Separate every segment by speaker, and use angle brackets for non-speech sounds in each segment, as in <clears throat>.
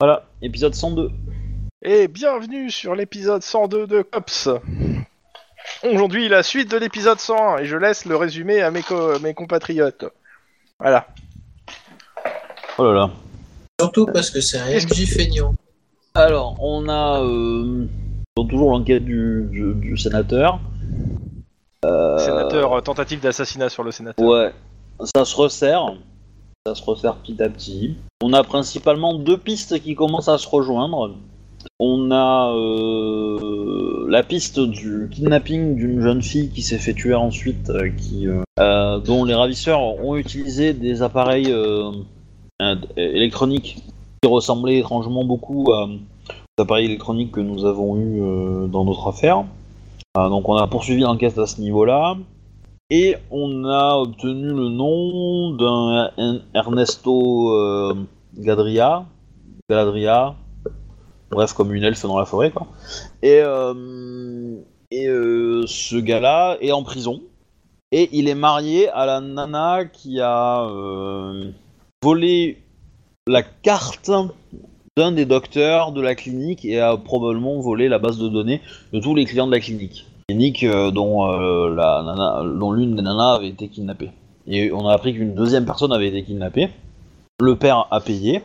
Speaker 1: Voilà, épisode 102.
Speaker 2: Et bienvenue sur l'épisode 102 de Cops. Aujourd'hui, la suite de l'épisode 101, et je laisse le résumé à mes, co- mes compatriotes. Voilà.
Speaker 1: Oh là là.
Speaker 3: Surtout parce que c'est un
Speaker 2: Qu'est-ce
Speaker 3: MJ feignant.
Speaker 1: Alors, on a euh, donc toujours l'enquête du, du- du sénateur. Euh,
Speaker 2: Sénateur, euh, tentative d'assassinat sur le sénateur.
Speaker 1: Ouais, ça se resserre. Ça se resserre petit à petit. On a principalement deux pistes qui commencent à se rejoindre. On a euh, la piste du kidnapping d'une jeune fille qui s'est fait tuer ensuite, euh, qui, euh, euh, dont les ravisseurs ont utilisé des appareils euh, euh, électroniques qui ressemblaient étrangement beaucoup à, aux appareils électroniques que nous avons eus euh, dans notre affaire. Euh, donc on a poursuivi l'enquête à ce niveau-là. Et on a obtenu le nom d'un un Ernesto euh, Gadria. Galadria. Bref, comme une elfe dans la forêt, quoi. Et, euh, et euh, ce gars-là est en prison. Et il est marié à la nana qui a euh, volé la carte d'un des docteurs de la clinique et a probablement volé la base de données de tous les clients de la clinique clinique euh, dont euh, la nana- dont l'une des nanas avait été kidnappée. Et on a appris qu'une deuxième personne avait été kidnappée. Le père a payé.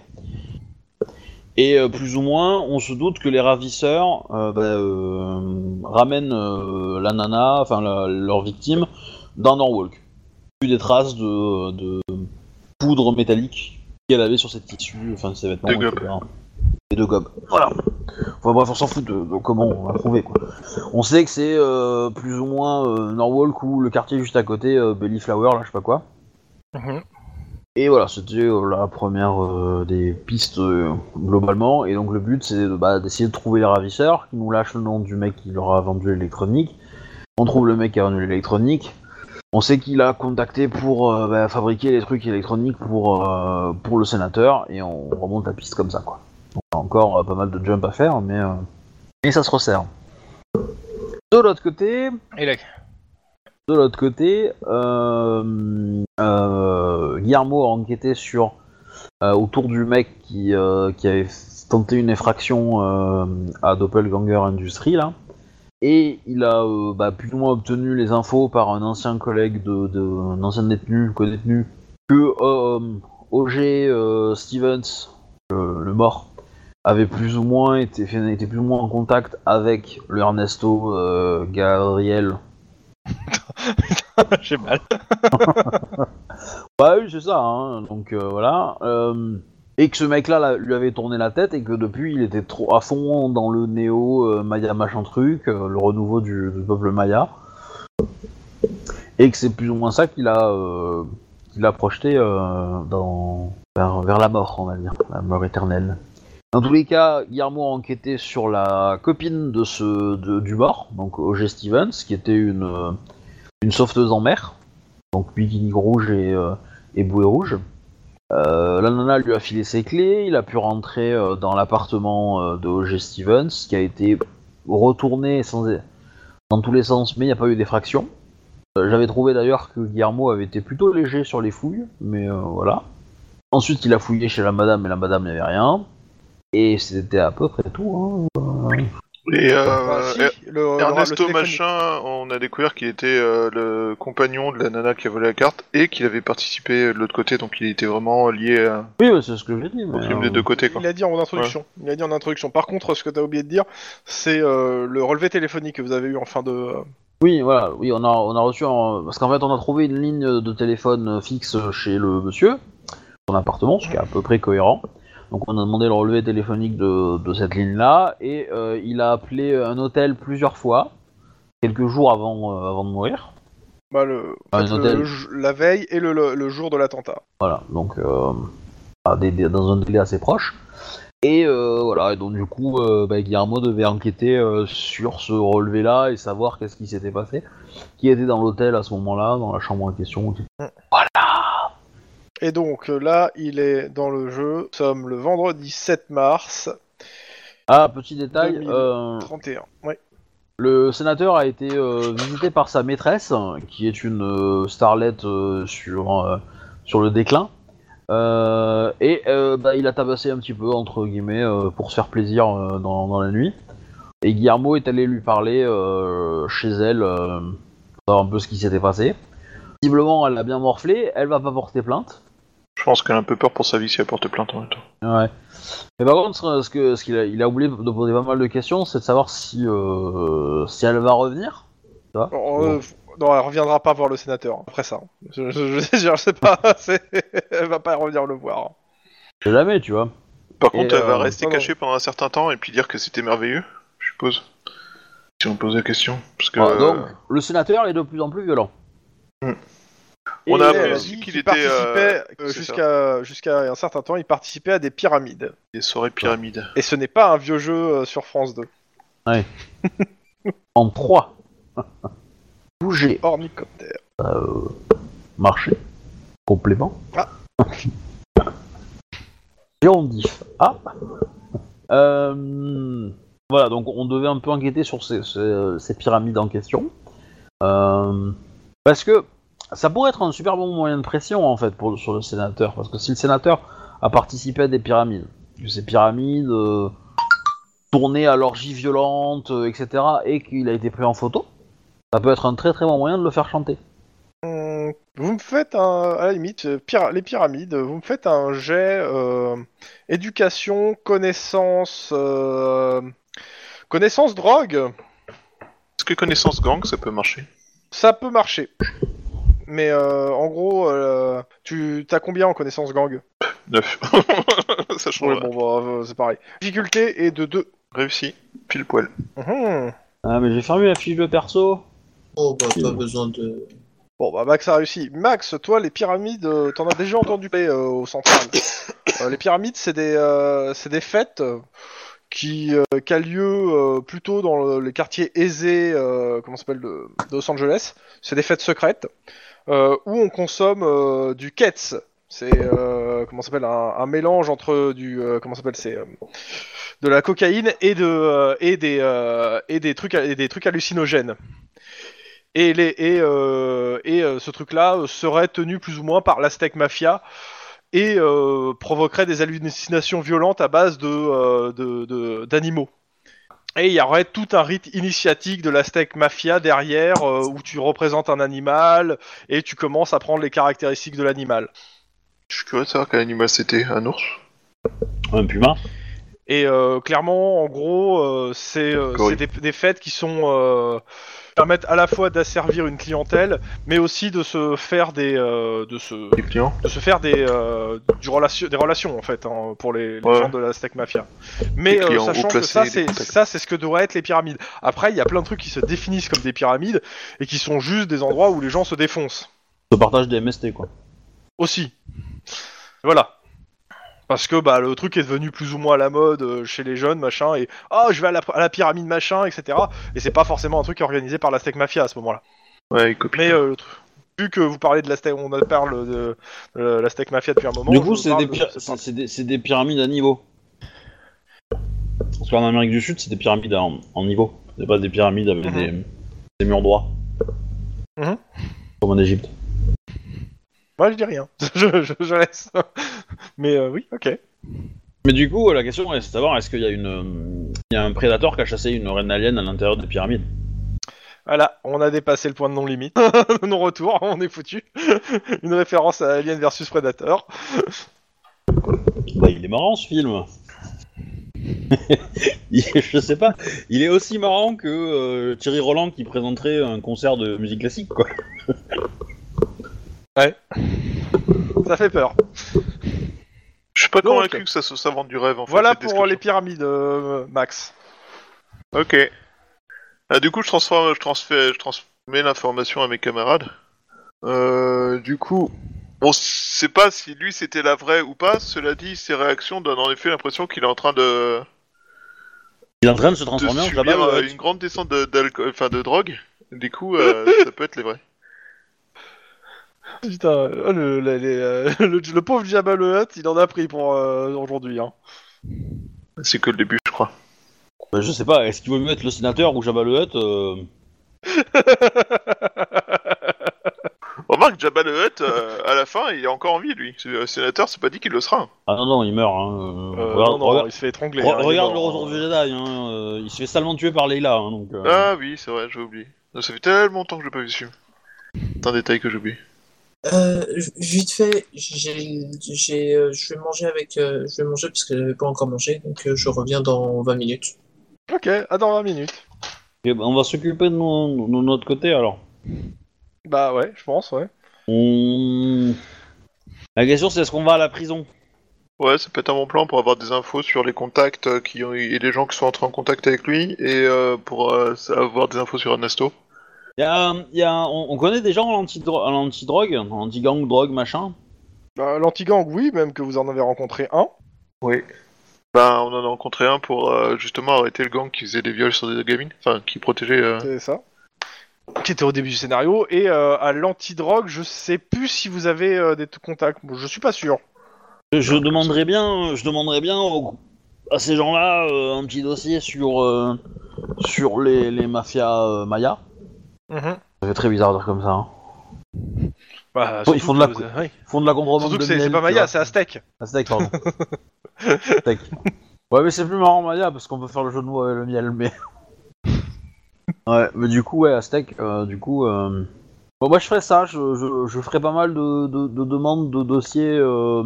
Speaker 1: Et euh, plus ou moins, on se doute que les ravisseurs euh, bah, euh, ramènent euh, la nana, enfin la- leur victime, dans Norwalk. Plus des traces de, de poudre métallique qu'elle avait sur ses tissus, enfin ses vêtements,
Speaker 2: De gobe.
Speaker 1: etc. Et de gobe. Voilà. Enfin bref, on s'en fout de, de comment on va trouver quoi. On sait que c'est euh, plus ou moins euh, Norwalk ou le quartier juste à côté, euh, Belly Flower, là, je sais pas quoi.
Speaker 2: Mhm.
Speaker 1: Et voilà, c'était euh, la première euh, des pistes euh, globalement. Et donc le but, c'est de, bah, d'essayer de trouver les ravisseurs, qui nous lâchent le nom du mec qui leur a vendu l'électronique. On trouve le mec qui a vendu l'électronique. On sait qu'il a contacté pour euh, bah, fabriquer les trucs électroniques pour, euh, pour le sénateur, et on remonte la piste comme ça, quoi. On a encore euh, pas mal de jump à faire, mais, euh, mais ça se resserre. De l'autre côté,
Speaker 2: Et la-
Speaker 1: de l'autre côté, euh, euh, Guillermo a enquêté sur euh, autour du mec qui, euh, qui avait tenté une effraction euh, à Doppelganger Industries là, et il a euh, bah, plus ou moins obtenu les infos par un ancien collègue de, de un ancien détenu, co-détenu, que euh, OG euh, Stevens, le, le mort, avait plus ou moins été, était plus ou moins en contact avec le Ernesto euh, Gabriel.
Speaker 2: <laughs> J'ai mal.
Speaker 1: Bah oui, c'est ça, hein. donc euh, voilà. Euh, et que ce mec-là là, lui avait tourné la tête et que depuis il était trop à fond dans le néo euh, Maya machin truc, euh, le renouveau du, du peuple Maya. Et que c'est plus ou moins ça qu'il a, euh, qu'il a projeté euh, dans, vers, vers la mort, on va dire, la mort éternelle. Dans tous les cas, Guillermo a enquêté sur la copine de ce, de- du mort, donc O.G. Stevens, qui était une, euh, une sauveteuse en mer, donc bikini rouge et, euh, et bouée rouge. Euh, la nana lui a filé ses clés, il a pu rentrer euh, dans l'appartement euh, de O.G. Stevens, qui a été retourné sans, dans tous les sens, mais il n'y a pas eu d'effraction. Euh, J'avais trouvé d'ailleurs que Guillermo avait été plutôt léger sur les fouilles, mais euh, voilà. Ensuite, il a fouillé chez la madame, et la madame n'avait rien. Et c'était à peu près tout. hein.
Speaker 4: Et euh,
Speaker 2: Enfin, si,
Speaker 4: Er-
Speaker 2: le- le- le
Speaker 4: Ernesto
Speaker 2: téléphone-
Speaker 4: Machin, on a découvert qu'il était euh, le compagnon de la nana qui a volé la carte et qu'il avait participé de l'autre côté, donc il était vraiment lié euh,
Speaker 1: Oui, ouais, c'est ce que j'ai dit.
Speaker 4: au
Speaker 1: mais,
Speaker 4: crime
Speaker 1: euh,
Speaker 4: des deux côtés. Quoi.
Speaker 2: Il a dit en introduction. Il a dit en introduction. Par contre, ce que t'as oublié de dire, c'est euh, le relevé téléphonique que vous avez eu en fin de, euh,
Speaker 1: Oui, voilà, oui, on a, on a reçu, en- parce qu'en fait, on a trouvé une ligne de téléphone fixe chez le monsieur, son appartement, ce qui est à peu près cohérent. Donc, on a demandé le relevé téléphonique de, de cette ligne-là, et euh, il a appelé un hôtel plusieurs fois, quelques jours avant, euh, avant de mourir.
Speaker 2: Bah, le,
Speaker 1: Ah,
Speaker 2: en fait,
Speaker 1: un
Speaker 2: le-
Speaker 1: hôtel.
Speaker 2: le j- la veille et le, le- le jour de l'attentat.
Speaker 1: Voilà, donc euh, à des- des- dans un délai assez proche. Et euh, voilà, et donc du coup, euh, bah, Guillermo devait enquêter euh, sur ce relevé-là et savoir qu'est-ce qui s'était passé, qui était dans l'hôtel à ce moment-là, dans la chambre en question. etc.
Speaker 2: Et donc euh, là, il est dans le jeu. Nous sommes le vendredi 7 mars
Speaker 1: Ah, petit détail,
Speaker 2: 2000.
Speaker 1: euh,
Speaker 2: 31. Ouais.
Speaker 1: le sénateur a été euh, visité par sa maîtresse, qui est une euh, starlette euh, sur, euh, sur le déclin. Euh, et euh, bah, il a tabassé un petit peu, entre guillemets, euh, pour se faire plaisir euh, dans, dans la nuit. Et Guillermo est allé lui parler euh, chez elle, euh, pour savoir un peu ce qui s'était passé. Visiblement, elle l'a bien morflé, elle va pas porter plainte.
Speaker 4: Je pense qu'elle a un peu peur pour sa vie si elle porte plainte en même temps.
Speaker 1: Ouais. Mais par contre, ce- ce que ce qu'il a, il a oublié de poser pas mal de questions, c'est de savoir si euh, si elle va revenir. tu vois.
Speaker 2: Alors, euh, f- non, elle reviendra pas voir le sénateur hein, après ça. hein. Je, je- je- je sais pas. <laughs> c'est- elle va pas revenir le voir. hein.
Speaker 1: Je sais Jamais, tu vois.
Speaker 4: Par
Speaker 1: Et,
Speaker 4: contre, elle va
Speaker 1: euh,
Speaker 4: rester
Speaker 2: pardon.
Speaker 4: cachée pendant un certain temps et puis dire que c'était merveilleux, je suppose. Si on pose la question. Parce que,
Speaker 1: Voilà, donc,
Speaker 4: euh,
Speaker 1: le sénateur est de plus en plus violent.
Speaker 4: Hmm.
Speaker 1: Et,
Speaker 4: On a appris
Speaker 2: elle a
Speaker 1: euh,
Speaker 4: aussi
Speaker 2: dit
Speaker 4: qu'il
Speaker 2: qu'il
Speaker 4: était, euh,
Speaker 2: participait euh,
Speaker 4: c'est
Speaker 2: jusqu'à jusqu'à un certain temps, il participait à des pyramides.
Speaker 4: des soirées pyramides.
Speaker 2: Et ce n'est pas un vieux jeu euh, sur France 2.
Speaker 1: en 3. Bouger,
Speaker 2: Ornicoptère.
Speaker 1: marcher. Complément.
Speaker 2: Ah.
Speaker 1: Girondif. Ah. Euh, voilà, donc on devait un peu enquêter sur ces, ces- ces pyramides en question. Euh, parce que ça pourrait être un super bon moyen de pression en fait pour, sur le sénateur. Parce que si le sénateur a participé à des pyramides, que ces pyramides euh, tournées à l'orgie violente, euh, etc., et qu'il a été pris en photo, ça peut être un très très bon moyen de le faire chanter.
Speaker 2: Hum, Vous me faites un, à la limite, euh, pyra- les pyramides, vous me faites un jet euh, éducation, connaissance, euh, connaissance drogue,
Speaker 4: Est-ce que connaissance gang, ça peut marcher
Speaker 2: ça peut marcher. Mais euh, en gros, euh, tu t'as combien en connaissance gang
Speaker 4: Neuf. <laughs> ça change.
Speaker 2: Oui,
Speaker 4: rien.
Speaker 2: bon, bah, euh, c'est pareil. Difficulté est de Hum, 2.
Speaker 4: Réussi, pile poil.
Speaker 1: Ah, mais j'ai fermé la fiche de perso.
Speaker 3: Oh, bah, pas besoin de.
Speaker 2: Bon, bah Max a réussi. Max, toi, les pyramides, euh, t'en as déjà entendu parler euh, au central. Euh, les pyramides, c'est des, euh, c'est des fêtes euh, qui, euh, qu'a lieu euh, plutôt dans le, les quartiers aisés, euh, comment ça s'appelle, de, de Los Angeles. C'est des fêtes secrètes euh, où on consomme euh, du Ketz. C'est euh, comment ça s'appelle un, un mélange entre du euh, comment ça s'appelle c'est euh, de la cocaïne et de euh, et des euh, et des trucs et des trucs hallucinogènes. Et, les, et, euh, et euh, ce truc-là euh, serait tenu plus ou moins par l'Aztec Mafia et euh, provoquerait des hallucinations violentes à base de, euh, de- de- d'animaux. Et il y aurait tout un rite initiatique de l'Aztec Mafia derrière euh, où tu représentes un animal et tu commences à prendre les caractéristiques de l'animal.
Speaker 4: Je suis curieux de savoir quel animal c'était. Un ours
Speaker 1: Un puma.
Speaker 2: Et euh, clairement, en gros, euh, c'est euh,
Speaker 4: D'accord,
Speaker 2: c'est des, des fêtes qui sont euh, permettent à la fois d'asservir une clientèle, mais aussi de se faire des euh, de se
Speaker 4: Les clients
Speaker 2: de se faire des, euh, du relation, des relations en fait hein, pour les, les
Speaker 4: Ouais.
Speaker 2: gens de la Stack Mafia. Mais
Speaker 4: Des
Speaker 2: euh,
Speaker 4: clients haut
Speaker 2: sachant que
Speaker 4: placés,
Speaker 2: ça
Speaker 4: des
Speaker 2: c'est
Speaker 4: contacts.
Speaker 2: ça c'est ce que devraient être les pyramides. Après il y a plein de trucs qui se définissent comme des pyramides et qui sont juste des endroits où les gens se défoncent
Speaker 1: Se partage des MST, quoi.
Speaker 2: aussi. Voilà. Parce que bah le truc est devenu plus ou moins à la mode euh, chez les jeunes machin et ah je vais à la, à la pyramide machin etc et c'est pas forcément un truc organisé par la Stack Mafia à ce moment-là.
Speaker 4: Ouais, ils copient.
Speaker 2: Mais euh, le truc- vu que vous parlez de la Stack- on parle de, de la Stack Mafia depuis un moment.
Speaker 1: du
Speaker 2: je
Speaker 1: coup, c'est des,
Speaker 2: parle de
Speaker 1: pyra-
Speaker 2: ce-
Speaker 1: c'est- c'est des- c'est des pyramides à niveau. Parce qu'en Amérique du Sud, c'est des pyramides en, en niveau. C'est pas des pyramides avec
Speaker 2: Mhm.
Speaker 1: des, des murs droits.
Speaker 2: Mhm.
Speaker 1: Comme en Égypte.
Speaker 2: Moi, je dis rien. <laughs> je, je- je laisse. <laughs> Mais euh, oui, ok.
Speaker 1: Mais du coup, la question est de savoir est-ce qu'il y, a une, euh, il y a un prédateur qui a chassé une reine alien à l'intérieur des pyramides
Speaker 2: Voilà, on a dépassé le point de non-limite. <laughs> Non-retour, on est foutu. <laughs> Une référence à Alien versus Predator.
Speaker 1: <laughs> Bah, il est marrant ce film je sais pas. Il est aussi marrant que euh, Thierry Roland qui présenterait un concert de musique classique, quoi.
Speaker 2: Ça fait peur.
Speaker 4: Je suis pas
Speaker 2: Donc.
Speaker 4: convaincu que ça, se- ça vende du rêve en fait.
Speaker 2: Voilà
Speaker 4: cette
Speaker 2: pour les
Speaker 4: description.
Speaker 2: pyramides, euh, Max.
Speaker 4: Ok. Ah, du coup, je transforme, je transfère, je transmets l'information à mes camarades. Euh, du coup, on sait pas si lui c'était la vraie ou pas. Cela dit, ses réactions donnent en effet l'impression qu'il est en train de,
Speaker 1: Il est en train de se
Speaker 4: de
Speaker 1: transformer en
Speaker 4: subir
Speaker 1: cabal.
Speaker 4: euh, une grande descente de, d'alcool- enfin, de drogue. Du coup, euh, <laughs> ça peut être les vrais.
Speaker 2: Putain, euh, le, le- les, euh, <laughs> le- le pauvre Jabba le Hutt, il en a pris pour euh, aujourd'hui. Hein.
Speaker 4: C'est que le début, je crois.
Speaker 1: Bah, je sais pas, est-ce qu'il vaut mieux être le sénateur ou Jabba le Hutt euh,
Speaker 4: Remarque, Jabba le Hutt, euh, à la fin, il est encore en vie, lui. C'est- euh, sénateur, c'est pas dit qu'il le sera.
Speaker 1: Ah non, non, il meurt. hein, euh,
Speaker 2: Euh,
Speaker 1: regarde,
Speaker 2: non, non,
Speaker 1: regarde-
Speaker 2: il se fait étrangler.
Speaker 1: re-
Speaker 2: hein, il est
Speaker 1: regarde le
Speaker 2: mort.
Speaker 1: retour du Jedi, hein, euh, il se fait salement tuer par Leila. hein, donc, euh,
Speaker 4: Ah oui, c'est vrai, j'ai oublié. Ça fait tellement longtemps que je l'ai pas vu ce film. C'est un détail que j'ai oublié.
Speaker 3: Euh, j- vite fait, j'ai, j'ai, euh, je vais manger avec, euh, je vais manger parce que j'avais pas encore mangé, donc euh, je reviens dans 20 minutes.
Speaker 2: Ok, à dans 20 minutes.
Speaker 1: ok, bah, on va s'occuper de, nos- de notre côté alors.
Speaker 2: Bah ouais, je pense, ouais.
Speaker 1: On- La question c'est est-ce qu'on va à la prison
Speaker 4: Ouais, ça peut être un bon plan pour avoir des infos sur les contacts euh, qui ont, et les gens qui sont entrés en contact avec lui et euh, pour euh, avoir des infos sur Ernesto.
Speaker 1: Il y a- il y a- on, on connaît des gens en antidro- en anti-drogue, en anti-gang, drogue, machin.
Speaker 2: Bah, L'anti-gang, oui, même que vous en avez rencontré un.
Speaker 4: Ben, on en a rencontré un pour euh, justement arrêter le gang qui faisait des viols sur des gamines, enfin qui protégeait.
Speaker 1: Hein
Speaker 4: euh,
Speaker 2: C'est ça. Qui était au début du scénario. Et euh, à l'anti-drogue, je sais plus si vous avez euh, des t- contacts. Bon, Je suis pas sûr.
Speaker 1: Je, je demanderais bien, euh, je demanderais bien au- à ces gens-là euh, un petit dossier sur euh, sur les, les mafias euh, mayas. Ça fait très bizarre de dire comme ça. hein.
Speaker 2: Bah,
Speaker 1: ils font de la
Speaker 2: surtout que vous- oui.
Speaker 1: Ils font de la contrebande
Speaker 2: Surtout que
Speaker 1: de
Speaker 2: c'est c'est
Speaker 1: miel,
Speaker 2: pas
Speaker 1: tu
Speaker 2: Maya,
Speaker 1: vois.
Speaker 2: c'est Aztec.
Speaker 1: Aztèque, pardon. Aztèque. Ouais, mais c'est plus marrant Maya parce qu'on peut faire le jeu de mots avec le miel, mais. <laughs> Ouais, mais du coup, ouais, Aztèque, euh, du coup. euh, Bon, moi je ferais ça, je, je, je ferais pas mal de, de, de demandes de dossiers euh,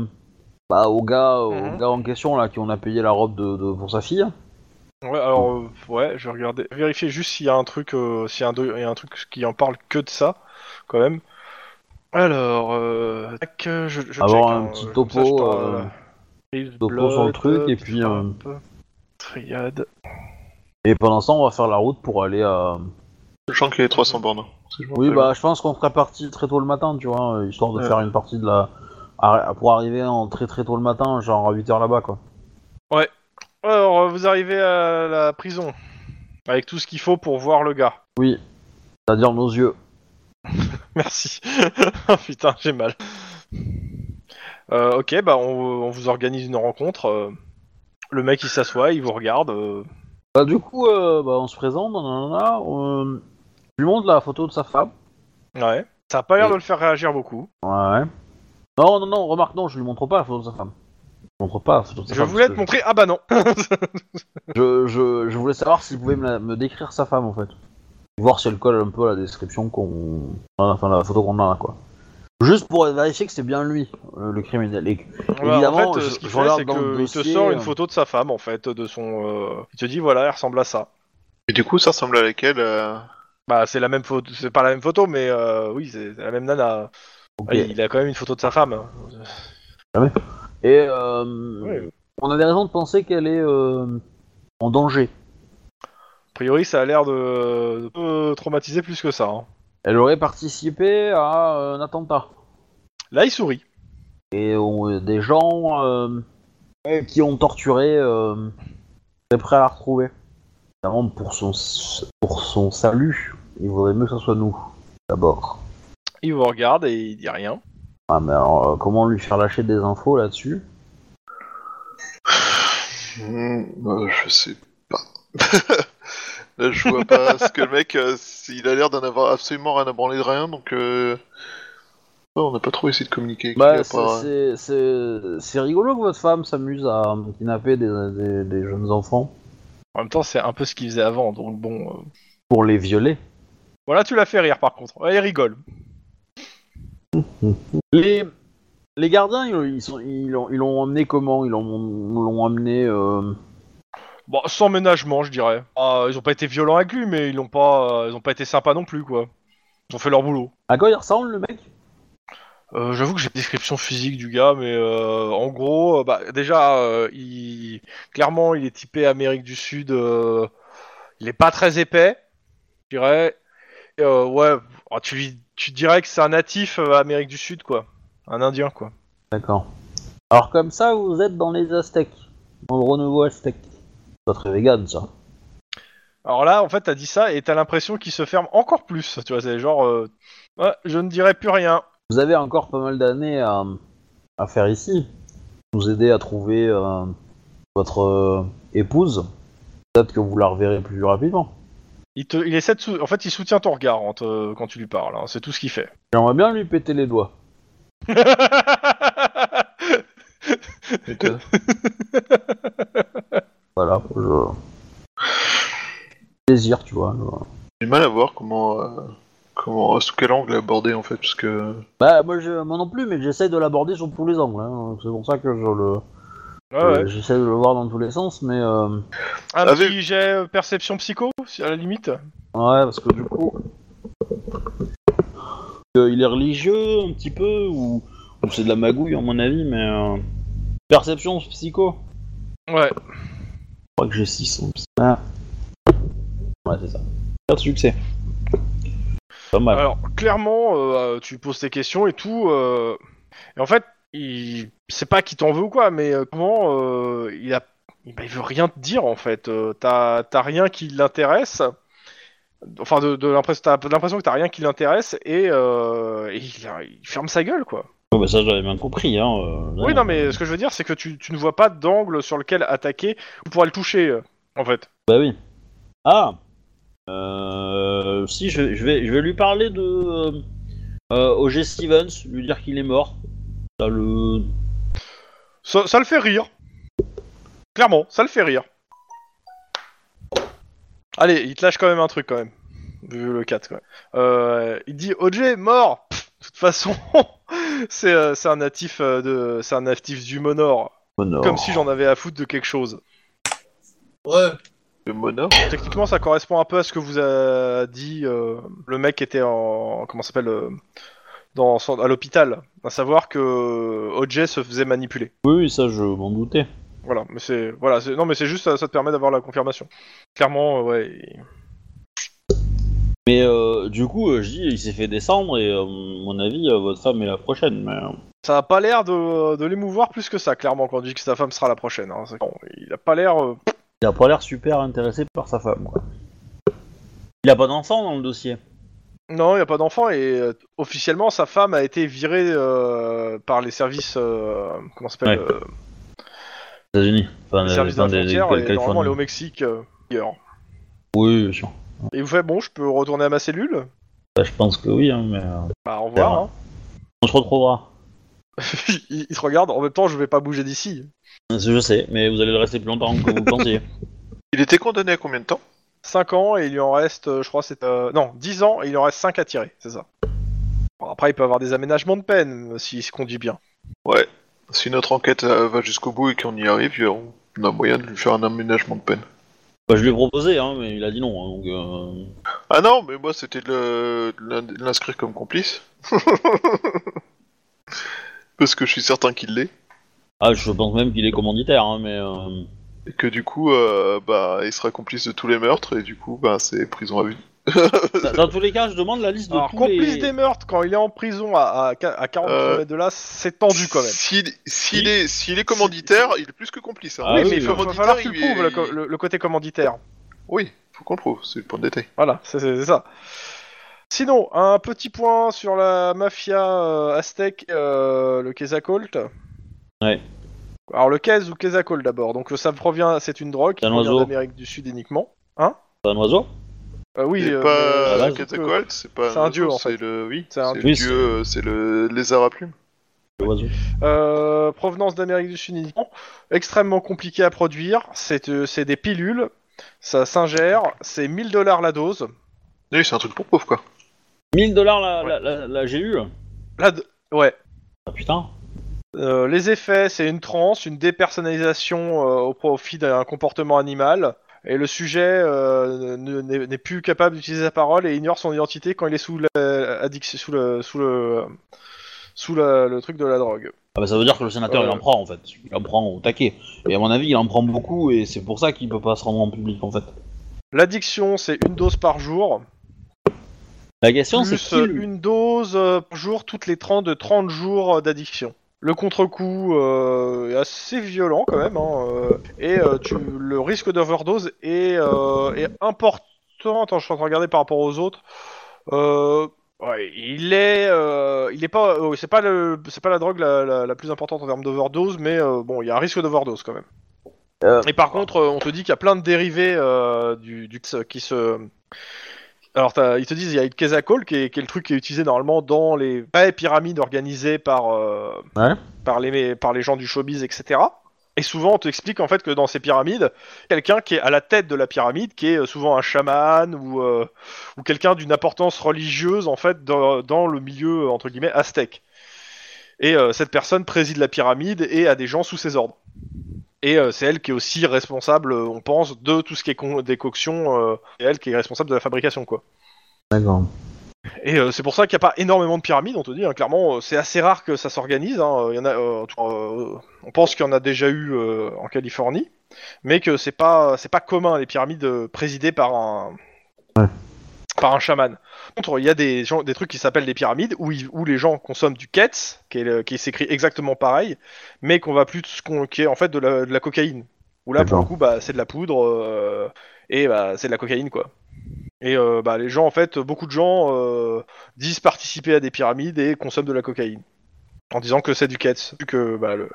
Speaker 1: bah, aux, gars, aux
Speaker 2: Mhm.
Speaker 1: gars en question là, qui on a payé la robe de, de- pour sa fille.
Speaker 2: Ouais, alors, euh, ouais, je vais regarder, vérifier juste s'il y a un truc, euh, s'il y a un, do- il y a un truc qui en parle que de ça, quand même. Alors, euh, tac, euh, je, je
Speaker 1: Avoir
Speaker 2: check,
Speaker 1: un
Speaker 2: hein,
Speaker 1: petit
Speaker 2: comme
Speaker 1: topo,
Speaker 2: ça, je parle,
Speaker 1: euh,
Speaker 2: euh, Reeves,
Speaker 1: topo sur le
Speaker 2: Blood,
Speaker 1: truc, et
Speaker 2: euh,
Speaker 1: puis, euh,
Speaker 2: Trump, triade.
Speaker 1: Et pendant ce temps, on va faire la route pour aller à.
Speaker 4: Sachant qu'il y a 300 bornes.
Speaker 1: Oui, bah, je pense qu'on serait parti très tôt le matin, tu vois, euh, histoire de
Speaker 4: Ouais.
Speaker 1: faire une partie de la. à- Pour arriver en très très tôt le matin, genre à 8h là-bas, quoi.
Speaker 2: Alors, euh, vous arrivez à la prison avec tout ce qu'il faut pour voir le gars. <laughs>
Speaker 1: Oui. C'est-à-dire nos yeux.
Speaker 2: Merci. <laughs> Oh, Putain, j'ai mal. Euh, ok, bah on, on vous organise une rencontre. euh, le mec il s'assoit, il vous regarde. euh,
Speaker 1: Bah, du coup, euh, bah, on se présente, nanana, euh, je lui montre la photo de sa femme.
Speaker 2: Ouais. Ça a pas l'air de le faire réagir beaucoup.
Speaker 1: Ouais. Non, non, non, remarque, non, je lui montre pas la photo de sa femme. Je lui montre pas la photo de sa
Speaker 2: Je
Speaker 1: femme.
Speaker 2: voulais te
Speaker 1: parce
Speaker 2: montrer. Ah
Speaker 1: <laughs>
Speaker 2: bah non.
Speaker 1: que Je, je, je voulais savoir s'il pouvait me, la- me décrire sa femme, en fait. Voir si elle colle un peu à la description qu'on. Enfin, la photo qu'on a, quoi. Juste pour vérifier que c'est bien lui, euh, le criminel. Et-
Speaker 2: Voilà, en
Speaker 1: Évidemment,
Speaker 2: fait, euh,
Speaker 1: je-
Speaker 2: ce qu'il
Speaker 1: je
Speaker 2: fait,
Speaker 1: regarde
Speaker 2: c'est
Speaker 1: dans le
Speaker 2: qu'il te
Speaker 1: dossier,
Speaker 2: sort une
Speaker 1: euh.
Speaker 2: photo de sa femme, en fait, de son. euh, Il te dit voilà, elle ressemble à ça.
Speaker 4: Et du coup, ça ressemble à laquelle euh,
Speaker 2: Bah c'est la même photo, c'est pas la même photo, mais euh, oui, c'est c'est la même nana.
Speaker 1: Ok.
Speaker 2: Ah, Il a quand même une photo de sa femme.
Speaker 1: Et euh,
Speaker 2: Ouais.
Speaker 1: on a des raisons de penser qu'elle est euh, en danger.
Speaker 2: A priori, ça a l'air de, de peu traumatiser plus que ça. hein.
Speaker 1: Elle aurait participé à un attentat.
Speaker 2: Là, il sourit.
Speaker 1: et on- des gens euh, qui ont torturé euh, très prêts à la retrouver. Évidemment, pour son, pour son salut, il vaudrait mieux que ce soit nous, d'abord.
Speaker 2: Il vous regarde et il dit rien.
Speaker 1: Ah, mais alors, euh, comment lui faire lâcher des infos là-dessus
Speaker 4: Hmm, euh, je sais pas. <laughs> Là, je vois pas ce que le mec, euh, il a l'air d'en avoir absolument rien à branler de rien, donc euh, ouais, on n'a pas trop essayé de communiquer. avec lui,
Speaker 1: Bah,
Speaker 4: à
Speaker 1: c'est-
Speaker 4: part,
Speaker 1: c'est-
Speaker 4: euh,
Speaker 1: c'est c'est rigolo que votre femme s'amuse à kidnapper des, des- des jeunes enfants
Speaker 2: En même temps, c'est un peu ce qu'il faisait avant, donc bon. euh.
Speaker 1: pour les violer.
Speaker 2: Voilà, tu l'as fait rire par contre. Ouais, il rigole.
Speaker 1: Les, les gardiens, ils ils sont- ils l'ont ils l'ont emmené comment Ils l'ont ils l'ont emmené euh,
Speaker 2: Bon, sans ménagement, je dirais. Ah, ils ont pas été violents avec lui, mais ils n'ont pas, euh, ils ont pas été sympas non plus, quoi. Ils ont fait leur boulot.
Speaker 1: À quoi il ressemble le mec
Speaker 2: Euh, J'avoue que j'ai une description physique du gars, mais euh, en gros, euh, bah, déjà, euh, il... clairement, il est typé Amérique du Sud. euh, Il est pas très épais, je dirais. Et, euh, ouais, oh, tu, lui- tu dirais que c'est un natif euh, Amérique du Sud, quoi. Un Indien, quoi.
Speaker 1: D'accord. Alors comme ça, vous êtes dans les Aztèques. Dans le renouveau aztèque. C'est Pas très vegan, ça.
Speaker 2: Alors là, en fait, t'as dit ça et t'as l'impression qu'il se ferme encore plus. Tu vois, c'est genre, euh, ouais, je ne dirais plus rien.
Speaker 1: Vous avez encore pas mal d'années à, à faire ici. Vous aider à trouver euh, votre euh, épouse. Peut-être que vous la reverrez plus rapidement.
Speaker 2: Il, te, il essaie de, sou- en fait, il soutient ton regard en te- quand tu lui parles. hein. C'est tout ce qu'il fait. <laughs>
Speaker 1: J'aimerais bien lui péter les doigts.
Speaker 4: euh,
Speaker 1: Voilà. Je... Désir, tu vois. je-
Speaker 4: J'ai du mal à voir comment, euh, comment, sous quel angle aborder en fait, parce que euh,
Speaker 1: Bah moi, je... moi non plus, mais j'essaye de l'aborder sur tous les angles. hein. C'est pour ça que je le...
Speaker 2: Ouais, Ah ouais.
Speaker 1: euh, j'essaie de le voir dans tous les sens, mais... euh,
Speaker 2: Un
Speaker 4: Avec-
Speaker 2: petit jet euh, perception psycho, si- à la limite.
Speaker 1: Ouais, parce que du coup. Euh, il est religieux un petit peu, ou, ou c'est de la magouille à mon avis, mais. euh, Perception psycho
Speaker 2: Ouais.
Speaker 1: Je crois que j'ai 6 en psy. Ah. Ouais, c'est ça. Pas de succès. Pas mal.
Speaker 2: Alors, clairement, euh, tu poses tes questions et tout. euh, Et en fait, il... c'est pas qu'il t'en veut ou quoi, mais euh, comment euh, il a. il- bah, il veut rien te dire en fait. Euh, t'as t'as rien qui l'intéresse. Enfin, de, de l'impression, t'as l'impression que t'as rien qui l'intéresse et, euh, et il, a- il ferme sa gueule quoi.
Speaker 1: Ouais, bah, ça, j'avais bien compris. Hein, euh,
Speaker 2: Euh. Oui, non, mais ce que je veux dire, c'est que tu, tu ne vois pas d'angle sur lequel attaquer pour aller le toucher euh, en fait.
Speaker 1: Bah oui. Ah euh, Si, je, je vais, je vais lui parler de. euh, euh, O.G. Stevens, lui dire qu'il est mort. Ça le.
Speaker 2: Ça, ça le fait rire. Clairement, ça le fait rire. Allez, il te lâche quand même un truc quand même. Vu le 4 quoi. Euh, il dit OJ mort. Pff, De toute façon, <laughs> c'est euh, c'est un natif euh, de c'est un natif du Monor.
Speaker 1: Honor.
Speaker 2: Comme si j'en avais à foutre de quelque chose.
Speaker 3: Ouais,
Speaker 4: le monarque.
Speaker 2: Techniquement, ça correspond un peu à ce que vous a dit euh, le mec qui était en comment ça s'appelle euh, dans son- à l'hôpital, à savoir que OJ se faisait manipuler.
Speaker 1: Oui, oui, ça, je m'en doutais.
Speaker 2: Voilà, mais c'est voilà, c'est non mais c'est juste ça, ça te permet d'avoir la confirmation. Clairement, euh, ouais. il-
Speaker 1: Mais euh, du coup, euh, je dis, il s'est fait descendre et, euh, à mon avis, euh, votre femme est la prochaine. Mais... euh,
Speaker 2: Ça a pas l'air de, de l'émouvoir plus que ça, clairement, quand on dit que sa femme sera la prochaine. hein. C'est- bon, il a pas l'air. euh,
Speaker 1: Il a pas l'air super intéressé par sa femme, quoi. Il a pas d'enfant dans le dossier.
Speaker 2: Non, il y a pas d'enfant et euh, officiellement sa femme a été virée euh, par les services. euh, comment ça s'appelle
Speaker 1: Ouais.
Speaker 2: euh,
Speaker 1: Aux États-Unis. Enfin,
Speaker 2: Les
Speaker 1: euh,
Speaker 2: services de la
Speaker 1: enfin, des- des-
Speaker 2: frontière
Speaker 1: des-
Speaker 2: et normalement
Speaker 1: Californie.
Speaker 2: elle est au Mexique. euh, ailleurs.
Speaker 1: Oui, oui, bien sûr.
Speaker 2: et vous faites bon, je peux retourner à ma cellule.
Speaker 1: Bah, je pense que oui, hein, mais euh,
Speaker 2: Bah au revoir. hein. <laughs>
Speaker 1: on se retrouvera.
Speaker 2: il, il se regarde. En même temps, je vais pas bouger d'ici.
Speaker 1: Je sais, mais vous allez le rester plus longtemps que vous le
Speaker 2: <laughs>
Speaker 1: pensiez.
Speaker 4: Il était condamné à combien de temps
Speaker 2: 5 ans et il lui en reste, euh, je crois, c'est. euh, non, 10 ans et il en reste 5 à tirer, c'est ça. Bon, après, il peut avoir des aménagements de peine euh, s'il se conduit bien.
Speaker 4: Si notre enquête euh, va jusqu'au bout et qu'on y arrive, euh, on a moyen de lui faire un aménagement de peine.
Speaker 1: Bah, je lui ai proposé, hein, mais il a dit non. hein, donc, euh,
Speaker 4: Ah non, mais moi c'était de le- de l'in- de l'inscrire comme complice. <laughs> Parce que je suis certain qu'il l'est.
Speaker 1: Ah, je pense même qu'il est commanditaire, hein, mais. euh,
Speaker 4: Et que du coup, euh, bah, il sera complice de tous les meurtres et du coup, bah, c'est prison à vue.
Speaker 1: ça- Dans tous les cas, je demande la liste de
Speaker 2: Alors,
Speaker 1: tous
Speaker 2: complice
Speaker 1: les...
Speaker 2: des meurtres quand il est en prison à, à, qua- à 40
Speaker 4: Euh,
Speaker 2: km de là, c'est tendu quand même.
Speaker 4: S'il s'il
Speaker 2: Il-
Speaker 4: est, s'il est commanditaire, il est plus que complice. Hein.
Speaker 1: Ah
Speaker 2: oui,
Speaker 1: oui,
Speaker 2: mais il
Speaker 1: oui.
Speaker 2: faut, va falloir que tu le
Speaker 4: Commanditaire,
Speaker 2: prouves, le, co-
Speaker 4: il-
Speaker 2: le- le côté commanditaire.
Speaker 4: Oui, faut qu'on le prouve, c'est le point de détail.
Speaker 2: Voilà, c'est- c'est c'est ça. Sinon, un petit point sur la mafia euh, aztèque, euh, le Quetzalcoatl.
Speaker 1: Ouais.
Speaker 2: Alors, le Quez ou Quetzalcoatl d'abord. Donc, ça provient, c'est une drogue qui
Speaker 1: C'est un
Speaker 2: provient
Speaker 1: oiseau.
Speaker 2: d'Amérique du Sud uniquement.
Speaker 1: C'est un oiseau
Speaker 2: Euh, oui,
Speaker 4: c'est
Speaker 2: euh,
Speaker 4: pas
Speaker 2: mais-
Speaker 1: la
Speaker 4: un
Speaker 1: base,
Speaker 4: Quetzalcoatl, c'est pas
Speaker 2: c'est un
Speaker 4: oiseau,
Speaker 2: dieu, en
Speaker 4: c'est le oui,
Speaker 2: C'est un
Speaker 4: c'est
Speaker 1: dieu.
Speaker 4: le dieu, euh, c'est le lézard à plumes.
Speaker 1: L'oiseau.
Speaker 2: Euh, provenance d'Amérique du Sud uniquement. Extrêmement compliqué à produire. C'est euh, c'est des pilules. Ça s'ingère. C'est 1000 dollars la dose.
Speaker 4: Oui, c'est un truc pour pauvre quoi.
Speaker 1: 1000 dollars la, la,
Speaker 2: Ouais.
Speaker 1: la, la GU
Speaker 2: La do- Ouais.
Speaker 1: Ah putain
Speaker 2: Euh, les effets, c'est une transe, une dépersonnalisation euh, au profit d'un comportement animal, et le sujet euh, ne- n'est n'est plus capable d'utiliser sa parole et ignore son identité quand il est sous la- addiction, sous le sous le sous la- le truc de la drogue.
Speaker 1: Ah bah ça veut dire que le sénateur
Speaker 2: Ouais.
Speaker 1: il en prend en fait, il en prend au taquet. Et à mon avis il en prend beaucoup et c'est pour ça qu'il peut pas se rendre en public en fait.
Speaker 2: L'addiction, c'est une dose par jour,
Speaker 1: La question c'est
Speaker 2: plus
Speaker 1: qui
Speaker 2: euh,
Speaker 1: lui-
Speaker 2: une dose euh, par jour toutes les 30 de 30 jours euh, d'addiction. Le contre-coup euh, est assez violent quand même, hein, euh, et euh, tu, le risque d'overdose est, euh, est important. Attends, je suis en train de regarder par rapport aux autres. Euh, ouais, il est, euh, il est pas, euh, c'est pas le, c'est pas la drogue la, la- la plus importante en termes d'overdose, mais euh, bon, il y a un risque d'overdose quand même.
Speaker 1: Euh,
Speaker 2: Et par contre, euh, on te dit qu'il y a plein de dérivés euh, du, du qui se alors, t'as- ils te disent il y a le Kesakol, qui est, qui est le truc qui est utilisé normalement dans les vraies pyramides organisées par, euh,
Speaker 1: Ouais.
Speaker 2: par, les, par les gens du showbiz, etc. Et souvent, on t'explique en fait que dans ces pyramides, quelqu'un qui est à la tête de la pyramide, qui est euh, souvent un chaman ou, euh, ou quelqu'un d'une importance religieuse en fait dans, dans le milieu euh, entre guillemets aztèque. Et euh, cette personne préside la pyramide et a des gens sous ses ordres. Et euh, c'est elle qui est aussi responsable, euh, on pense, de tout ce qui est con- décoction. euh, c'est elle qui est responsable de la fabrication, quoi.
Speaker 1: D'accord.
Speaker 2: Et euh, c'est pour ça qu'il n'y a pas énormément de pyramides, on te dit, hein, clairement, euh, c'est assez rare que ça s'organise. hein, euh, il y en a, euh, en tout cas, euh, on pense qu'il y en a déjà eu euh, en Californie, mais que c'est pas, c'est pas commun les pyramides euh, présidées par un,
Speaker 1: Ouais.
Speaker 2: par un chaman. Par contre, il y a des, gens, des trucs qui s'appellent des pyramides où, ils- où les gens consomment du Ketz, qui, est le- qui s'écrit exactement pareil, mais qu'on va plus, qu'on, qui est en fait de la, de la cocaïne. Où là, pour
Speaker 1: D'accord.
Speaker 2: le coup, bah, c'est de la poudre euh, et bah, c'est de la cocaïne, quoi. Et euh, bah, les gens, en fait, beaucoup de gens euh, disent participer à des pyramides et consomment de la cocaïne. En disant que c'est du Ketz. Vu que bah, le,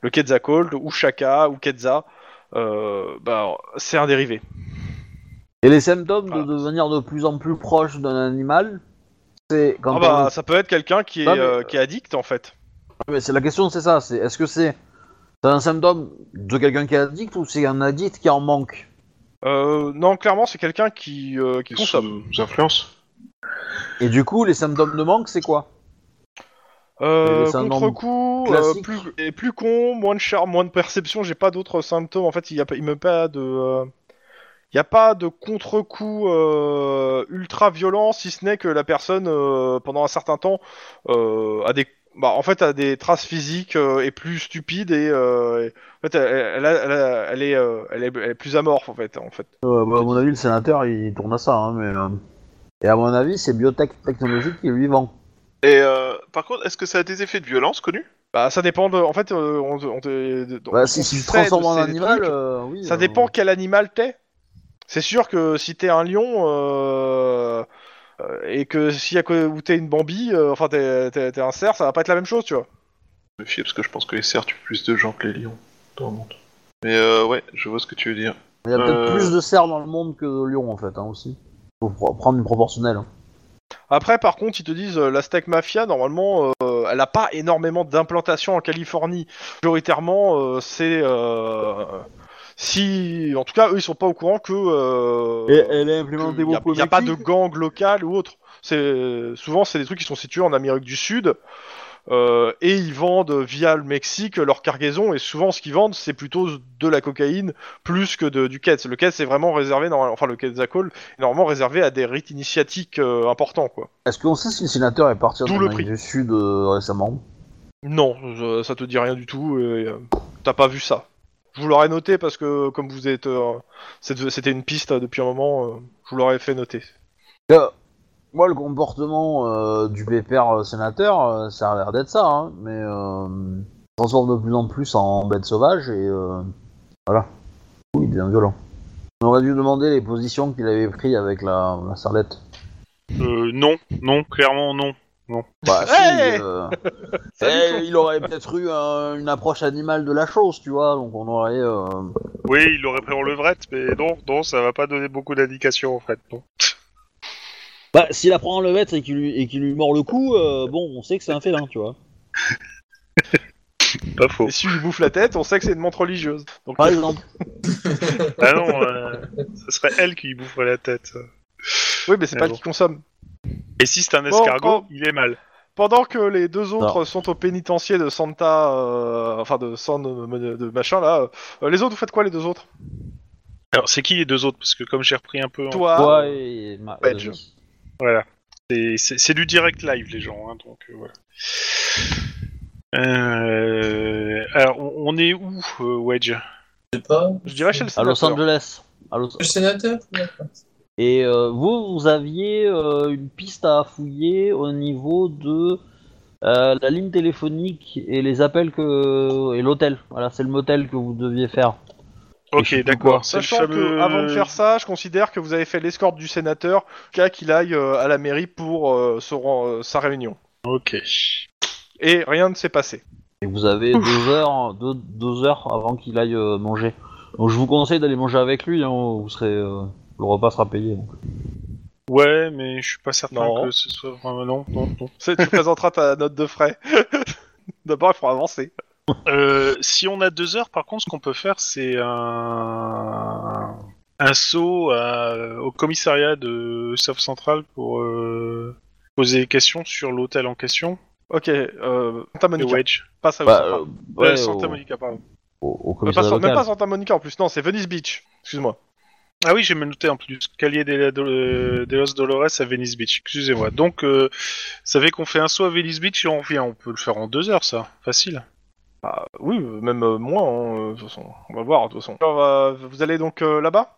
Speaker 2: le Quetzalcoatl, ou Chaka, ou Quetzal, euh, bah, c'est un dérivé.
Speaker 1: Et les symptômes
Speaker 2: Voilà.
Speaker 1: de devenir de plus en plus proche d'un animal, c'est quand
Speaker 2: Ah bah, ça peut être quelqu'un qui, est,
Speaker 1: Non, mais-
Speaker 2: euh, qui est addict, en fait.
Speaker 1: on- Mais c'est la question c'est ça, c'est est-ce que c'est c'est un symptôme de quelqu'un qui est addict ou c'est un addict qui en manque
Speaker 2: Euh, non, clairement, c'est quelqu'un qui, euh, qui
Speaker 4: Qui
Speaker 2: consomme.
Speaker 4: sous influence
Speaker 1: Et du coup les symptômes de manque c'est quoi
Speaker 2: Euh,
Speaker 1: Et c'est un nombre
Speaker 2: Contre-coup, euh,
Speaker 1: classique.
Speaker 2: plus, et plus con, moins de charme, moins de perception, j'ai pas d'autres symptômes. En fait, il y a, pas- il me pas de... euh, Il n'y a pas de contre-coup euh, ultra violent, si ce n'est que la personne, euh, pendant un certain temps, euh, a des, bah, en fait, a des traces physiques euh, et plus stupides et, euh, et- en fait, elle, elle a- elle a- elle est, euh, elle est, elle est plus amorphe en fait, en fait.
Speaker 1: Euh, bah, à mon avis, le sénateur, il tourne à ça, hein, mais... euh, Et à mon avis, c'est Biotech Technologique qui lui vend.
Speaker 4: Et euh, par contre, est-ce que ça a des effets de violence connus
Speaker 2: Bah, ça dépend. De, en fait, euh, on, on te- de-
Speaker 1: Bah,
Speaker 2: on
Speaker 1: si si tu
Speaker 2: sait
Speaker 1: te transformes
Speaker 2: de
Speaker 1: en
Speaker 2: ces
Speaker 1: animal,
Speaker 2: trucs.
Speaker 1: euh, oui...
Speaker 2: Ça
Speaker 1: euh,
Speaker 2: dépend quel animal t'es. C'est sûr que si t'es un lion euh, euh, et que si à côté- ou t'es une Bambi, euh, enfin t'es, t'es- t'es un cerf, ça va pas être la même chose, tu vois.
Speaker 4: Me fier, parce que je pense que les cerfs tuent plus de gens que les lions dans le monde. Mais euh, ouais, je vois ce que tu veux dire.
Speaker 1: Il y a peut-être
Speaker 4: euh,
Speaker 1: plus de cerfs dans le monde que de lions, en fait, hein, aussi. Faut pr- prendre une proportionnelle. hein.
Speaker 2: Après, par contre, ils te disent euh, la steak mafia, normalement, euh, elle a pas énormément d'implantation en Californie. Prioritairement, euh, c'est euh, si, en tout cas, eux, ils sont pas au courant que. euh,
Speaker 1: Et elle est
Speaker 2: Il
Speaker 1: implémentée
Speaker 2: n'y a,
Speaker 1: beaucoup au
Speaker 2: y a pas de
Speaker 1: Mexique.
Speaker 2: gang local ou autre. C'est euh, souvent c'est des trucs qui sont situés en Amérique du Sud euh, et ils vendent via le Mexique leur cargaison et souvent ce qu'ils vendent c'est plutôt de la cocaïne plus que de- du Ketz. Le Ketz c'est vraiment réservé normal- enfin le Quetzalcoatl est normalement réservé à des rites initiatiques euh, importants quoi.
Speaker 1: Est-ce qu'on sait si le sénateur est parti en
Speaker 2: D'où le
Speaker 1: Amérique
Speaker 2: prix.
Speaker 1: du Sud euh, récemment
Speaker 2: Non, euh, ça te dit rien du tout. et, euh, T'as pas vu ça. Je vous l'aurais noté parce que comme vous êtes euh, c'est- c'était une piste euh, depuis un moment, euh, je vous l'aurais fait noter.
Speaker 1: Euh, Moi, le comportement euh, du pépère euh, sénateur, euh, ça a l'air d'être ça, hein, mais... Euh, il se transforme de plus en plus en bête sauvage, et... euh, voilà. Oui, il devient violent. On aurait dû demander les positions qu'il avait prises avec la, la starlette.
Speaker 5: Euh, non, non, clairement non.
Speaker 1: Bah, si,
Speaker 2: Hey
Speaker 1: euh,
Speaker 2: Salut,
Speaker 1: eh,
Speaker 2: Claude.
Speaker 1: il aurait peut-être eu un- une approche animale de la chose, tu vois, donc on aurait... euh,
Speaker 5: Oui, il aurait pris en levrette, mais non, non, ça va pas donner beaucoup d'indications en fait. non.
Speaker 1: Bah, s'il apprend le maître et qu'il lui, et qu'il lui mord le cou, euh, bon, on sait que c'est un félin, tu vois.
Speaker 5: Pas faux.
Speaker 2: Et si il bouffe la tête, on sait que c'est une montre religieuse. Donc euh,
Speaker 1: Par exemple.
Speaker 5: <laughs> Ah non,
Speaker 2: <laughs>
Speaker 5: euh, ce serait elle qui lui boufferait la tête.
Speaker 2: Oui, mais c'est
Speaker 5: Mais
Speaker 2: pas
Speaker 5: bon.
Speaker 2: qui consomme.
Speaker 5: Et si c'est un
Speaker 2: Bon,
Speaker 5: escargot,
Speaker 2: bon.
Speaker 5: il est mal.
Speaker 2: pendant que les deux autres sont au pénitencier de Santa, euh, enfin de San, de, de machin là, euh, les autres vous faites quoi les deux autres
Speaker 5: Alors, c'est qui les deux autres Parce que comme j'ai repris un peu. hein, en-
Speaker 2: Toi,
Speaker 1: Toi et... ma-
Speaker 2: Badge.
Speaker 1: euh,
Speaker 5: Voilà. C'est- C'est c'est du direct live, les gens, hein, donc euh, voilà. Euh, alors, on, on est où, euh, Wedge
Speaker 3: Je sais pas.
Speaker 2: je dirais chez le
Speaker 1: à Los
Speaker 2: sénateur.
Speaker 1: Angeles. À Los-
Speaker 3: Le sénateur D'accord.
Speaker 1: Et euh, vous, vous aviez euh, une piste à fouiller au niveau de euh, la ligne téléphonique et les appels que et l'hôtel. Voilà, c'est le motel que vous deviez faire.
Speaker 5: Ok,
Speaker 1: sais plus quoi.
Speaker 5: d'accord. c'est le
Speaker 2: Sachant que
Speaker 5: fameux-
Speaker 2: avant de faire ça, je considère que vous avez fait l'escorte du sénateur jusqu'à qu'il aille euh, à la mairie pour euh, se ren- euh, sa réunion.
Speaker 5: Ok.
Speaker 2: Et rien ne s'est passé.
Speaker 1: Et vous avez deux heures, deux, deux heures avant qu'il aille euh, manger. Donc je vous conseille d'aller manger avec lui. hein, vous serez, euh, le repas sera payé. donc.
Speaker 5: Ouais, mais je suis pas certain
Speaker 2: Non.
Speaker 5: que ce soit vraiment. Non, non, non.
Speaker 2: C'est-
Speaker 1: <laughs>
Speaker 2: Tu présenteras ta note de frais. <laughs> D'abord, il faut avancer.
Speaker 5: Euh, si on a deux heures, par contre, ce qu'on peut faire, c'est un. Un saut à- au commissariat de South Central pour euh, poser des questions sur l'hôtel en question.
Speaker 2: Ok, euh, Santa
Speaker 5: Et
Speaker 2: Monica. oh.
Speaker 5: Wedge.
Speaker 2: Passe à
Speaker 1: Bah,
Speaker 2: Osaka.
Speaker 1: euh,
Speaker 5: Euh,
Speaker 1: ouais,
Speaker 5: Santa
Speaker 1: au-
Speaker 5: Monica, pardon.
Speaker 1: au- au
Speaker 2: Euh, pas
Speaker 1: commissariat
Speaker 2: San- même
Speaker 1: local.
Speaker 2: pas Santa Monica en plus, non, c'est Venice Beach. Excuse-moi.
Speaker 5: Ah oui, j'ai même noté en plus. Calier de, la- euh, de- de los Dolores à Venice Beach. Excusez-moi. Donc, euh, ça fait qu'on fait un saut à Venice Beach et on revient. On peut le faire en deux heures, ça. Facile.
Speaker 2: Ah, oui, euh, même euh, moi, hein, euh, de toute façon. On va voir, de toute façon. Alors, euh, vous allez donc euh, là-bas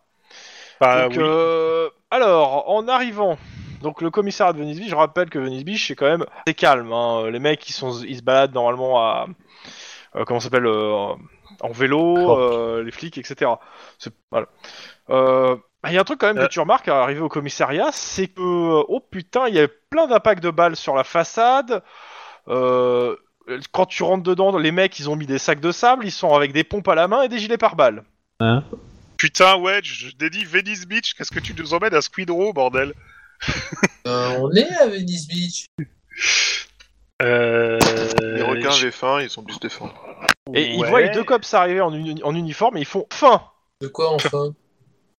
Speaker 5: Bah,
Speaker 2: Donc,
Speaker 5: oui.
Speaker 2: euh, alors, en arrivant, donc le commissariat de Venice Beach, je rappelle que Venice Beach, c'est quand même assez calme. hein. Les mecs, ils, sont, ils se baladent normalement à. euh, comment ça s'appelle euh, En vélo,
Speaker 1: Short.
Speaker 2: euh, les flics, etc. C'est- voilà. Euh, bah, Il y a un truc quand même
Speaker 5: Euh.
Speaker 2: que tu remarques à arriver au commissariat, c'est que. euh, Oh putain, il y a plein d'impacts de balles sur la façade. Euh, quand tu rentres dedans, les mecs, ils ont mis des sacs de sable, ils sont avec des pompes à la main et des gilets pare-balles.
Speaker 5: Putain, Wedge, je dédie Venice Beach. Qu'est-ce que tu nous emmènes à Squid Row, bordel
Speaker 3: Euh, on est à Venice Beach.
Speaker 5: euh...
Speaker 4: Les requins, j'ai faim, ils sont plus défendus.
Speaker 2: Et ils
Speaker 5: ouais.
Speaker 2: voient les deux cops arriver en, uni- en uniforme et ils font fin.
Speaker 3: De quoi enfin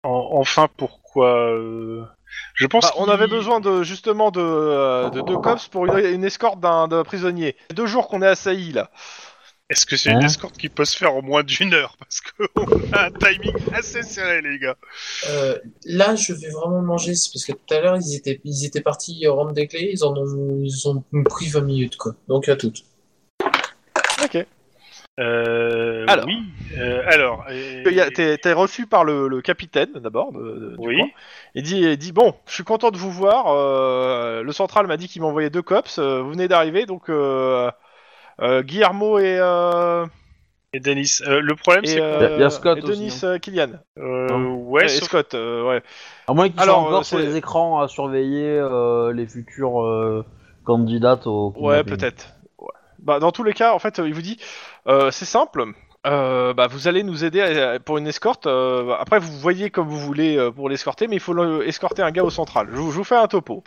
Speaker 5: En- Enfin, pourquoi euh, Je pense
Speaker 2: Bah, on
Speaker 5: qu'ils-
Speaker 2: avait besoin de justement de, euh, de deux cops pour une, une escorte d'un d'un prisonnier. Deux jours qu'on est assailli là.
Speaker 5: Est-ce que c'est une
Speaker 1: Hein
Speaker 5: escorte qui peut se faire en moins d'une heure <laughs> Parce qu'on a un timing assez serré, les gars.
Speaker 3: Euh, Là, je vais vraiment manger. C'est parce que tout à l'heure, ils étaient, ils étaient partis euh, rendre des clés. Ils en ont, ils ont pris 20 minutes, quoi. Donc, à toutes.
Speaker 2: Ok.
Speaker 5: Euh,
Speaker 2: Alors.
Speaker 5: Oui. euh, alors. et-
Speaker 2: T'es t'es reçu par le, le capitaine d'abord. de- de- du
Speaker 5: Oui.
Speaker 2: coin. Il dit, il dit bon, je suis content de vous voir. euh, le central m'a dit qu'il m'envoyait deux cops. euh, vous venez d'arriver donc euh, euh, Guillermo et, euh,
Speaker 5: Et Denis, euh, le problème,
Speaker 2: et,
Speaker 5: c'est
Speaker 2: euh,
Speaker 1: Il y a- il y a Scott
Speaker 2: et Denis
Speaker 1: aussi, hein.
Speaker 2: euh, Killian.
Speaker 5: Euh,
Speaker 1: Non.
Speaker 5: ouais,
Speaker 2: Et
Speaker 5: sauf-
Speaker 2: Scott, euh, ouais.
Speaker 1: À moins qu'ils soient
Speaker 2: Alors,
Speaker 1: encore
Speaker 2: euh,
Speaker 1: sur
Speaker 2: c'est-
Speaker 1: les écrans à surveiller euh, les futures euh, candidates au.
Speaker 2: Ouais,
Speaker 1: kidnapping.
Speaker 2: peut-être. Ouais. Bah, dans tous les cas, en fait, euh, il vous dit, euh, c'est simple. euh, bah, vous allez nous aider à- pour une escorte. euh, bah, après, vous voyez comme vous voulez euh, pour l'escorter, mais il faut le- escorter un gars au central. Je, vous- je vous fais un topo.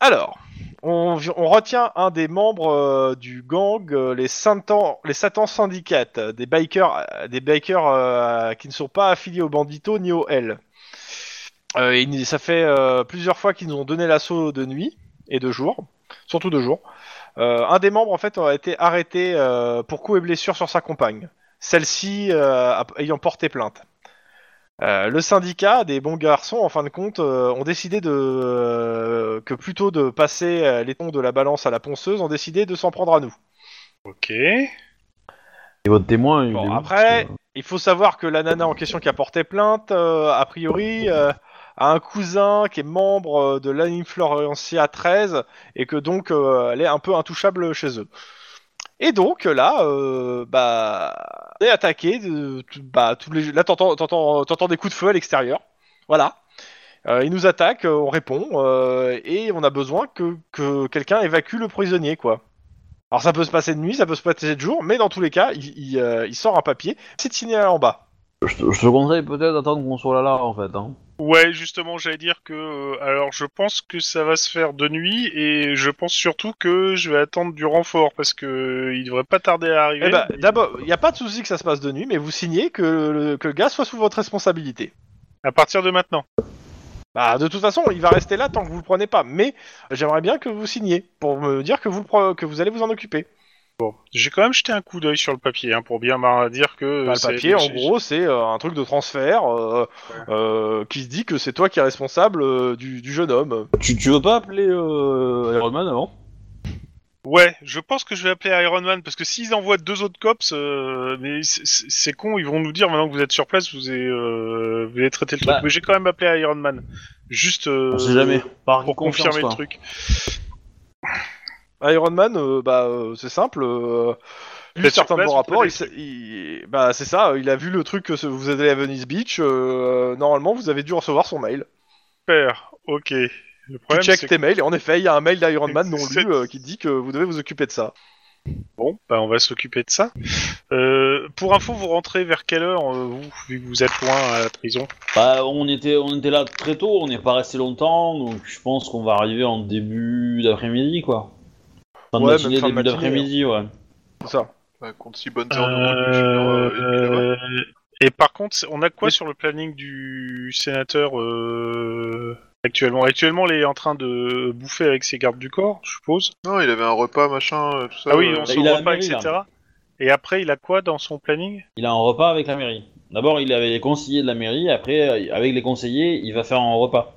Speaker 2: Alors, on, vi- on retient un des membres euh, du gang, euh, les Satans, les Satans Syndicate, euh, des bikers, euh, des bikers euh, qui ne sont pas affiliés aux Bandito ni aux L. Euh, ils nous- ça fait euh, plusieurs fois qu'ils nous ont donné l'assaut de nuit et de jour, surtout de jour. Euh, un des membres en fait a été arrêté euh, pour coups et blessures sur sa compagne, celle-ci euh, a- ayant porté plainte. Euh, le syndicat des bons garçons, en fin de compte, euh, ont décidé de euh, que plutôt de passer euh, les tons de la balance à la ponceuse, ont décidé de s'en prendre à nous.
Speaker 5: Ok.
Speaker 1: Et votre témoin, Euh, il
Speaker 2: Bon,
Speaker 1: est où,
Speaker 2: après-
Speaker 1: parce que-
Speaker 2: Il faut savoir que la nana en question qui a porté plainte, euh, a priori, euh, a un cousin qui est membre euh, de l'Influencia 13 et que donc euh, elle est un peu intouchable chez eux. Et donc là, euh, bah, elle est attaquée. de- tout- bah, tous les, là, t'entends, t'entends, t'entends des coups de feu à l'extérieur. Voilà. Euh, ils nous attaquent, euh, on répond euh, et on a besoin que, que quelqu'un évacue le prisonnier, quoi. Alors ça peut se passer de nuit, ça peut se passer de jour, mais dans tous les cas, il, il, euh, il sort un papier, c'est signé en bas.
Speaker 1: Je te, je te conseille peut-être d'attendre qu'on soit là, là en fait. Hein.
Speaker 5: Ouais, justement, j'allais dire que. euh, alors, je pense que ça va se faire de nuit et je pense surtout que je vais attendre du renfort parce que euh, il devrait pas tarder à arriver.
Speaker 2: Eh ben, d'abord, il n'y a pas de souci que ça se passe de nuit, mais vous signez que le, que le gars soit sous votre responsabilité.
Speaker 5: À partir de maintenant.
Speaker 2: Bah, de toute façon, il va rester là tant que vous le prenez pas. Mais j'aimerais bien que vous signiez pour me dire que vous, le pre- que vous allez vous en occuper.
Speaker 5: J'ai quand même jeté un coup d'œil sur le papier hein, pour bien bah, dire que.
Speaker 2: Bah, le
Speaker 5: c'est-
Speaker 2: papier, en
Speaker 5: j'ai-
Speaker 2: gros, c'est euh, un truc de transfert euh, euh, qui se dit que c'est toi qui es responsable euh, du, du jeune homme.
Speaker 1: Tu, tu veux pas appeler euh, Iron Man avant
Speaker 5: Ouais, je pense que je vais appeler Iron Man parce que s'ils envoient deux autres cops, euh, mais c- c- c'est con, ils vont nous dire maintenant que vous êtes sur place, vous avez, euh, vous avez traité le truc.
Speaker 1: Bah.
Speaker 5: Mais j'ai quand même appelé Iron Man, juste euh,
Speaker 1: On sait jamais. Par
Speaker 5: pour
Speaker 1: confiance,
Speaker 5: confirmer
Speaker 1: quoi.
Speaker 5: le truc.
Speaker 2: Iron Man, euh, bah, euh, c'est simple. Euh, lui,
Speaker 5: Peut-être sur
Speaker 2: certains de
Speaker 5: place,
Speaker 2: vos
Speaker 5: on
Speaker 2: rapports,
Speaker 5: peut
Speaker 2: il, sait- il- bah, c'est ça, euh, il a vu le truc que ce- vous allez à Venice Beach. euh, normalement, vous avez dû recevoir son mail.
Speaker 5: Super, ok.
Speaker 2: Tu
Speaker 5: Le problème,
Speaker 2: check
Speaker 5: c'est
Speaker 2: tes mails, et en effet, il y a un mail d'Iron Man non
Speaker 5: C'est-
Speaker 2: lu euh, qui dit que vous devez vous occuper de ça.
Speaker 5: Bon, bah on va s'occuper de ça. Euh, pour info, vous rentrez vers quelle heure, euh, vous, vu que vous êtes loin à la prison
Speaker 1: Bah, on était, on était là très tôt, on n'est pas resté longtemps, donc je pense qu'on va arriver en début d'après-midi, quoi. Fin de
Speaker 2: Ouais,
Speaker 1: matinée,
Speaker 2: même fin de
Speaker 1: début
Speaker 2: matinée, hein.
Speaker 1: d'après-midi, ouais.
Speaker 2: C'est ça.
Speaker 4: Bah, compte 6 bonnes heures de route, je suis sûr, euh, et puis là-bas.
Speaker 5: Euh, Et par contre, on a quoi
Speaker 2: Oui.
Speaker 5: sur le planning du sénateur euh, actuellement Actuellement, il est en train de bouffer avec ses gardes du corps, je suppose.
Speaker 4: Non, il avait un repas, machin, euh, tout ça.
Speaker 5: Ah oui,
Speaker 4: euh,
Speaker 5: on se
Speaker 1: il a hein. la
Speaker 5: repas,
Speaker 1: mairie,
Speaker 5: etc. Et après, il a quoi dans son planning
Speaker 1: Il a un repas avec la mairie. D'abord, il est avec les conseillers de la mairie, après, euh, avec les conseillers, il va faire un repas.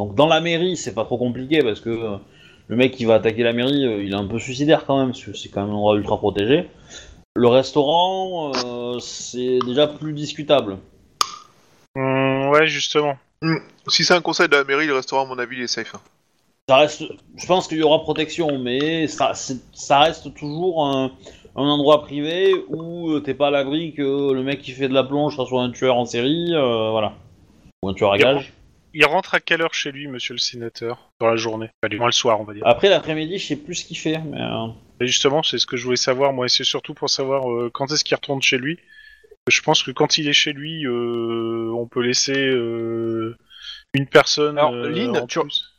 Speaker 1: Donc, dans la mairie, c'est pas trop compliqué parce que euh, le mec qui va attaquer la mairie, euh, il est un peu suicidaire quand même, parce que c'est quand même un endroit ultra protégé. Le restaurant, euh, c'est déjà plus discutable.
Speaker 5: Hum, Ouais, justement.
Speaker 4: Si c'est un conseil de la mairie, le restaurant, à mon avis, il est safe. hein.
Speaker 1: Ça reste, je pense qu'il y aura protection, mais ça, c'est- ça reste toujours un, un endroit privé où euh, t'es pas à l'abri que le mec qui fait de la plonge ça soit un tueur en série, euh, voilà, ou un tueur à
Speaker 5: Il y a-
Speaker 1: gage.
Speaker 5: Il rentre à quelle heure chez lui, monsieur le sénateur Dans la journée. Enfin, du moins le soir, on va dire.
Speaker 1: Après l'après-midi, je sais plus ce qu'il fait, mais euh,
Speaker 5: Et justement, c'est ce que je voulais savoir, moi, et c'est surtout pour savoir euh, quand est-ce qu'il retourne chez lui. Je pense que quand il est chez lui, euh, on peut laisser euh, une personne.
Speaker 2: Alors,
Speaker 5: euh,
Speaker 2: Lynn,
Speaker 5: en
Speaker 2: tu-
Speaker 5: plus.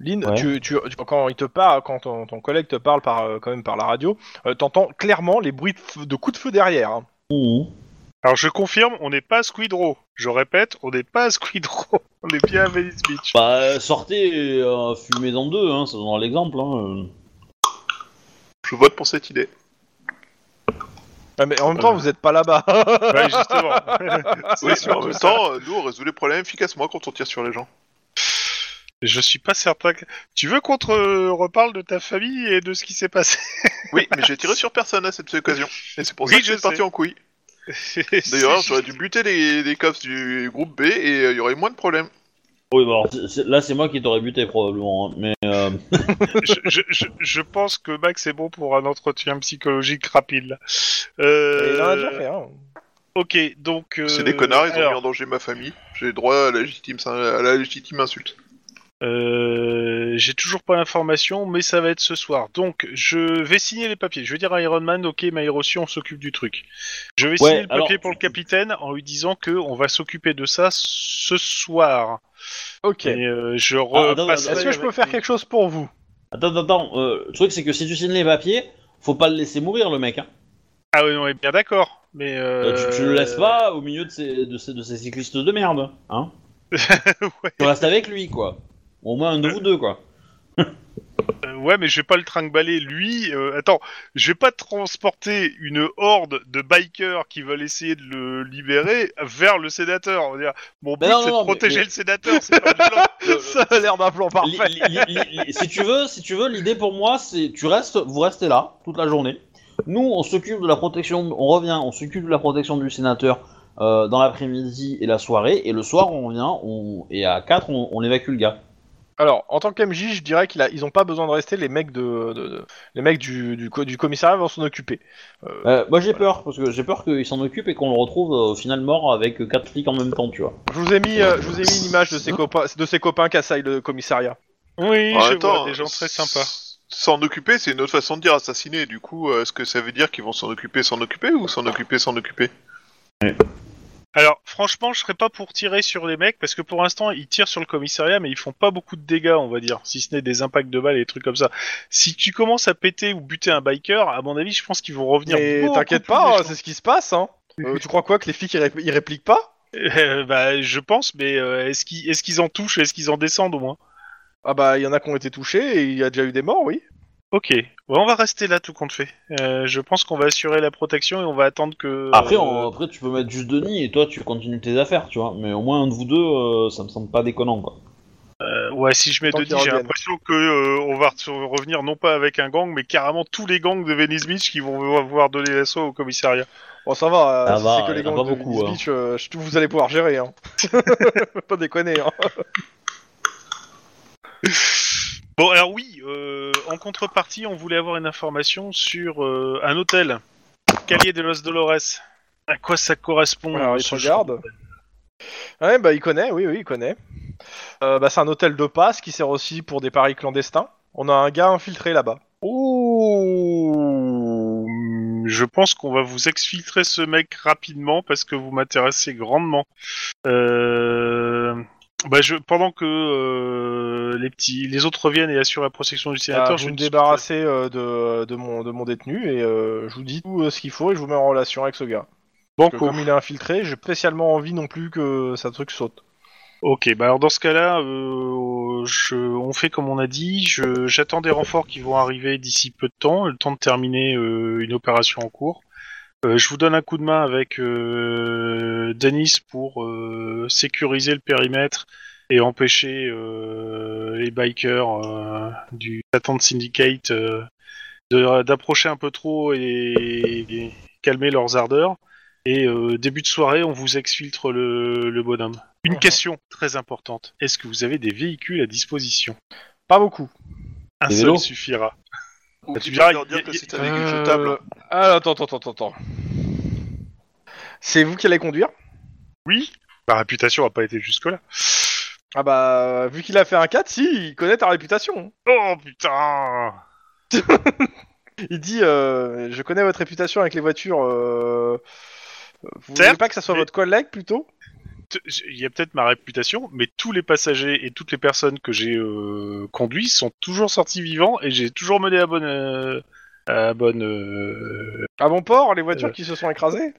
Speaker 2: Lynn,
Speaker 1: Ouais.
Speaker 2: tu, tu- tu- quand il te parle, quand ton, ton collègue te parle par, euh, quand même par la radio, euh, t'entends clairement les bruits de, feu- de coups de feu derrière. hein.
Speaker 1: hum, hum.
Speaker 5: Alors, je confirme, on n'est pas à Squid Row. Je répète, on n'est pas à Squid Row. <laughs> On est bien à Venice Beach.
Speaker 1: bah euh, sortez, et, euh, fumez en deux, hein, ça donnera l'exemple. Hein, euh.
Speaker 4: Je vote pour cette idée.
Speaker 2: Ah, mais en même temps, vous n'êtes pas là-bas.
Speaker 5: Euh, Ouais, justement. C'est
Speaker 4: Oui, mais <laughs> en
Speaker 5: surtout
Speaker 4: même
Speaker 5: ça.
Speaker 4: temps, euh, nous, on résout les problèmes efficacement quand on tire sur les gens.
Speaker 5: Je suis pas certain que. Tu veux qu'on te euh, reparle de ta famille et de ce qui s'est passé
Speaker 4: Oui, mais j'ai tiré sur personne à cette occasion. Et c'est pour
Speaker 5: Oui,
Speaker 4: ça que je
Speaker 5: je
Speaker 4: suis parti
Speaker 5: sais.
Speaker 4: en couille. D'ailleurs,
Speaker 5: D'ailleurs,
Speaker 4: j'aurais dû buter les, les cops du groupe B et euh, il y aurait eu moins de problèmes.
Speaker 1: Oui, bah, alors, c'est- c'est- là c'est moi qui t'aurais buté probablement, hein, mais euh,
Speaker 5: je, je- je- je pense que Max est bon pour un entretien psychologique rapide. là. Euh,
Speaker 2: Et il en a déjà fait, hein.
Speaker 5: Ok, donc. euh,
Speaker 4: C'est des connards, ils ont mis en
Speaker 5: alors,
Speaker 4: danger ma famille. J'ai le droit à la légitime, à la légitime insulte.
Speaker 5: euh, J'ai toujours pas l'information, mais ça va être ce soir. Donc, je vais signer les papiers. Je vais dire à Iron Man, ok, Maïrossi, on s'occupe du truc. Je vais
Speaker 1: Ouais,
Speaker 5: signer le papier
Speaker 1: alors-
Speaker 5: pour le capitaine en lui disant que on va s'occuper de ça ce soir.
Speaker 2: Ok.
Speaker 5: Et euh, je
Speaker 1: Ah, attends,
Speaker 5: repasse.
Speaker 1: attends,
Speaker 2: Est-ce que je peux faire quelque chose pour vous
Speaker 1: attends, attends. euh, le truc c'est que si tu signes les papiers, faut pas le laisser mourir le mec. Hein.
Speaker 5: Ah oui, on est bien d'accord. Mais
Speaker 1: Euh,
Speaker 5: euh...
Speaker 1: tu, tu le laisses pas au milieu de ces, de ces, de ces cyclistes de merde, hein
Speaker 5: Ouais.
Speaker 1: Tu restes avec lui, quoi. Au moins un de vous deux, quoi.
Speaker 5: Euh, ouais, mais je vais pas le trinque-baller, lui. euh, attends, je vais pas transporter une horde de bikers qui veulent essayer de le libérer vers le sénateur. On va dire, mon but
Speaker 1: Mais Ben non,
Speaker 5: c'est
Speaker 1: non,
Speaker 5: de
Speaker 1: non,
Speaker 5: protéger
Speaker 1: mais-
Speaker 5: le sénateur, <laughs> c'est pas le violent.
Speaker 2: Ça a l'air d'un plan
Speaker 1: Li-
Speaker 2: parfait.
Speaker 1: li- li- li- li- si tu veux, si tu veux, l'idée pour moi, c'est tu restes, vous restez là toute la journée. Nous, on s'occupe de la protection, on revient, on s'occupe de la protection du sénateur euh, dans l'après-midi et la soirée, et le soir, on revient, on, et à 4, on, on évacue le gars.
Speaker 2: Alors, en tant qu'MJ, je dirais qu'ils n'ont pas besoin de rester. Les mecs, de, de- de- les mecs du, du, co- du commissariat vont s'en occuper.
Speaker 1: Euh, moi, j'ai peur, parce que j'ai peur qu'il s'en occupe et qu'on le retrouve euh, au final mort avec 4 flics en même temps, tu vois.
Speaker 2: Je vous ai mis, euh, je vous ai mis une image de ses copains, de ses copains qui assaillent le commissariat.
Speaker 5: Oui,
Speaker 4: En
Speaker 5: je
Speaker 4: même temps,
Speaker 5: vois des gens très sympas.
Speaker 4: s- S'en occuper, c'est une autre façon de dire assassiner. Du coup, euh, est-ce que ça veut dire qu'ils vont s'en occuper, s'en occuper ou s'en occuper, s'en occuper
Speaker 5: Alors, franchement, je serais pas pour tirer sur les mecs parce que pour l'instant, ils tirent sur le commissariat, mais ils font pas beaucoup de dégâts, on va dire, si ce n'est des impacts de balles et des trucs comme ça. Si tu commences à péter ou buter un biker, à mon avis, je pense qu'ils vont revenir.
Speaker 2: Mais
Speaker 5: beaucoup
Speaker 2: t'inquiète
Speaker 5: plus méchants.
Speaker 2: hein. pas, c'est ce qui se passe. Hein. Euh, tu crois quoi que les flics ils, ré- ils répliquent pas
Speaker 5: <laughs> Euh, bah, je pense, mais euh, est-ce qu'ils est-ce qu'ils en touchent Est-ce qu'ils en descendent au moins
Speaker 2: Ah bah, il y en a qui ont été touchés et il y a déjà eu des morts, oui.
Speaker 5: Ok, Ouais, on va rester là tout compte fait. Euh, je pense qu'on va assurer la protection et on va attendre que.
Speaker 1: Après,
Speaker 5: euh,
Speaker 1: on- après, tu peux mettre juste Denis et toi, tu continues tes affaires, tu vois. Mais au moins, un de vous deux, euh, ça me semble pas déconnant, quoi.
Speaker 5: euh, ouais, si je mets
Speaker 2: Tant
Speaker 5: Denis,
Speaker 2: qu'ils
Speaker 5: j'ai
Speaker 2: reviennent.
Speaker 5: l'impression que euh, on va re- revenir non pas avec un gang, mais carrément tous les gangs de Venice Beach qui vont vouloir donner l'assaut au commissariat.
Speaker 2: Bon, ça va,
Speaker 1: Ça
Speaker 2: euh, si
Speaker 1: va,
Speaker 2: c'est que
Speaker 1: il y
Speaker 2: les
Speaker 1: en a
Speaker 2: gangs
Speaker 1: pas
Speaker 2: de
Speaker 1: beaucoup,
Speaker 2: Venice
Speaker 1: hein.
Speaker 2: Beach, euh, je- vous allez pouvoir gérer, hein. <laughs> pas déconner, hein.
Speaker 5: Bon, alors oui, euh, en contrepartie, on voulait avoir une information sur euh, un hôtel, Calier de Los Dolores. À quoi ça correspond
Speaker 2: Alors,
Speaker 5: euh,
Speaker 2: il
Speaker 5: ce
Speaker 2: te regarde. Ouais, bah il connaît, oui, oui, il connaît. Euh, bah, c'est un hôtel de passe qui sert aussi pour des paris clandestins. On a un gars infiltré là-bas.
Speaker 5: Oh, je pense qu'on va vous exfiltrer ce mec rapidement parce que vous m'intéressez grandement. Euh, bah je, pendant que euh, les petits, les autres reviennent et assurent la protection du sénateur,
Speaker 2: Ah,
Speaker 5: je
Speaker 2: vous me
Speaker 5: discute-
Speaker 2: débarrassez euh, de, de mon, de mon détenu et euh, je vous dis tout euh, ce qu'il faut et je vous mets en relation avec ce gars. Parce que
Speaker 5: Banco.
Speaker 2: comme il est infiltré, j'ai spécialement envie non plus que ça truc saute.
Speaker 5: Ok, bah alors dans ce cas-là, euh, je, on fait comme on a dit. Je, j'attends des renforts qui vont arriver d'ici peu de temps, le temps de terminer euh, une opération en cours. Euh, je vous donne un coup de main avec euh, Denis pour euh, sécuriser le périmètre et empêcher euh, les bikers euh, du Satan Syndicate euh, de- d'approcher un peu trop et, et calmer leurs ardeurs. Et euh, début de soirée, on vous exfiltre le, le bonhomme. Une
Speaker 2: Mhm.
Speaker 5: question très importante. Est-ce que vous avez des véhicules à disposition
Speaker 2: Pas beaucoup.
Speaker 5: Un
Speaker 1: Des
Speaker 5: seul
Speaker 1: vélos
Speaker 5: suffira.
Speaker 4: Ou
Speaker 5: Bah, tu
Speaker 4: tu
Speaker 5: verras,
Speaker 4: peux leur
Speaker 5: y-
Speaker 4: dire que
Speaker 5: y-
Speaker 4: c'est un véhicule
Speaker 2: Euh,
Speaker 5: <laughs>
Speaker 4: jetable.
Speaker 2: ah, attends, attends, attends, attends. C'est vous qui allez conduire
Speaker 5: Oui Ma réputation n'a pas été jusque-là.
Speaker 2: Ah bah, vu qu'il a fait un 4, si, il connaît ta réputation.
Speaker 5: Oh putain
Speaker 2: Il dit euh, Je connais votre réputation avec les voitures. euh, Vous voulez
Speaker 5: Certes,
Speaker 2: pas que ça soit
Speaker 5: mais-
Speaker 2: votre collègue plutôt
Speaker 5: T- Il y a peut-être ma réputation, mais tous les passagers et toutes les personnes que j'ai euh, conduits sont toujours sortis vivants et j'ai toujours mené à bonne... euh, à bonne... euh,
Speaker 2: À bon port, les voitures
Speaker 5: Euh.
Speaker 2: qui se sont écrasées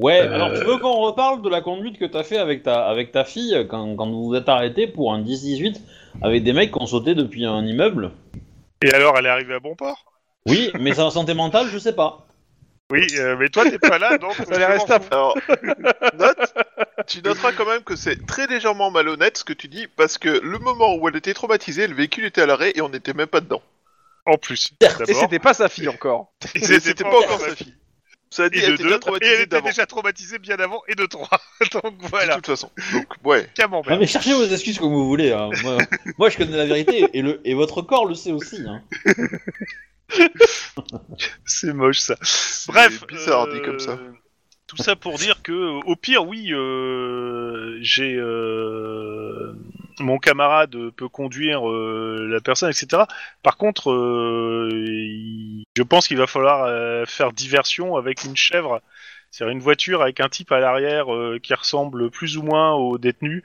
Speaker 1: Ouais,
Speaker 5: Euh,
Speaker 1: alors tu veux qu'on reparle de la conduite que t'as fait avec ta, avec ta fille euh, quand, quand vous vous êtes arrêté pour un 10-18 avec des mecs qui ont sauté depuis un immeuble
Speaker 5: Et alors, elle est arrivée à bon port
Speaker 1: Oui, mais sa santé mentale, je sais pas.
Speaker 5: Oui, euh, mais toi, t'es pas là, donc...
Speaker 2: Elle est restée à-
Speaker 5: <laughs>
Speaker 4: Alors, note, tu noteras quand même que c'est très légèrement malhonnête ce que tu dis, parce que le moment où elle était traumatisée, le véhicule était à l'arrêt et on n'était même pas dedans.
Speaker 5: En plus,
Speaker 2: Et
Speaker 5: d'abord.
Speaker 2: c'était pas sa fille encore.
Speaker 5: Et
Speaker 4: Et C'était pas encore sa fille. Ça dit,
Speaker 5: Et
Speaker 4: elle
Speaker 5: de
Speaker 4: était
Speaker 5: deux,
Speaker 4: déjà
Speaker 5: et elle
Speaker 4: traumatisée
Speaker 5: était
Speaker 4: d'avant.
Speaker 5: déjà traumatisée bien avant, et de trois. <laughs> donc
Speaker 4: De
Speaker 5: voilà,
Speaker 4: toute façon. Donc, ouais.
Speaker 1: Non,
Speaker 5: camembert.
Speaker 1: mais cherchez vos excuses comme vous voulez. hein. Moi, moi, je connais la vérité et, le, et votre corps le sait aussi. hein.
Speaker 5: C'est moche ça.
Speaker 4: C'est
Speaker 5: Bref,
Speaker 4: bizarre
Speaker 5: euh,
Speaker 4: dit comme ça.
Speaker 5: Tout ça pour dire que, au pire, oui, euh, j'ai euh, mon camarade peut conduire euh, la personne, etc. Par contre, euh, il- je pense qu'il va falloir euh, faire diversion avec une chèvre, c'est-à-dire une voiture avec un type à l'arrière euh, qui ressemble plus ou moins au détenu,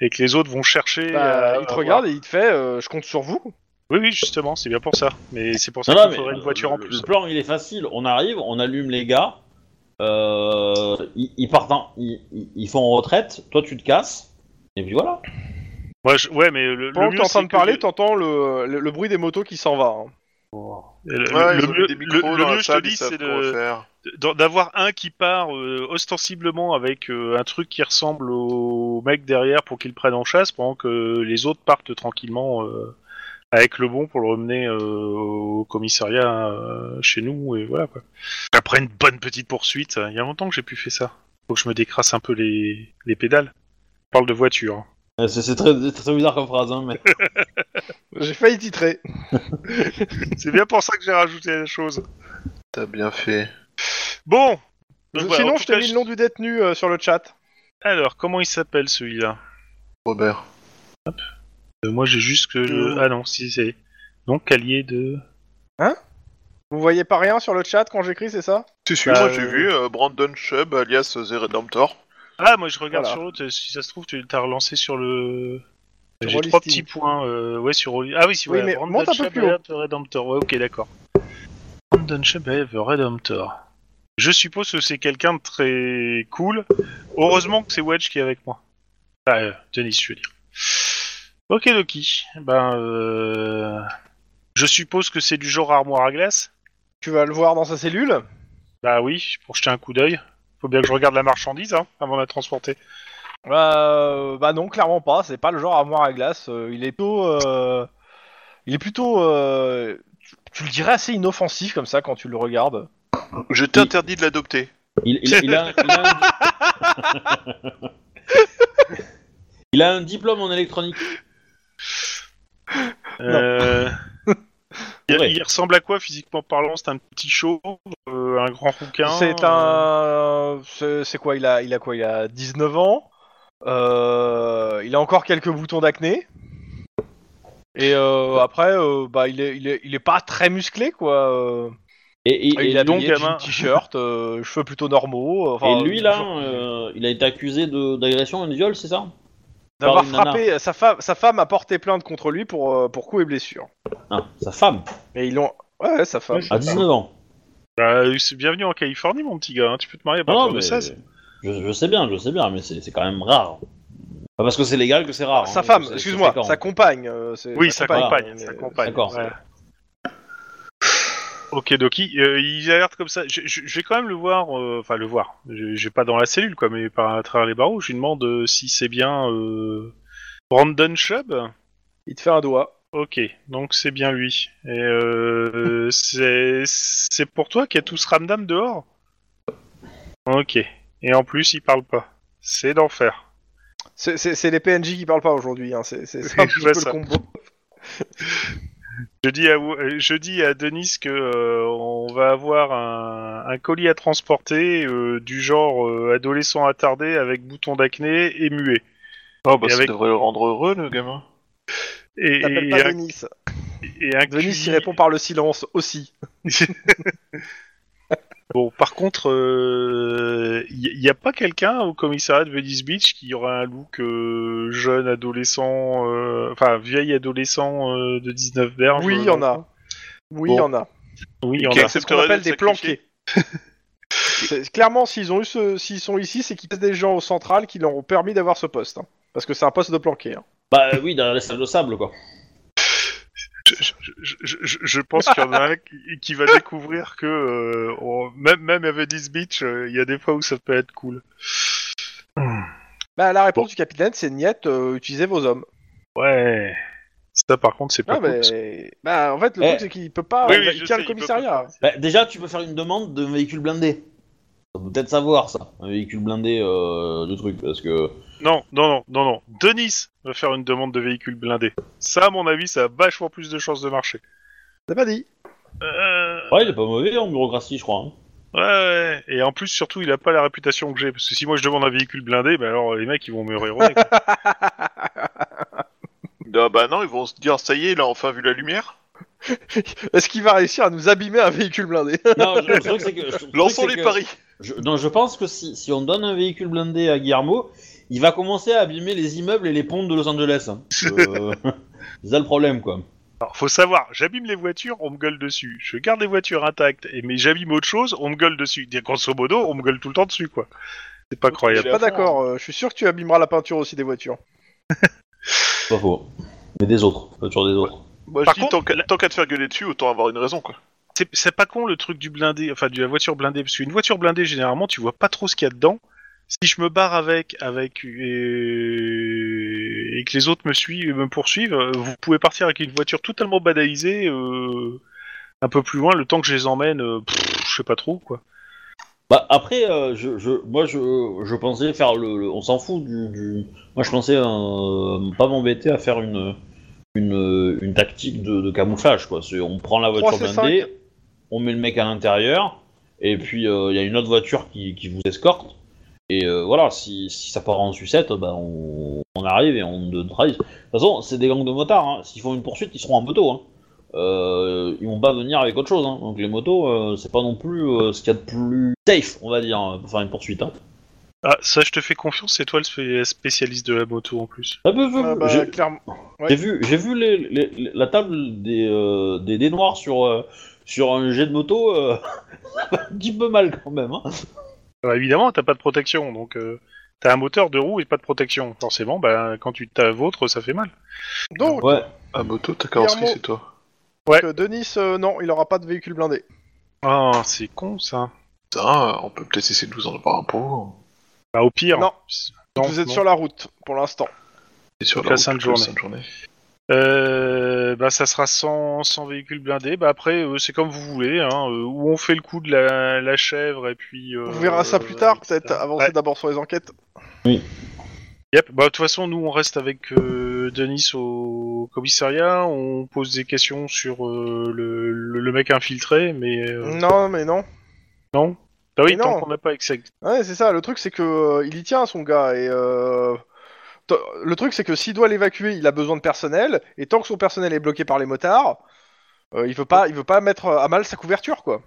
Speaker 5: et que les autres vont chercher.
Speaker 2: Bah,
Speaker 5: à-
Speaker 2: il te
Speaker 5: à
Speaker 2: regarde et il te fait euh, Je compte sur vous.
Speaker 5: Oui, oui, justement, c'est bien pour ça. Mais c'est pour ça
Speaker 1: Non,
Speaker 5: qu'il
Speaker 1: non, mais
Speaker 5: faudrait une
Speaker 1: euh,
Speaker 5: voiture en
Speaker 1: le-
Speaker 5: plus.
Speaker 1: Le plan, il est facile. On arrive, on allume les gars. euh, ils, ils partent, en- ils, ils- ils font en retraite. Toi, tu te casses. Et puis voilà.
Speaker 5: Ouais, je- ouais, mais le, le
Speaker 2: Pendant que
Speaker 5: mieux,
Speaker 2: t'es en train
Speaker 5: c'est
Speaker 2: de
Speaker 5: que
Speaker 2: parler,
Speaker 5: les-
Speaker 2: t'entends le, le, le bruit des motos qui s'en va. hein.
Speaker 5: Euh, le- le-
Speaker 4: Ouais,
Speaker 5: le
Speaker 4: ils ont mis
Speaker 5: mieux-
Speaker 4: des
Speaker 5: le-
Speaker 4: micros
Speaker 5: le
Speaker 4: dans la
Speaker 5: mieux, je
Speaker 4: salle,
Speaker 5: te
Speaker 4: ils
Speaker 5: dis,
Speaker 4: savent
Speaker 5: c'est
Speaker 4: comment
Speaker 5: de-
Speaker 4: faire.
Speaker 5: d'en- d'avoir un qui part euh, ostensiblement avec euh, un truc qui ressemble au mec derrière pour qu'il le prenne en chasse, pendant que les autres partent tranquillement euh, avec le bon pour le ramener euh, au commissariat euh, chez nous et voilà quoi. Après une bonne petite poursuite, hein. il y a longtemps que j'ai pu faire ça. Faut que je me décrasse un peu les, les pédales. Je parle de voiture. hein.
Speaker 1: Euh, C'est c'est très, c'est très bizarre comme phrase, hein, mais.
Speaker 2: J'ai failli titrer.
Speaker 5: C'est bien pour ça que j'ai rajouté la chose.
Speaker 4: T'as bien fait.
Speaker 5: Bon.
Speaker 2: Je-
Speaker 5: Donc voilà, en
Speaker 2: Sinon,
Speaker 5: tout
Speaker 2: je t'ai
Speaker 5: cas,
Speaker 2: mis
Speaker 5: je-
Speaker 2: le nom du détenu euh, sur le chat.
Speaker 5: Alors, comment il s'appelle celui-là
Speaker 4: Robert.
Speaker 5: Euh, Moi, j'ai juste que le...
Speaker 2: Euh.
Speaker 5: Ah non, si c'est non Calier de.
Speaker 2: Vous voyez pas rien sur le chat quand j'écris, c'est ça
Speaker 4: Si, si,
Speaker 5: Bah,
Speaker 4: moi
Speaker 5: euh,
Speaker 4: j'ai vu euh, Brandon Chubb alias euh, The Redemptor.
Speaker 5: Ah, moi je regarde
Speaker 2: Voilà.
Speaker 5: sur l'autre. Si ça se trouve, tu t'as relancé sur le.
Speaker 2: Sur
Speaker 5: J'ai
Speaker 2: Rollisting.
Speaker 5: trois petits points. euh, Ouais, sur. Rolli- Ah oui, si.
Speaker 2: Oui,
Speaker 5: voilà,
Speaker 2: mais
Speaker 5: Brandon
Speaker 2: monte un peu
Speaker 5: Shep,
Speaker 2: plus haut.
Speaker 5: Elliot, Redemptor. Ouais, ok, d'accord. Brandon Shep, Elliot, Redemptor. Je suppose que c'est quelqu'un de très cool. Heureusement que c'est Wedge qui est avec moi. Ah, euh, Denis, je veux dire. Ok, Loki. Ben, euh, je suppose que c'est du genre armoire à glace.
Speaker 2: Tu vas le voir dans sa cellule.
Speaker 5: Bah oui, pour jeter un coup d'œil. Faut bien que je regarde la marchandise hein, avant de la transporter.
Speaker 2: Euh, bah non, clairement pas. C'est pas le genre armoire à glace. Euh, il est plutôt, euh, il est plutôt, euh, tu, tu le dirais assez inoffensif comme ça quand tu le regardes.
Speaker 4: Je t'interdis de l'adopter.
Speaker 1: Il, il- il a, il a un- <laughs> Il a un diplôme en électronique.
Speaker 5: Euh, il,
Speaker 1: <laughs> Ouais.
Speaker 5: il ressemble à quoi physiquement parlant C'est un petit chauve, euh, un grand rouquin
Speaker 2: C'est
Speaker 5: euh,
Speaker 2: un, c'est c'est quoi Il a, il a quoi Il a 19 ans. Euh, il a encore quelques boutons d'acné. Et euh, après, euh, bah il est, il est, il est pas très musclé quoi. euh.
Speaker 1: Et, et- et
Speaker 2: il a
Speaker 5: donc,
Speaker 2: donc
Speaker 5: gamin.
Speaker 2: un t-shirt, euh, cheveux plutôt normaux. euh, enfin,
Speaker 1: et lui là, euh, il a été accusé de- d'agression et de viol, c'est ça
Speaker 2: d'avoir
Speaker 1: par une nana.
Speaker 2: frappé sa femme, sa femme a porté plainte contre lui pour euh, pour coups et blessures.
Speaker 1: Ah, sa femme,
Speaker 2: Et ils l'ont, ouais, ouais, sa femme.
Speaker 1: à 19 ans.
Speaker 5: ah, Bah, c'est bienvenue en Californie, mon petit gars. hein, Tu peux te marier à
Speaker 2: Ah,
Speaker 5: partir
Speaker 1: Non,
Speaker 5: de
Speaker 1: mais
Speaker 5: 16.
Speaker 1: je, je sais bien, je sais bien, mais c'est c'est quand même rare. Pas parce que c'est légal que c'est
Speaker 5: Ah,
Speaker 1: rare.
Speaker 2: Sa
Speaker 1: hein,
Speaker 2: femme,
Speaker 1: c'est- c'est
Speaker 2: excuse-moi,
Speaker 1: fréquent.
Speaker 2: sa compagne. euh, c'est-
Speaker 5: Oui, sa compagne,
Speaker 2: mais-
Speaker 5: sa compagne.
Speaker 1: D'accord.
Speaker 5: Ouais. Ok, Doki, euh, il a l'air comme ça. Je, je- je vais quand même le voir, euh, enfin le voir. Je, je vais pas dans la cellule, quoi, mais par à travers les barreaux. Je lui demande euh, si c'est bien euh, Brandon Chubb.
Speaker 2: Il te fait un doigt.
Speaker 5: Ok, donc c'est bien lui.
Speaker 2: <laughs>
Speaker 5: Et euh, c'est c'est pour toi qu'il y a tout ce ramdam dehors Ok. Et en plus, il parle pas. C'est d'enfer.
Speaker 2: C'est- C'est c'est les PNJ qui parlent pas aujourd'hui. hein, C'est c'est- c'est un
Speaker 5: Je
Speaker 4: <laughs>
Speaker 2: petit
Speaker 5: vois
Speaker 2: peu
Speaker 5: ça.
Speaker 2: le combo.
Speaker 5: Je dis à, euh, je dis à Denis que euh, on va avoir un, un colis à transporter euh, du genre euh, adolescent attardé avec bouton d'acné et muet.
Speaker 4: Oh, bah
Speaker 5: Et
Speaker 4: ça
Speaker 5: avec-
Speaker 4: devrait le rendre heureux, le gamin.
Speaker 5: Et,
Speaker 2: T'appelles
Speaker 5: et
Speaker 2: pas
Speaker 5: un-
Speaker 2: Denis.
Speaker 5: et un
Speaker 2: Denis
Speaker 5: QI.
Speaker 2: y répond par le silence aussi.
Speaker 5: Bon, par contre, il n'y a pas quelqu'un au commissariat de Venice Beach qui aura un look euh, jeune adolescent, euh, enfin vieil adolescent euh, de 19 berges.
Speaker 2: Oui, il y en a. Oui, il y en a.
Speaker 5: Oui, il y en
Speaker 4: Qui
Speaker 5: a.
Speaker 2: C'est ce
Speaker 4: accepterait
Speaker 2: qu'on appelle
Speaker 4: de
Speaker 2: des
Speaker 4: sacrifier.
Speaker 2: planqués. C'est- Clairement, s'ils ont eu ce- s'ils sont ici, c'est qu'ils des gens au central qui leur ont permis d'avoir ce poste. hein. Parce que c'est un poste de planqué. hein.
Speaker 1: Bah euh, oui, dans la salle de sable quoi.
Speaker 5: Je, je- je- je- je pense qu'il y en a un qui,
Speaker 2: <laughs>
Speaker 5: qui va découvrir que euh, on- même, même à Venice Beach, euh, il y a des fois où ça peut être cool.
Speaker 2: Bah, la réponse du capitaine, c'est Niette, euh, utilisez vos hommes.
Speaker 5: Ouais. Ça, par contre, c'est pas
Speaker 2: Ah,
Speaker 5: cool. ça.
Speaker 2: mais... bah, en fait, le
Speaker 1: Eh.
Speaker 2: truc, c'est qu'il peut pas.
Speaker 4: Oui,
Speaker 2: il
Speaker 4: oui,
Speaker 2: va-
Speaker 4: je
Speaker 2: il
Speaker 4: sais,
Speaker 2: tient le
Speaker 4: il peut
Speaker 2: commissariat.
Speaker 1: Bah, déjà, tu peux faire une demande de véhicule blindé. Ça peut peut-être savoir ça, un véhicule blindé, euh, le truc, parce que
Speaker 5: Non, non, non, non, non. Denis va faire une demande de véhicule blindé. Ça, à mon avis, ça a vachement plus de chances de marcher.
Speaker 2: T'as pas dit.
Speaker 5: Euh...
Speaker 1: ouais, il est pas mauvais en bureaucratie, je crois. hein.
Speaker 5: Ouais, ouais, et en plus, surtout, il a pas la réputation que j'ai, parce que si moi je demande un véhicule blindé, ben alors les mecs ils vont me réroner. quoi.
Speaker 4: Ah bah non, ils vont se dire, ça y est, il a enfin vu la lumière.
Speaker 2: Est-ce qu'il va réussir à nous abîmer un véhicule blindé
Speaker 1: Non, je- le truc, c'est que- le truc,
Speaker 4: Lançons
Speaker 1: c'est
Speaker 4: les
Speaker 1: que-
Speaker 4: paris.
Speaker 1: Je, non, je pense que si, si on donne un véhicule blindé à Guillermo, il va commencer à abîmer les immeubles et les ponts de Los Angeles.
Speaker 4: <laughs>
Speaker 1: hein. Euh, <laughs> c'est ça le problème, quoi.
Speaker 5: Alors, faut savoir, j'abîme les voitures, on me gueule dessus. Je garde les voitures intactes, et mais j'abîme autre chose, on me gueule dessus. Des grosso modo, on me gueule tout le temps dessus, quoi. C'est pas
Speaker 2: Je
Speaker 5: croyable.
Speaker 2: suis pas d'accord. euh, je suis sûr que tu abîmeras la peinture aussi des voitures.
Speaker 1: C'est Pas faux. Mais des autres, pas toujours des autres.
Speaker 4: Moi, je
Speaker 5: Par
Speaker 4: dis,
Speaker 5: contre,
Speaker 4: tant qu'à- tant qu'à te faire gueuler dessus, autant avoir une raison, quoi.
Speaker 5: C'est- C'est pas con le truc du blindé, enfin de la voiture blindée, parce qu'une voiture blindée, généralement, tu vois pas trop ce qu'il y a dedans. Si je me barre avec, avec et, et que les autres me suivent, me poursuivent, euh, vous pouvez partir avec une voiture totalement banalisée, euh, un peu plus loin, le temps que je les emmène, euh, pff, je sais pas trop quoi.
Speaker 1: Bah, après, euh, je, je- moi, je, je pensais faire le. le- on s'en fout du, du- Moi, je pensais euh, pas m'embêter à faire une, une, une tactique de, de camouflage, quoi. C'est- On prend la voiture
Speaker 2: 3C5.
Speaker 1: blindée, on met le mec à l'intérieur, et puis euh, il y a une autre voiture qui, qui vous escorte. Et euh, voilà, si, si ça part en sucette, bah, on, on arrive et on ne trahit. De toute façon, c'est des gangs de motards. hein. S'ils font une poursuite, ils seront en moto. Hein. Euh, ils vont pas venir avec autre chose. hein. Donc les motos, euh, c'est pas non plus euh, ce qu'il y a de plus safe, on va dire, euh, pour faire une poursuite. Hein.
Speaker 5: Ah, ça, je te fais confiance, c'est toi le spé- spécialiste de la moto en plus.
Speaker 1: Ah, bah, bah,
Speaker 2: Ah,
Speaker 1: bah,
Speaker 2: bah,
Speaker 1: j'ai-
Speaker 2: clairement.
Speaker 1: J'ai vu, j'ai vu les- les- les- la table des, euh, des, des noirs sur, euh, sur un jet de moto, euh, <laughs> ça va un petit peu mal quand même. hein.
Speaker 5: Alors, Bah, évidemment, t'as pas de protection, donc euh, t'as un moteur de roue et pas de protection. Forcément, bah, quand tu t'as vôtre, ça fait mal.
Speaker 2: Donc,
Speaker 1: Ouais.
Speaker 4: Ah, moto, ta carrosserie,
Speaker 2: Guillermo.
Speaker 4: c'est toi.
Speaker 2: euh, Denis, euh, non, il aura pas de véhicule blindé.
Speaker 5: Ah, c'est con ça.
Speaker 4: Putain, on peut peut-être essayer de vous en avoir un pour.
Speaker 5: Bah, au pire.
Speaker 2: Non.
Speaker 5: Non,
Speaker 2: Vous êtes
Speaker 5: non.
Speaker 2: sur la route pour l'instant.
Speaker 4: C'est sur
Speaker 5: Donc, la
Speaker 4: route
Speaker 5: sainte
Speaker 4: toute la
Speaker 5: journée.
Speaker 4: sainte journée.
Speaker 5: Euh, bah, ça sera sans, sans véhicule blindé. Bah, après, euh, c'est comme vous voulez. Hein, euh, ou on fait le coup de la, la chèvre et puis. euh,
Speaker 2: On verra ça plus tard, peut-être
Speaker 5: ça.
Speaker 2: avancer
Speaker 5: Ouais.
Speaker 2: d'abord sur les enquêtes.
Speaker 5: Yep. Bah, de toute façon, nous, on reste avec euh, Denis au commissariat. On pose des questions sur euh, le, le, le mec infiltré, mais. euh,
Speaker 2: Non, mais non.
Speaker 5: Non Bah oui,
Speaker 2: Mm. Mais
Speaker 5: tant
Speaker 2: non.
Speaker 5: qu'on n'a pas exact.
Speaker 2: Ouais, c'est ça. Le truc, c'est que euh, il y tient son gars et euh, t- le truc, c'est que s'il doit l'évacuer, il a besoin de personnel et tant que son personnel est bloqué par les motards, euh, il veut pas, il veut pas mettre à mal sa couverture, quoi.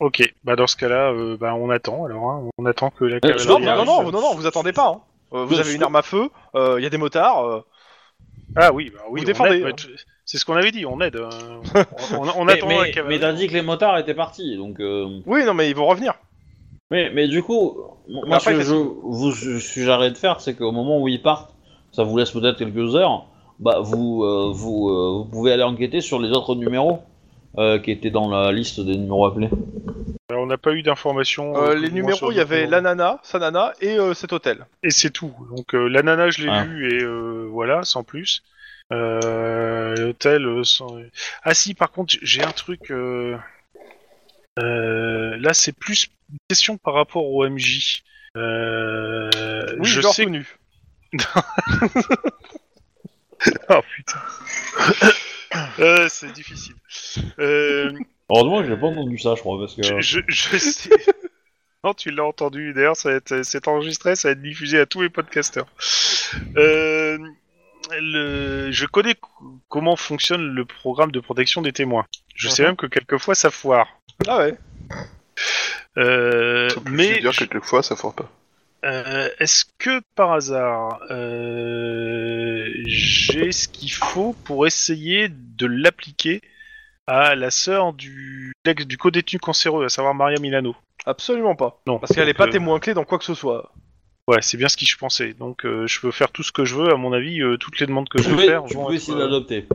Speaker 5: Ok, bah dans ce cas-là, euh, bah on attend alors, hein. on attend que la
Speaker 1: je
Speaker 5: cavalerie.
Speaker 1: Non,
Speaker 2: Non,
Speaker 1: mais
Speaker 2: non,
Speaker 5: arrive.
Speaker 2: non, non, non, vous attendez pas. hein. Euh, vous
Speaker 1: Non,
Speaker 2: avez
Speaker 1: je-
Speaker 2: une arme à feu, euh, il y a des motards. euh,
Speaker 5: Ah oui, bah oui,
Speaker 2: Vous
Speaker 5: on
Speaker 2: défendez,
Speaker 5: aide,
Speaker 2: hein.
Speaker 5: bah, tu- c'est ce qu'on avait dit, on aide. euh, on, on
Speaker 1: Mais,
Speaker 5: attend la
Speaker 1: mais, mais
Speaker 5: cavalerie.
Speaker 1: t'as dit que les motards étaient partis, donc. euh,
Speaker 2: Oui, non, mais ils vont revenir.
Speaker 1: Mais, mais du coup, moi,
Speaker 2: Mais
Speaker 1: ce
Speaker 2: après,
Speaker 1: que
Speaker 2: qu'est-ce
Speaker 1: je vous su- suggérerais de faire, c'est qu'au moment où ils partent, ça vous laisse peut-être quelques heures, bah vous, euh, vous, euh, vous pouvez aller enquêter sur les autres numéros euh, qui étaient dans la liste des numéros appelés.
Speaker 5: Alors, on n'a pas eu d'informations.
Speaker 2: Euh,
Speaker 5: euh,
Speaker 2: les
Speaker 5: comment sur
Speaker 2: numéros, il y avait
Speaker 5: numéros.
Speaker 2: la nana, sa nana et euh, cet hôtel.
Speaker 5: Et c'est tout. Donc euh, la nana, je l'ai
Speaker 1: Ah.
Speaker 5: lu et euh, voilà, sans plus. Euh, L'hôtel, euh, sans... Ah si, par contre, j- j'ai un truc. euh, euh, là, c'est plus une question par rapport au MJ. Euh,
Speaker 2: Oui,
Speaker 5: je
Speaker 2: genre
Speaker 5: sais
Speaker 2: tout nu.
Speaker 5: <laughs> Oh putain. <laughs> Euh, c'est difficile. Euh,
Speaker 1: Heureusement que j'ai pas entendu ça, je crois, parce que.
Speaker 5: je, je- je sais. Non, tu l'as entendu. D'ailleurs, ça va être- c'est enregistré, ça va être diffusé à tous les podcasteurs. Euh, le- Je connais c- comment fonctionne le programme de protection des témoins. Je sais même que quelquefois ça foire.
Speaker 2: Ah ouais.
Speaker 5: Euh,
Speaker 4: Mais.
Speaker 5: mais
Speaker 4: dire quelquefois, ça foire pas.
Speaker 5: Euh, Est-ce que par hasard euh, j'ai ce qu'il faut pour essayer de l'appliquer à la sœur du, l'ex- du co-détenu cancéreux, à savoir Maria Milano
Speaker 2: Absolument pas.
Speaker 5: Non,
Speaker 2: Parce qu'elle est
Speaker 5: donc,
Speaker 2: pas
Speaker 5: euh,
Speaker 2: témoin clé dans quoi que ce soit.
Speaker 5: Ouais, c'est bien ce que je pensais. Donc euh, je peux faire tout ce que je veux, à mon avis, euh, toutes les demandes que je
Speaker 1: Tu
Speaker 5: veux
Speaker 1: peux-
Speaker 5: faire.
Speaker 1: tu
Speaker 5: vont
Speaker 1: peux
Speaker 5: être,
Speaker 1: essayer
Speaker 5: euh,
Speaker 1: d'adopter.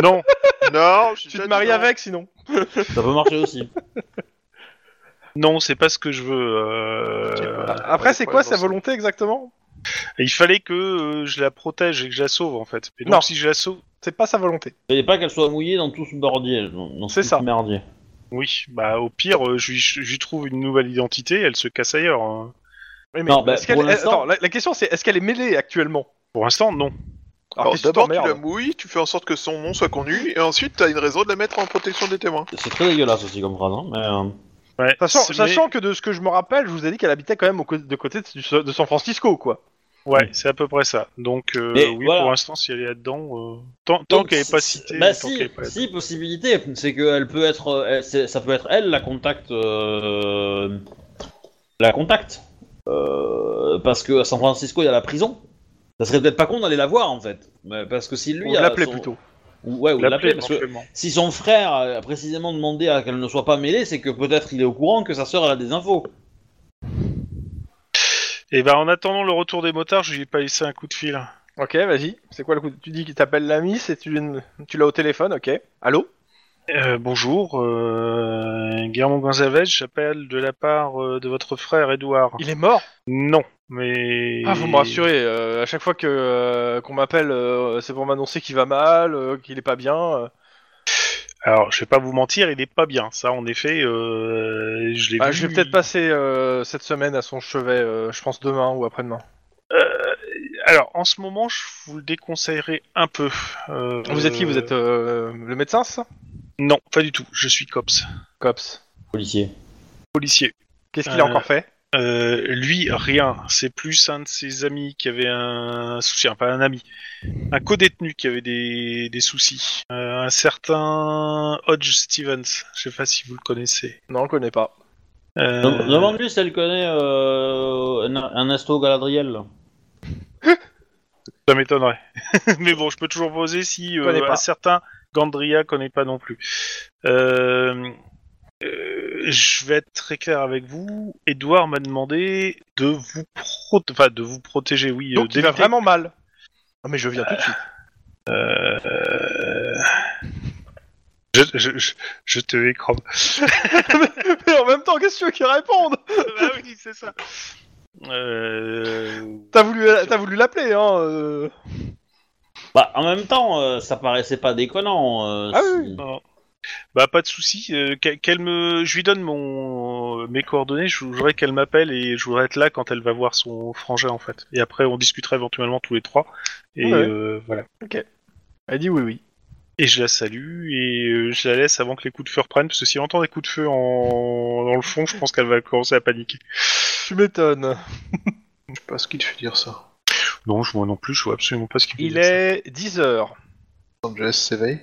Speaker 5: Non,
Speaker 4: Non,
Speaker 2: Tu te
Speaker 4: hein.
Speaker 2: maries avec sinon.
Speaker 1: Ça peut marcher aussi.
Speaker 5: non, c'est pas ce que je veux. euh,
Speaker 2: Après, c'est
Speaker 4: ouais,
Speaker 2: quoi
Speaker 4: bon,
Speaker 2: sa
Speaker 4: ça-
Speaker 2: volonté exactement
Speaker 5: Il fallait que euh, je la protège et que je la sauve en fait. Et donc
Speaker 2: Non.
Speaker 5: si je la sauve,
Speaker 2: C'est pas sa volonté.
Speaker 1: Et pas qu'elle soit mouillée dans tout ce bordier, dans, dans
Speaker 2: C'est
Speaker 1: tout
Speaker 2: ça.
Speaker 1: ce merdier.
Speaker 5: oui, bah au pire, euh, je lui- je lui trouve une nouvelle identité, elle se casse ailleurs. hein.
Speaker 2: Oui,
Speaker 1: Non, bah,
Speaker 2: est-ce qu'elle-
Speaker 1: pour
Speaker 2: elle-
Speaker 1: l'instant-
Speaker 2: attends, la, la question c'est est-ce qu'elle est mêlée actuellement
Speaker 5: Pour l'instant, non.
Speaker 4: Alors,
Speaker 2: qu'est-ce que
Speaker 4: Bah, d'abord, tu
Speaker 2: t'emmerdes
Speaker 4: la mouilles, tu fais en sorte que son nom soit connu, et ensuite, t'as une raison de la mettre en protection des témoins.
Speaker 1: C'est très dégueulasse aussi comme phrase, hein, mais. euh,
Speaker 5: Ouais,
Speaker 2: Sachant,
Speaker 5: c'est-
Speaker 2: sachant que de ce que je me rappelle, je vous ai dit qu'elle habitait quand même au co- de côté de, du- de San Francisco, quoi.
Speaker 5: Ouais, c'est à peu près ça. Donc, euh,
Speaker 1: Mais
Speaker 5: oui,
Speaker 1: voilà.
Speaker 5: pour l'instant, si elle est là-dedans, euh, tant, tant
Speaker 1: Donc,
Speaker 5: qu'elle n'est pas
Speaker 1: si-
Speaker 5: citée,
Speaker 1: Bah
Speaker 5: tant
Speaker 1: si,
Speaker 5: qu'elle est pas là-dedans.
Speaker 1: si, possibilité, c'est qu'elle peut être, euh, elle- c'est- ça peut être elle la contact, euh, la contact, Euh, parce que à San Francisco il y a la prison. Ça serait peut-être pas con d'aller la voir en fait, Mais parce que si lui,
Speaker 2: Ou
Speaker 1: a
Speaker 2: l'appeler
Speaker 1: son-
Speaker 2: plutôt.
Speaker 1: ou, ouais, ou
Speaker 5: La
Speaker 1: l'appeler
Speaker 5: plaie,
Speaker 1: parce que
Speaker 5: éventuellement.
Speaker 1: si son frère a précisément demandé à qu'elle ne soit pas mêlée, c'est que peut-être il est au courant que sa sœur elle a des infos.
Speaker 5: Et ben, en attendant le retour des motards, je lui ai pas laissé un coup de fil.
Speaker 2: Ok, vas-y. C'est quoi le coup Tu dis qu'il t'appelle la miss et tu, tu l'as au téléphone, ok. Allô
Speaker 5: Euh, bonjour, euh, Guillermo Gonzalez, j'appelle de la part euh, de votre frère Edouard.
Speaker 2: Il est mort
Speaker 5: Non, mais.
Speaker 2: Ah, vous me rassurez, euh, à chaque fois que euh, qu'on m'appelle, euh, c'est pour m'annoncer qu'il va mal, euh, qu'il est pas bien. euh.
Speaker 5: Alors, je vais pas vous mentir, il est pas bien. Ça, en effet, euh, je l'ai
Speaker 2: Bah,
Speaker 5: vu.
Speaker 2: je vais peut-être passer euh, cette semaine à son chevet, euh, je pense demain ou après-demain.
Speaker 5: Euh, alors, en ce moment, je vous le déconseillerais un peu. Euh,
Speaker 2: Vous êtes qui Vous êtes euh, le médecin, c'est ça
Speaker 5: Non, pas du tout. Je suis cops,
Speaker 2: Cops.
Speaker 1: Policier.
Speaker 5: policier.
Speaker 2: Qu'est-ce qu'il a
Speaker 5: Euh,
Speaker 2: encore fait
Speaker 5: Euh, lui, rien. C'est plus un de ses amis qui avait un souci, enfin, pas un ami, un co-détenu qui avait des, des soucis. Euh, un certain Hodge Stevens, je sais pas si vous le connaissez.
Speaker 2: Non, on le connaît pas.
Speaker 5: Euh,
Speaker 1: Dem- Demande-lui si elle connaît euh, Ernesto Galadriel.
Speaker 5: Ça m'étonnerait. <laughs> Mais bon, je peux toujours poser si euh,
Speaker 2: Connais pas.
Speaker 5: un certain Gandria connaît pas non plus. Euh, euh, je vais être très clair avec vous. Edouard m'a demandé de vous, pro- enfin, de vous protéger, oui.
Speaker 2: Donc
Speaker 5: euh,
Speaker 2: il va
Speaker 5: d'éviter-
Speaker 2: vraiment mal. Ah mais je viens tout de suite.
Speaker 5: Euh, Je, je- je- je te écrase.
Speaker 2: <laughs> mais en même temps, qu'est-ce que tu veux qu'il réponde
Speaker 5: bah oui, c'est ça. Euh...
Speaker 2: T'as voulu, t'as voulu l'appeler, hein euh.
Speaker 1: Bah, en même temps, euh, ça paraissait pas déconnant. euh,
Speaker 2: Ah
Speaker 1: si-
Speaker 2: oui.
Speaker 5: Bah pas de souci. euh, qu'elle qu'elle me, je lui donne mon mes coordonnées. Je voudrais qu'elle m'appelle et je voudrais être là quand elle va voir son frangin en fait. Et après on discutera éventuellement tous les trois. Et
Speaker 2: Ouais.
Speaker 5: euh, voilà.
Speaker 2: Elle dit oui, oui.
Speaker 5: Et je la salue et euh, je la laisse avant que les coups de feu reprennent parce que si elle entend des coups de feu en dans le fond, je pense qu'elle va commencer à paniquer.
Speaker 2: Tu m'étonnes.
Speaker 4: Je sais pas ce qu'il te fait dire ça.
Speaker 5: Non, je vois non plus. Je vois absolument pas ce qu'il veut
Speaker 2: Il
Speaker 5: dire, ça.
Speaker 2: est 10h.
Speaker 4: Angeles s'éveille.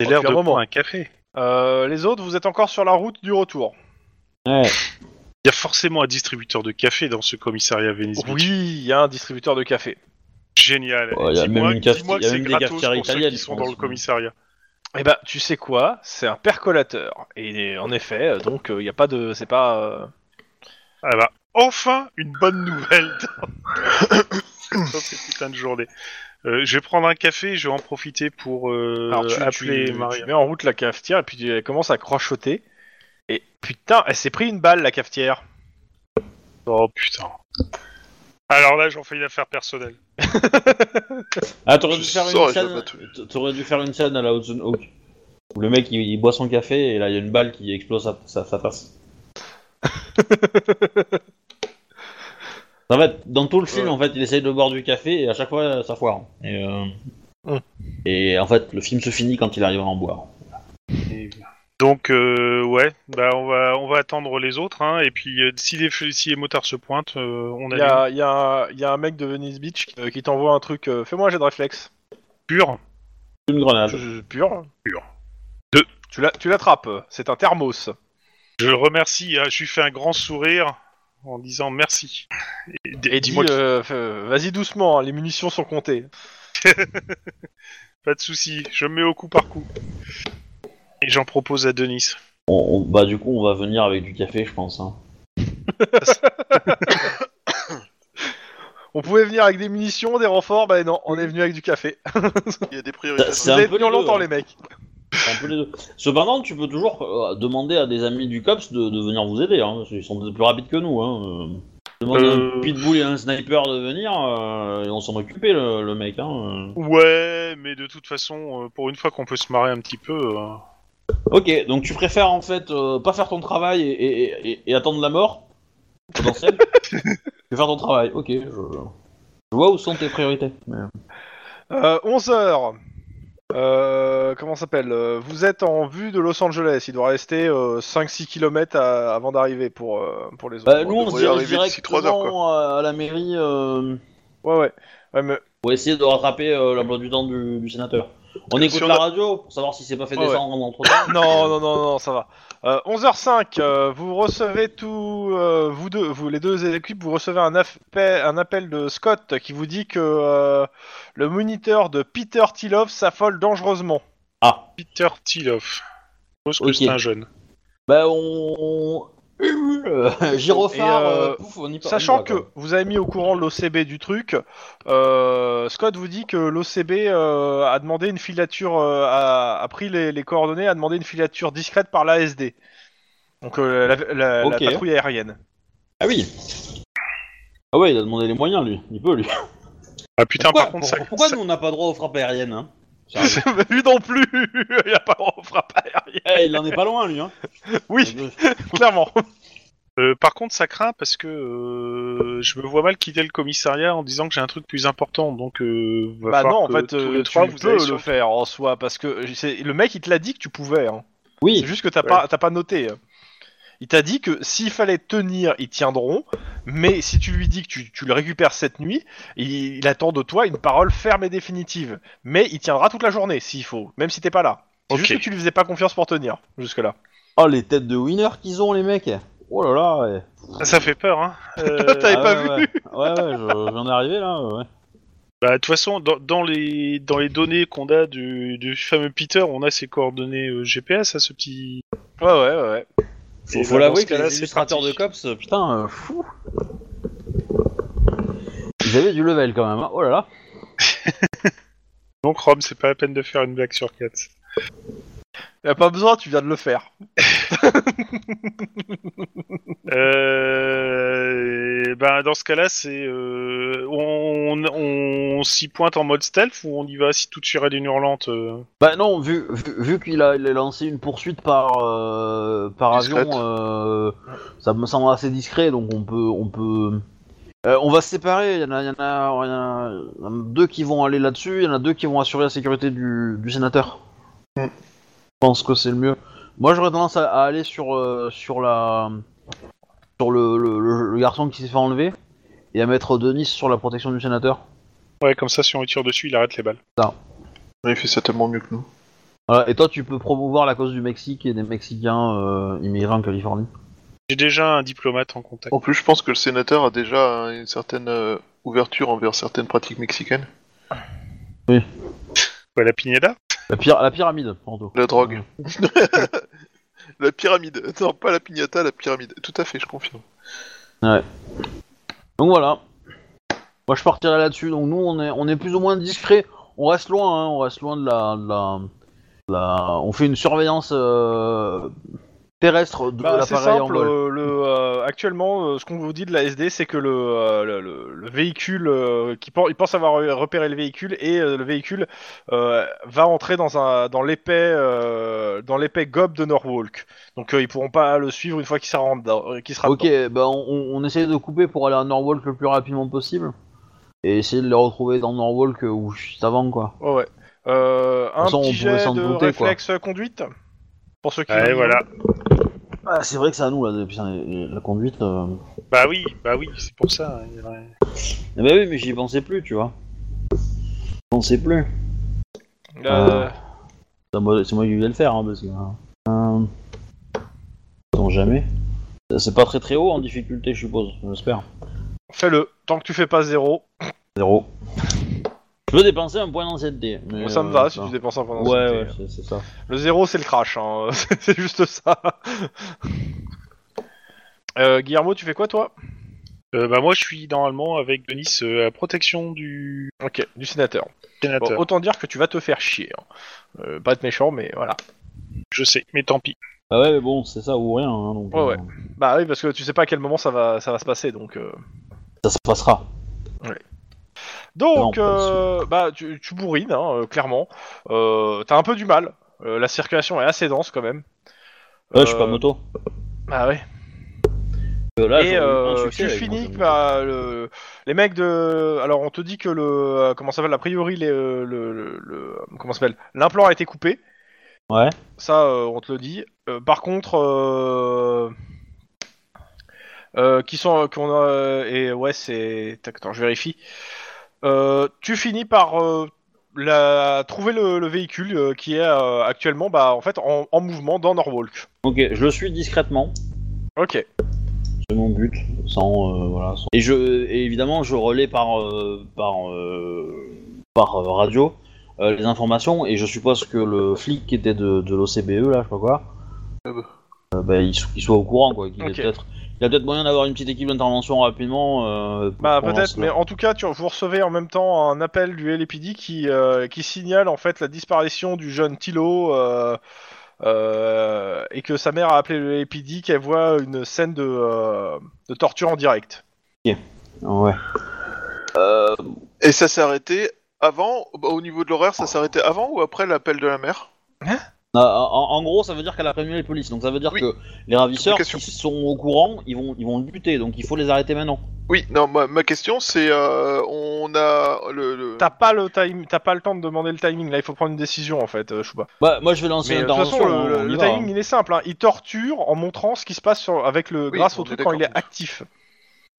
Speaker 5: J'ai l'air de
Speaker 2: depuis un moment.
Speaker 5: prendre un café.
Speaker 2: Euh, les autres, vous êtes encore sur la route du retour.
Speaker 1: Ouais.
Speaker 5: Il y a forcément un distributeur de café dans ce commissariat Venice Beach.
Speaker 2: Oui, il y a un distributeur de café.
Speaker 5: Génial.
Speaker 1: Ouais, il y a
Speaker 5: Dis-moi-
Speaker 1: même une cafeti-
Speaker 5: dis-moi que
Speaker 1: il y a
Speaker 5: c'est
Speaker 1: même des
Speaker 5: gratos
Speaker 1: cafetières
Speaker 5: pour ceux
Speaker 1: italiennes,
Speaker 5: qui
Speaker 1: je
Speaker 5: sont
Speaker 1: pense.
Speaker 5: dans le commissariat.
Speaker 2: Eh ben, tu sais quoi C'est un percolateur. Et il est- en effet, euh, donc il n'y a pas de, c'est pas. euh,
Speaker 5: Ah bah, enfin une bonne nouvelle dans, <coughs> dans cette putain de journée. Euh, je vais prendre un café, je vais en profiter pour euh,
Speaker 2: Alors tu,
Speaker 5: appeler
Speaker 2: tu-
Speaker 5: Maria.
Speaker 2: tu mets en route la cafetière et puis elle commence à crochoter. Et putain, elle s'est pris une balle la cafetière.
Speaker 5: Oh putain. Alors là, j'en fais une affaire personnelle.
Speaker 1: Ah, t'aurais
Speaker 4: Je
Speaker 1: dû, faire
Speaker 4: saurais,
Speaker 1: une
Speaker 4: je
Speaker 1: scène...
Speaker 4: l'aurais pas
Speaker 1: t'aurais dû faire une scène à la Hudson Hawk. Où le mec il, il boit son café et là il y a une balle qui explose sa, sa, sa
Speaker 4: <laughs>
Speaker 1: face. en fait, dans tout le film,
Speaker 4: Ouais.
Speaker 1: en fait, il essaye de boire du café et à chaque fois ça foire. Et, euh,
Speaker 2: Hum.
Speaker 1: et en fait, le film se finit quand il arrive à en boire.
Speaker 5: Donc euh, ouais, bah on va on va attendre les autres hein, et puis euh, si les si les motards se pointent, euh, on
Speaker 2: Il
Speaker 5: a
Speaker 2: y a,
Speaker 5: les
Speaker 2: y a un- y a un mec de Venice Beach qui, euh, qui t'envoie un truc. euh, Fais-moi un jet de réflexe.
Speaker 5: pur.
Speaker 1: Une grenade.
Speaker 2: Je- je- Pur.
Speaker 5: Pur. Deux.
Speaker 2: Tu l'a- tu l'attrapes. C'est un thermos.
Speaker 5: Je le remercie, hein, je lui fais un grand sourire en disant merci. Et, d-
Speaker 2: Et dis-moi. euh,
Speaker 5: dis-moi qu'il-
Speaker 2: Vas-y doucement. hein, les munitions sont comptées.
Speaker 5: pas de souci, je me mets au coup par coup. Et j'en propose à Denis.
Speaker 1: On- on- bah, du coup, on va venir avec du café, je pense. hein.
Speaker 2: On pouvait venir avec des munitions, des renforts. Bah non, on est venu avec du café.
Speaker 4: Il y a
Speaker 1: C'est
Speaker 2: Vous
Speaker 4: des priorités.
Speaker 1: un
Speaker 2: avez
Speaker 1: peu
Speaker 2: tenu
Speaker 1: les deux,
Speaker 2: longtemps
Speaker 1: hein.
Speaker 2: les mecs.
Speaker 1: C'est un peu les deux. Cependant, tu peux toujours euh, demander à des amis du COPS de, de venir vous aider, hein, parce qu'ils sont peut-être plus rapides que nous. Hein. euh. Demande à
Speaker 5: Euh.
Speaker 1: un pitbull et à un sniper de venir, euh, et on s'en occupait, le, le mec. Hein. euh.
Speaker 5: Ouais, mais de toute façon, euh, pour une fois qu'on peut se marrer un petit peu. euh,
Speaker 1: Ok, donc tu préfères en fait euh, pas faire ton travail et, et- et- et attendre la mort
Speaker 4: <laughs>
Speaker 1: potentielle que faire ton travail. Ok, je, je vois où sont tes priorités. mais-
Speaker 2: Euh, 11h. Euh, comment ça s'appelle Euh, Vous êtes en vue de Los Angeles. Il doit rester euh, 5-6 km avant d'arriver pour, euh, pour les autres.
Speaker 1: Bah, nous, on se
Speaker 4: devrait
Speaker 1: dirige
Speaker 4: arriver d'ici trois heures,
Speaker 1: directement à, à la mairie euh,
Speaker 2: Ouais, ouais. Ouais, mais-
Speaker 1: pour essayer de rattraper euh, l'emploi du temps du, du sénateur. On
Speaker 4: Si
Speaker 1: écoute
Speaker 4: on a-
Speaker 1: la radio pour savoir si c'est pas fait
Speaker 2: Ah Ouais, ouais.
Speaker 1: descendre entre temps.
Speaker 2: <coughs> <laughs> Non, non, non, non, ça va. Euh, 11h05, euh, vous recevez tout, euh, vous deux, vous, les deux équipes, vous recevez un appel, un appel de Scott qui vous dit que euh, le moniteur de Peter Tilov s'affole dangereusement.
Speaker 1: Ah.
Speaker 5: Peter Tiloff. Je suppose que
Speaker 1: Ok.
Speaker 5: c'est un jeune.
Speaker 1: Bah on... Euh, Gyrophare,
Speaker 2: Et, euh,
Speaker 1: euh, pouf, on y pa- on y
Speaker 2: Sachant
Speaker 1: va,
Speaker 2: que
Speaker 1: quoi.
Speaker 2: vous avez mis au courant l'OCB du truc, euh, Scott vous dit que l'OCB euh, a demandé une filature, euh, a, a pris les, les coordonnées, a demandé une filature discrète par l'ASD. Donc euh, la, la- la
Speaker 1: Ok.
Speaker 2: patrouille aérienne.
Speaker 1: Ah oui Ah ouais, il a demandé les moyens, lui. Il peut, lui.
Speaker 5: Ah putain,
Speaker 1: pourquoi
Speaker 5: par contre, ça,
Speaker 1: pour- pourquoi
Speaker 5: ça-
Speaker 1: nous, on n'a pas droit aux frappes aériennes,
Speaker 2: <laughs>
Speaker 1: hein Sérieux.
Speaker 2: lui non plus, <laughs> il a pas de frappe aérienne.
Speaker 1: Eh, Il en est pas loin, lui, hein
Speaker 2: Oui, clairement.
Speaker 5: euh, par contre, ça craint parce que euh, je me vois mal quitter le commissariat en disant que j'ai un truc plus important. Donc, euh, va
Speaker 2: Bah
Speaker 5: falloir
Speaker 2: non, en
Speaker 5: que
Speaker 2: fait,
Speaker 5: tous
Speaker 2: euh,
Speaker 5: les
Speaker 2: tu
Speaker 5: trois, vous
Speaker 2: peux
Speaker 5: allez
Speaker 2: le
Speaker 5: sur-
Speaker 2: faire en soi, parce que c'est- le mec, il te l'a dit que tu pouvais. hein.
Speaker 1: Oui,
Speaker 2: C'est juste que t'as
Speaker 5: Ouais.
Speaker 2: pas, t'as pas noté. hein. Il t'a dit que s'il fallait tenir, ils tiendront, mais si tu lui dis que tu, tu le récupères cette nuit, il, il attend de toi une parole ferme et définitive. Mais il tiendra toute la journée, s'il faut, même si t'es pas là. C'est
Speaker 5: Ok.
Speaker 2: juste que tu lui faisais pas confiance pour tenir, jusque-là.
Speaker 1: Oh, les têtes de winner qu'ils ont, les mecs Oh là là, ouais.
Speaker 5: Ça fait peur, hein. Euh,
Speaker 2: <laughs> T'avais
Speaker 1: Ah
Speaker 2: pas
Speaker 1: ouais,
Speaker 2: vu
Speaker 1: Ouais, ouais, ouais, je, je viens d'arriver, là, ouais.
Speaker 5: Bah, de toute façon, dans, dans les, dans les données qu'on a du, du fameux Peter, on a ses coordonnées euh, GPS à ce petit.
Speaker 4: Ouais, ouais, ouais.
Speaker 1: Faut,
Speaker 5: Et
Speaker 1: faut
Speaker 5: bah, dans
Speaker 1: l'avouer
Speaker 5: ce
Speaker 1: que
Speaker 5: cas-là,
Speaker 1: les
Speaker 5: c'est
Speaker 1: illustrateurs de
Speaker 5: pratique.
Speaker 1: cops, euh, putain, euh, fou. Ils avaient du level quand même. hein. Oh là là.
Speaker 5: Donc, Rome, c'est pas la peine de faire une blague sur 4.
Speaker 2: Y a pas besoin, tu viens de le faire.
Speaker 5: Euh, ben, dans ce cas-là, c'est euh, on, on, on s'y pointe en mode stealth ou on y va si toute sirène est hurlante. euh
Speaker 1: Bah non, vu, vu, vu qu'il a, il a lancé une poursuite par, euh, par
Speaker 4: Discrète.
Speaker 1: avion, euh, ça me semble assez discret, donc on peut... On, peut... Euh, on va se séparer, il y, en a- il y en a- il y en a il y en a deux qui vont aller là-dessus, il y en a deux qui vont assurer la sécurité du, du sénateur.
Speaker 4: Mm.
Speaker 1: Je pense que c'est le mieux. Moi j'aurais tendance à, à aller sur, euh, sur, la, sur le, le- le- le garçon qui s'est fait enlever, et à mettre Denis sur la protection du sénateur.
Speaker 5: Ouais, comme ça, si on lui tire dessus, il arrête les balles.
Speaker 4: Il fait ça tellement mieux que nous.
Speaker 1: Voilà, et toi, tu peux promouvoir la cause du Mexique et des Mexicains euh, immigrés en Californie.
Speaker 5: J'ai déjà un diplomate en contact.
Speaker 4: En plus, je pense que le sénateur a déjà euh, une certaine euh, ouverture envers certaines pratiques mexicaines.
Speaker 5: Ouais, la Pineda
Speaker 1: La, pyra- la pyramide, plutôt.
Speaker 4: La drogue. Mm. La pyramide. <laughs> Non, pas la pignata, la pyramide. Tout à fait, je confirme.
Speaker 1: Donc voilà. Moi, je partirai là-dessus. Donc nous, on est, on est plus ou moins discret. On reste loin, hein, on reste loin de la, de la, de la- On fait une surveillance euh, terrestre de
Speaker 2: Bah, c'est
Speaker 1: l'appareil en
Speaker 2: simple.
Speaker 1: vol.
Speaker 2: euh, le, euh, actuellement, euh, ce qu'on vous dit de la SD, c'est que le, euh, le, le- le véhicule, euh, qui pen- il pense avoir repéré le véhicule et euh, le véhicule euh, va entrer dans un dans l'épais euh, dans l'épais gob de Norwalk. Donc euh, ils pourront pas le suivre une fois qu'il sera rendu- euh, qu'il sera.
Speaker 1: Ok, bah on, on- on essaie de couper pour aller à Norwalk le plus rapidement possible. Et essayer de les retrouver dans Norwalk euh, ou juste avant, quoi.
Speaker 2: dedans. Ouais, ouais. Euh, un
Speaker 1: façon, on
Speaker 2: petit
Speaker 1: pouvait
Speaker 2: jet
Speaker 1: s'en
Speaker 2: de
Speaker 1: douter, quoi.
Speaker 2: réflexe conduite pour ceux qui.
Speaker 5: Ouais, voilà.
Speaker 1: Ah, c'est vrai que c'est à nous, là, depuis la conduite. euh.
Speaker 5: Bah oui, bah oui, c'est pour ça. hein, ouais.
Speaker 1: Eh ben oui, mais j'y pensais plus, tu vois. J'y pensais plus.
Speaker 2: Euh,
Speaker 1: C'est moi, c'est moi qui vais le faire, hein, parce que... Euh, attends, jamais. C'est pas très très haut en difficulté, je suppose, j'espère.
Speaker 2: Fais-le tant que tu fais pas zéro.
Speaker 1: Zéro. Je peux dépenser un point d'ancienneté. mais,
Speaker 2: ça me
Speaker 1: euh,
Speaker 2: va si
Speaker 1: ça.
Speaker 2: tu dépenses un point
Speaker 1: Ouais,
Speaker 2: d'ancienneté.
Speaker 1: ouais, c'est- c'est ça.
Speaker 2: Le zéro, c'est le crash, hein. <laughs> c'est juste ça. Euh, Guillermo, tu fais quoi toi
Speaker 5: Euh, bah moi, je suis normalement avec Denis euh, à protection du
Speaker 2: Ok, du sénateur. Bon,
Speaker 5: sénateur.
Speaker 2: autant dire que tu vas te faire chier. hein. Euh, pas être méchant, mais voilà.
Speaker 5: Je sais, mais tant pis.
Speaker 1: Ah ouais, mais bon, c'est ça ou rien. hein, donc,
Speaker 2: Ouais,
Speaker 1: euh,
Speaker 2: ouais. Bah oui, parce que tu sais pas à quel moment ça va, ça va se passer, donc. euh.
Speaker 1: Ça se passera. Non,
Speaker 2: Donc,
Speaker 1: pas
Speaker 2: euh, bah, tu, tu bourrines, hein, euh, clairement. Euh, T'as un peu du mal. Euh, la circulation est assez dense quand même.
Speaker 1: Ouais, je suis pas
Speaker 2: Euh,
Speaker 1: moto.
Speaker 2: Ah ouais.
Speaker 1: Euh, Là,
Speaker 2: et
Speaker 1: j'aurais eu un
Speaker 2: euh,
Speaker 1: succès
Speaker 2: tu
Speaker 1: avec mon
Speaker 2: finis
Speaker 1: jeu de moto.
Speaker 2: par le... les mecs de. Alors on te dit que le euh, comment ça s'appelle a priori les, euh, le, le, le- comment ça s'appelle l'implant a été coupé.
Speaker 1: Ouais.
Speaker 2: Ça euh, on te le dit. Euh, par contre euh... euh, qui sont qu'on a euh, et ouais c'est tac, attends je vérifie. Euh, tu finis par euh, la... trouver le, le véhicule euh, qui est euh, actuellement bah en fait en, en mouvement dans Norwalk.
Speaker 1: Ok, je le suis discrètement.
Speaker 2: Ok.
Speaker 1: C'est mon but, sans euh, voilà. sans- Et je, et évidemment, je relais par euh, par euh, par euh, radio euh, les informations et je suppose que le flic qui était de, de l'OCBE E, là, je sais pas quoi,
Speaker 4: Ah bah.
Speaker 1: euh, bah, il, so- qu'il soit au courant quoi. Qu'il ait
Speaker 2: Ok.
Speaker 1: peut-être, il y a peut-être moyen d'avoir une petite équipe d'intervention rapidement. euh, pour
Speaker 2: Bah
Speaker 1: qu'on
Speaker 2: peut-être,
Speaker 1: lance le-
Speaker 2: mais en tout cas, tu, vous recevez en même temps un appel du LPD qui, euh, qui signale en fait la disparition du jeune Tilo euh, euh, et que sa mère a appelé le LPD qu'elle voit une scène de, euh, de torture en direct.
Speaker 1: Ouais.
Speaker 4: Et ça s'est arrêté avant, bah, au niveau de l'horaire, ça s'est arrêté avant ou après l'appel de la mer
Speaker 1: Ah, En, en gros, ça veut dire qu'elle a prévenu les polices, donc ça veut dire
Speaker 4: Oui.
Speaker 1: que les ravisseurs
Speaker 4: Complication.
Speaker 1: qui sont au courant, ils vont ils vont le buter, donc il faut les arrêter maintenant.
Speaker 4: Oui, non, ma, ma question c'est euh, on a le. le-
Speaker 2: T'as pas le time, t'as pas le temps de demander le timing. Là, il faut prendre une décision en fait, euh, Chouba.
Speaker 1: Bah, moi, je vais lancer
Speaker 2: Mais euh, de toute
Speaker 1: l'intervention.
Speaker 2: façon, le,
Speaker 1: on
Speaker 2: le-
Speaker 1: y
Speaker 2: le
Speaker 1: va, hein.
Speaker 2: timing il est simple. hein. Il torture en montrant ce qui se passe sur- avec le
Speaker 4: Oui,
Speaker 2: grâce
Speaker 4: on
Speaker 2: au
Speaker 4: est
Speaker 2: truc
Speaker 4: d'accord.
Speaker 2: quand il est actif,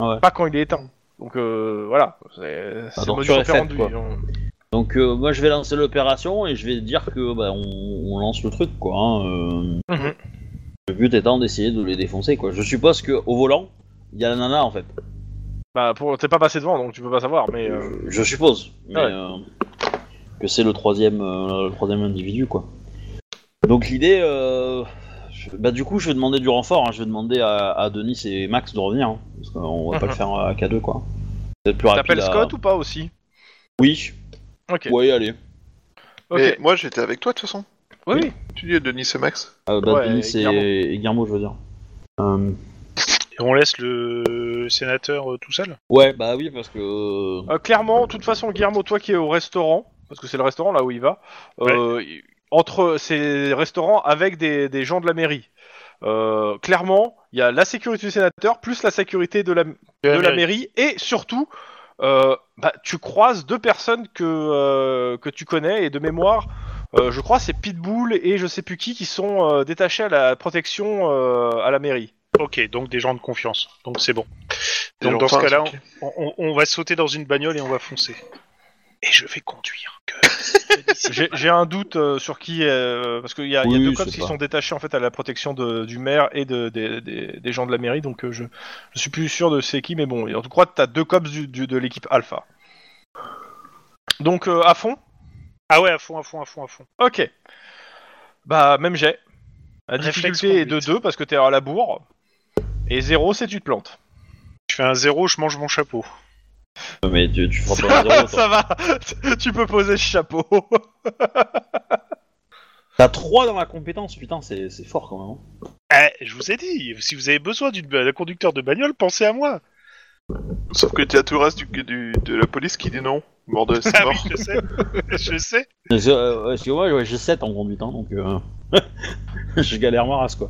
Speaker 1: Ouais.
Speaker 2: pas quand il est éteint. Donc euh, voilà, c'est c'est
Speaker 1: torture
Speaker 2: le modus
Speaker 1: est faite,
Speaker 2: operandi,
Speaker 1: quoi.
Speaker 2: hein.
Speaker 1: Donc euh, moi je vais lancer l'opération et je vais dire que bah, on, on lance le truc quoi. hein, euh.
Speaker 2: Mhm.
Speaker 1: Le but étant d'essayer de les défoncer quoi. Je suppose que au volant il y a la nana en fait.
Speaker 2: Bah, pour... t'es pas passé devant, donc tu peux pas savoir, mais. euh,
Speaker 1: Euh, Je suppose. Mais,
Speaker 2: Ah ouais.
Speaker 1: euh, que c'est le troisième, euh, le troisième individu, quoi. Donc l'idée, euh, je- bah du coup, je vais demander du renfort. hein. Je vais demander à, à Denis et Max de revenir, hein, parce qu'on va pas le faire à K2, quoi. C'est plus rapide.
Speaker 2: Mhm. T'appelles
Speaker 1: à-
Speaker 2: Scott ou pas aussi
Speaker 1: Oui.
Speaker 2: Ok.
Speaker 1: Oui, allez.
Speaker 2: Ok.
Speaker 4: Mais moi j'étais avec toi de toute façon.
Speaker 2: Oui, oui.
Speaker 4: Tu dis Denis et Max.
Speaker 1: Euh, bah,
Speaker 2: Ouais,
Speaker 1: Denis
Speaker 2: et
Speaker 1: et
Speaker 2: Guillermo.
Speaker 1: et Guillermo, je veux dire. Euh,
Speaker 5: Et on laisse le sénateur euh, tout seul
Speaker 1: ouais, bah oui, parce que.
Speaker 2: Euh, clairement, de toute façon, Guillermo, toi qui es au restaurant, parce que c'est le restaurant là où il va, euh, il- entre ces restaurants avec des, des gens de la mairie. Euh, clairement, il y a la sécurité du sénateur plus la sécurité de la, de la mairie et surtout euh, bah, tu croises deux personnes que, euh, que tu connais et de mémoire euh, je crois c'est Pitbull et je sais plus qui qui sont euh, détachés à la protection euh, à la mairie.
Speaker 5: Ok, donc des gens de confiance. Donc c'est bon.
Speaker 4: Des
Speaker 5: Donc
Speaker 4: gens
Speaker 5: dans ce
Speaker 4: pas-
Speaker 5: cas-là,
Speaker 4: ok.
Speaker 5: on, on- on va sauter dans une bagnole et on va foncer. Et je vais conduire. Que...
Speaker 2: J'ai j'ai un doute euh, sur qui euh, parce qu'il y a, il y a
Speaker 1: Oui,
Speaker 2: deux
Speaker 1: je
Speaker 2: cops
Speaker 1: sais
Speaker 2: qui
Speaker 1: pas.
Speaker 2: sont détachés en fait à la protection de- du maire et de, des- des- des gens de la mairie donc euh, je, je suis plus sûr de c'est qui mais bon en tout cas t'as deux cops du- du- de l'équipe alpha. Donc euh, à fond
Speaker 5: Ah ouais, à fond, à fond, à fond, à fond.
Speaker 2: Ok. Bah, même jet. La
Speaker 5: Réflexe
Speaker 2: difficulté est de
Speaker 5: conduite.
Speaker 2: 2 parce que t'es à la bourre. Et 0, c'est tu te plantes.
Speaker 5: Je fais un zéro, je mange mon chapeau.
Speaker 1: euh, Mais tu, tu feras pas un zéro, toi.
Speaker 2: Ça va <laughs> Tu peux poser ce chapeau.
Speaker 1: T'as 3 dans la compétence, putain, c'est c'est fort quand même. hein.
Speaker 5: Eh, je vous ai dit, si vous avez besoin d'une- d'un conducteur de bagnole, pensez à moi.
Speaker 4: Sauf que t'es à tout le reste du, du- de la police qui dit non. Mort de c'est
Speaker 5: Ah oui,
Speaker 4: mort.
Speaker 5: je
Speaker 1: <laughs>
Speaker 5: sais. je sais.
Speaker 1: Mais c'est- euh, Parce que moi, ouais, j'ai 7 en conduite, hein, donc. euh, <laughs> je galère ma race, quoi.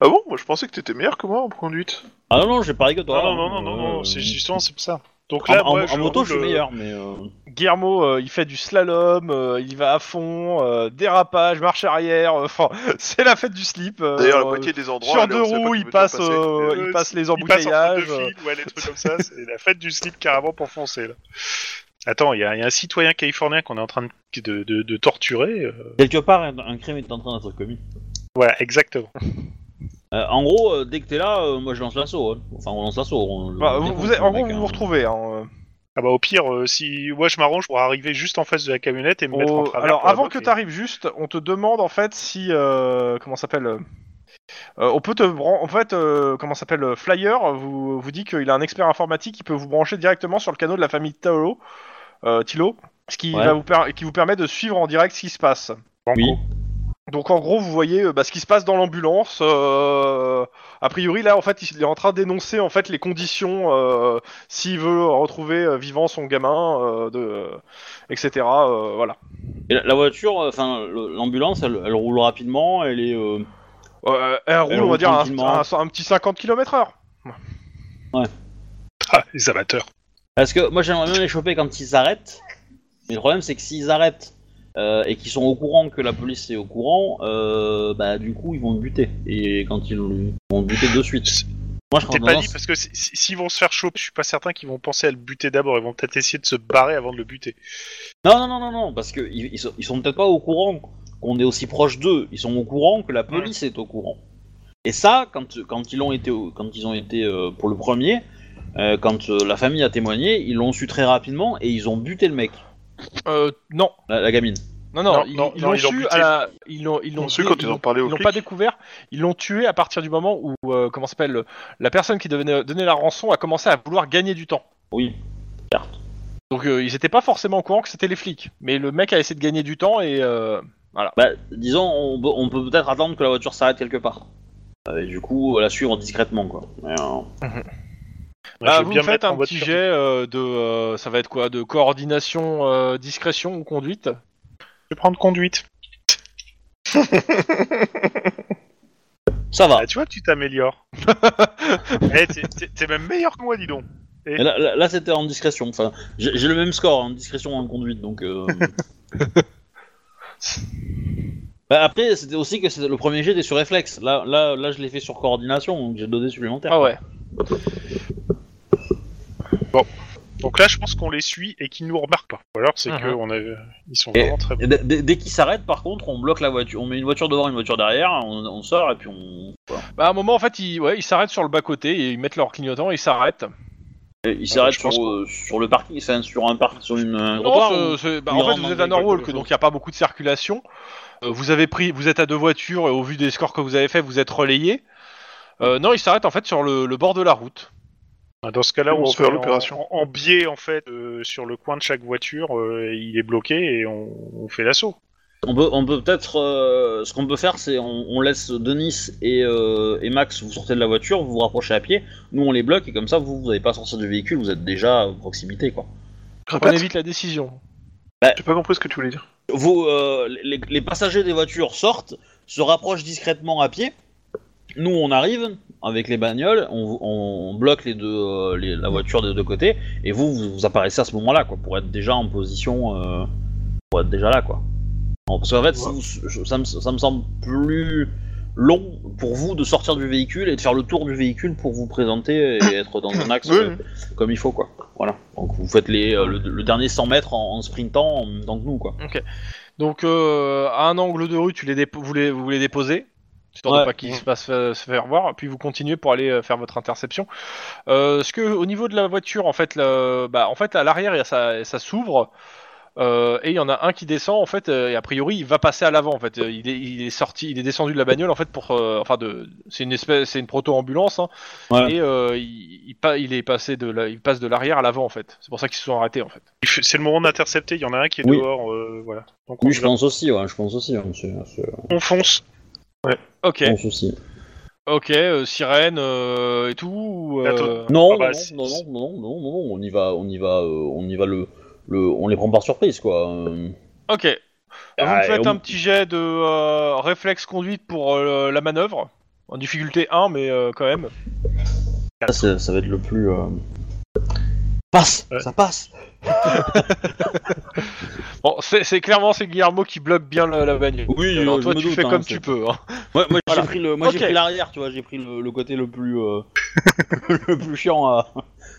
Speaker 4: Ah bon Moi je pensais que t'étais meilleur que moi en conduite.
Speaker 1: Ah non, non, j'ai pareil que toi.
Speaker 5: Non, non,
Speaker 1: hein,
Speaker 5: non, non, non, non,
Speaker 1: euh,
Speaker 5: c'est justement c'est pour ça. Donc
Speaker 1: En,
Speaker 5: là,
Speaker 1: en-
Speaker 5: moi,
Speaker 1: en
Speaker 5: je
Speaker 1: moto, je suis
Speaker 5: roule, euh,
Speaker 1: meilleur, mais. euh,
Speaker 2: Guillermo, euh, il fait du slalom, euh, il va à fond, euh, dérapage, marche arrière. euh, Enfin, <laughs> c'est la fête du slip. euh,
Speaker 4: D'ailleurs, la
Speaker 2: euh,
Speaker 4: moitié des endroits.
Speaker 2: sur
Speaker 4: là,
Speaker 2: deux
Speaker 4: on sait pas
Speaker 2: roues,
Speaker 4: combien
Speaker 2: il
Speaker 4: de temps
Speaker 2: passe,
Speaker 4: passer.
Speaker 2: euh, il
Speaker 5: Euh,
Speaker 2: passe les
Speaker 5: Il passe euh. entre
Speaker 2: embouteillages.
Speaker 5: deux fils, ouais, les trucs comme ça, c'est la fête du slip carrément pour foncer. Là. Attends, il y, a il y a un citoyen californien qu'on est en train de, de- de- de torturer. euh.
Speaker 1: Quelque part, un, un crime est en train d'être commis.
Speaker 5: Voilà, exactement.
Speaker 1: Euh, en gros, euh, dès que t'es là, euh, moi je lance l'assaut. hein. Enfin, on lance l'assaut. on-
Speaker 2: Bah,
Speaker 1: on
Speaker 2: vous,
Speaker 1: défonce,
Speaker 2: vous êtes- en
Speaker 1: hein,
Speaker 2: gros,
Speaker 1: mec,
Speaker 2: vous
Speaker 1: hein.
Speaker 2: vous retrouvez. hein.
Speaker 5: Ah bah au pire, euh, si moi je m'arrange pour arriver juste en face de la camionnette et me mettre en
Speaker 2: Oh,
Speaker 5: travers.
Speaker 2: alors
Speaker 5: pour la
Speaker 2: avant que
Speaker 5: bloquer.
Speaker 2: tu arrives juste, on te demande en fait si euh, comment ça s'appelle euh, euh, on peut te bran- en fait euh, comment ça s'appelle euh, flyer vous vous dit qu'il a un expert informatique qui peut vous brancher directement sur le canot de la famille Tao euh, Tilo, ce qui
Speaker 1: Ouais.
Speaker 2: va vous per- qui vous permet de suivre en direct ce qui se passe.
Speaker 1: Oui.
Speaker 2: Donc en gros, vous voyez euh, bah, ce qui se passe dans l'ambulance. euh, a priori, là, en fait, il est en train d'énoncer en fait les conditions euh, s'il veut retrouver euh, vivant son gamin, euh, de, etc. euh, voilà.
Speaker 1: Et la, la voiture, euh, enfin, le- l'ambulance, elle, elle roule rapidement. Elle est. euh,
Speaker 2: Euh, elle roule,
Speaker 1: Elle
Speaker 2: on va
Speaker 1: roule
Speaker 2: dire, un,
Speaker 1: tranquillement.
Speaker 2: un- un petit 50 km/h.
Speaker 5: Ah, les amateurs.
Speaker 1: Parce que moi j'aimerais bien les choper quand ils arrêtent. Mais le problème, c'est que s'ils arrêtent euh, et qu'ils sont au courant que la police est au courant, euh, bah du coup ils vont le buter. Et quand ils ils vont le buter de suite. Moi je
Speaker 5: T'es
Speaker 1: crois
Speaker 5: pas dit parce que si- si- s'ils vont se faire choper, je suis pas certain qu'ils vont penser à le buter d'abord. Ils vont peut-être essayer de se barrer avant de le buter.
Speaker 1: Non, non, non, non, non, parce qu'ils ils sont, ils sont peut-être pas au courant qu'on est aussi proche d'eux. Ils sont au courant que la police est au courant. Et ça, quand, quand ils ont été, au- quand ils ont été euh, pour le premier, euh, quand euh, la famille a témoigné, ils l'ont su très rapidement et ils ont buté le mec,
Speaker 2: Euh, non.
Speaker 1: la, la gamine.
Speaker 2: Non, non,
Speaker 5: Non,
Speaker 2: ils
Speaker 5: non,
Speaker 2: ils
Speaker 5: non,
Speaker 2: l'ont
Speaker 5: ils l'ont
Speaker 2: su
Speaker 5: buté.
Speaker 2: à la- Ils l'ont ils
Speaker 4: Ils l'ont
Speaker 2: l'ont
Speaker 4: su
Speaker 2: dé-
Speaker 4: quand
Speaker 2: ils
Speaker 4: ils
Speaker 2: l'ont-
Speaker 4: ont parlé
Speaker 2: ils
Speaker 4: au
Speaker 2: l'ont
Speaker 4: flic.
Speaker 2: pas découvert, ils l'ont tué à partir du moment où, euh, comment s'appelle, la personne qui devait donner la rançon a commencé à vouloir gagner du temps.
Speaker 1: Oui, certes.
Speaker 2: Donc euh, ils n'étaient pas forcément au courant que c'était les flics, mais le mec a essayé de gagner du temps et euh,
Speaker 1: Bah, disons, on, peut- on peut peut-être attendre que la voiture s'arrête quelque part. Euh, Et du coup, la suivre discrètement, quoi. Mais, euh,
Speaker 5: Moi,
Speaker 2: Ah,
Speaker 5: je
Speaker 2: vous me
Speaker 5: vais bien Bah, me
Speaker 2: faites
Speaker 5: mettre en
Speaker 2: un
Speaker 5: mode
Speaker 2: petit
Speaker 5: surprise.
Speaker 2: jet euh, de, euh, ça va être quoi, de coordination, euh, discrétion ou conduite.
Speaker 5: Je vais prendre conduite.
Speaker 1: ça va.
Speaker 5: Ah, tu vois, tu <laughs> t'améliores. Eh, t'es- t'es t'es même meilleur que moi, dis donc.
Speaker 1: Mais là, là- là, c'était en discrétion. Enfin, j'ai j'ai le même score en discrétion et en conduite, donc.
Speaker 5: <laughs>
Speaker 1: euh, Bah, après, c'était aussi que c'était- le premier jet était sur réflexe. Là, là, là, je l'ai fait sur coordination, donc j'ai donné supplémentaire.
Speaker 2: Ah ouais.
Speaker 5: Donc là, je pense qu'on les suit et qu'ils nous remarquent pas. Ou alors, c'est
Speaker 2: Mhm.
Speaker 5: que on a... ils sont vraiment très bons.
Speaker 1: Et dès- Dès dès qu'ils s'arrêtent, par contre, on bloque la voiture. On met une voiture devant, une voiture derrière, on, on sort et puis on. voilà.
Speaker 2: Bah, à un moment en fait, ils, ouais, ils s'arrêtent sur le bas côté et ils mettent leur clignotant et ils s'arrêtent.
Speaker 1: Et il
Speaker 5: bah,
Speaker 1: s'arrête
Speaker 5: je pense
Speaker 1: sur, euh, sur le parking, enfin, sur un parking, sur une un
Speaker 2: Non,
Speaker 1: trottoir,
Speaker 5: euh,
Speaker 2: ce-
Speaker 1: ou-
Speaker 2: ce- bah,
Speaker 1: ou il
Speaker 2: en fait,
Speaker 1: rentre
Speaker 2: vous êtes
Speaker 1: dans
Speaker 2: à
Speaker 1: une école
Speaker 2: Norwalk,
Speaker 1: de
Speaker 2: donc il n'y a pas beaucoup de circulation. Euh, vous avez pris, vous êtes à deux voitures et au vu des scores que vous avez fait, vous êtes relayé. Euh, non, il s'arrête en fait sur le, le bord de la route.
Speaker 5: Ah, Dans ce cas-là,
Speaker 4: Ils
Speaker 5: on
Speaker 4: vont
Speaker 5: se
Speaker 4: faire
Speaker 5: fait
Speaker 4: l'opération.
Speaker 5: l'opération en, en biais en fait euh, sur le coin de chaque voiture. euh, il est bloqué et on, on fait l'assaut.
Speaker 1: On peut, on peut peut-être, euh, ce qu'on peut faire, c'est on, on laisse Denis et, euh, et Max, vous sortez de la voiture, vous vous rapprochez à pied, nous on les bloque et comme ça vous, vous n'avez pas sorti du véhicule, vous êtes déjà à proximité quoi.
Speaker 2: On
Speaker 4: Répète,
Speaker 2: évite la décision.
Speaker 4: j'ai pas compris ce que tu voulais dire.
Speaker 1: Vous, euh, les, les passagers des voitures sortent, se rapprochent discrètement à pied. Nous, on arrive avec les bagnoles, on, on- on bloque les deux, euh, les- la voiture des deux côtés, et vous, vous, vous apparaissez à ce moment-là, quoi, pour être déjà en position, euh, pour être déjà là, quoi. Bon, parce qu'en fait, si vous- je- ça, me, ça me semble plus long pour vous de sortir du véhicule et de faire le tour du véhicule pour vous présenter et être dans un axe
Speaker 4: Oui,
Speaker 1: euh, comme il faut, quoi. Voilà. Donc vous faites les, euh, le, le dernier 100 mètres en, en sprintant en même temps que nous, quoi.
Speaker 2: Donc euh, à un angle de rue, tu les dépo- vous, les, vous les déposez, histoire
Speaker 1: Ouais.
Speaker 2: de pas qu'ils se fassent euh, se faire voir. Puis vous continuez pour aller euh, faire votre interception. Euh, ce que au niveau de la voiture, en fait, le- bah, en fait à l'arrière, il y a ça, ça s'ouvre. euh, et il y en a un qui descend en fait euh, et a priori il va passer à l'avant en fait Euh, il est, il est sorti il est descendu de la bagnole en fait pour euh, enfin de c'est une espèce c'est une proto ambulance
Speaker 1: Ouais.
Speaker 2: et euh, il, il, pa- il est passé de la- il passe de l'arrière à l'avant en fait c'est pour ça qu'ils se sont arrêtés en fait
Speaker 5: Il fait- C'est le moment d'intercepter. Il y en a un qui est
Speaker 1: Oui.
Speaker 5: dehors. euh, voilà. Donc on,
Speaker 1: Oui, je
Speaker 5: va-
Speaker 1: pense aussi, ouais, je pense aussi. hein, c'est- c'est-
Speaker 5: on fonce.
Speaker 2: ok
Speaker 1: Je pense aussi.
Speaker 2: Ok, euh, sirène euh, et tout. ou, euh,
Speaker 5: Attends.
Speaker 1: Non,
Speaker 5: Ah bah, si-
Speaker 1: non, non, non, non, non, non, non, on y va, on y va, euh, on y va le, le, on les prend par surprise, quoi. euh.
Speaker 2: Ok. Vous
Speaker 1: Ah,
Speaker 2: me
Speaker 1: et
Speaker 2: faites
Speaker 1: on-
Speaker 2: un petit jet de euh, réflexe conduite pour euh, la manœuvre. En difficulté 1, mais euh, quand même.
Speaker 1: Ça, c'est- ça va être le plus. euh, Passe,
Speaker 5: Ouais.
Speaker 1: ça passe.
Speaker 2: Bon, c'est c'est clairement c'est Guillermo qui bloque bien la, la bagnole.
Speaker 1: Oui,
Speaker 2: Alors,
Speaker 1: euh,
Speaker 2: toi,
Speaker 1: je me
Speaker 2: tu
Speaker 1: doute,
Speaker 2: fais
Speaker 1: hein,
Speaker 2: comme
Speaker 1: c'est-
Speaker 2: tu peux. hein.
Speaker 1: Ouais, moi,
Speaker 2: Voilà.
Speaker 1: j'ai pris le, moi, j'ai
Speaker 2: Ok.
Speaker 1: pris l'arrière, tu vois, j'ai pris le, le côté le plus, euh, <laughs> le plus chiant, à...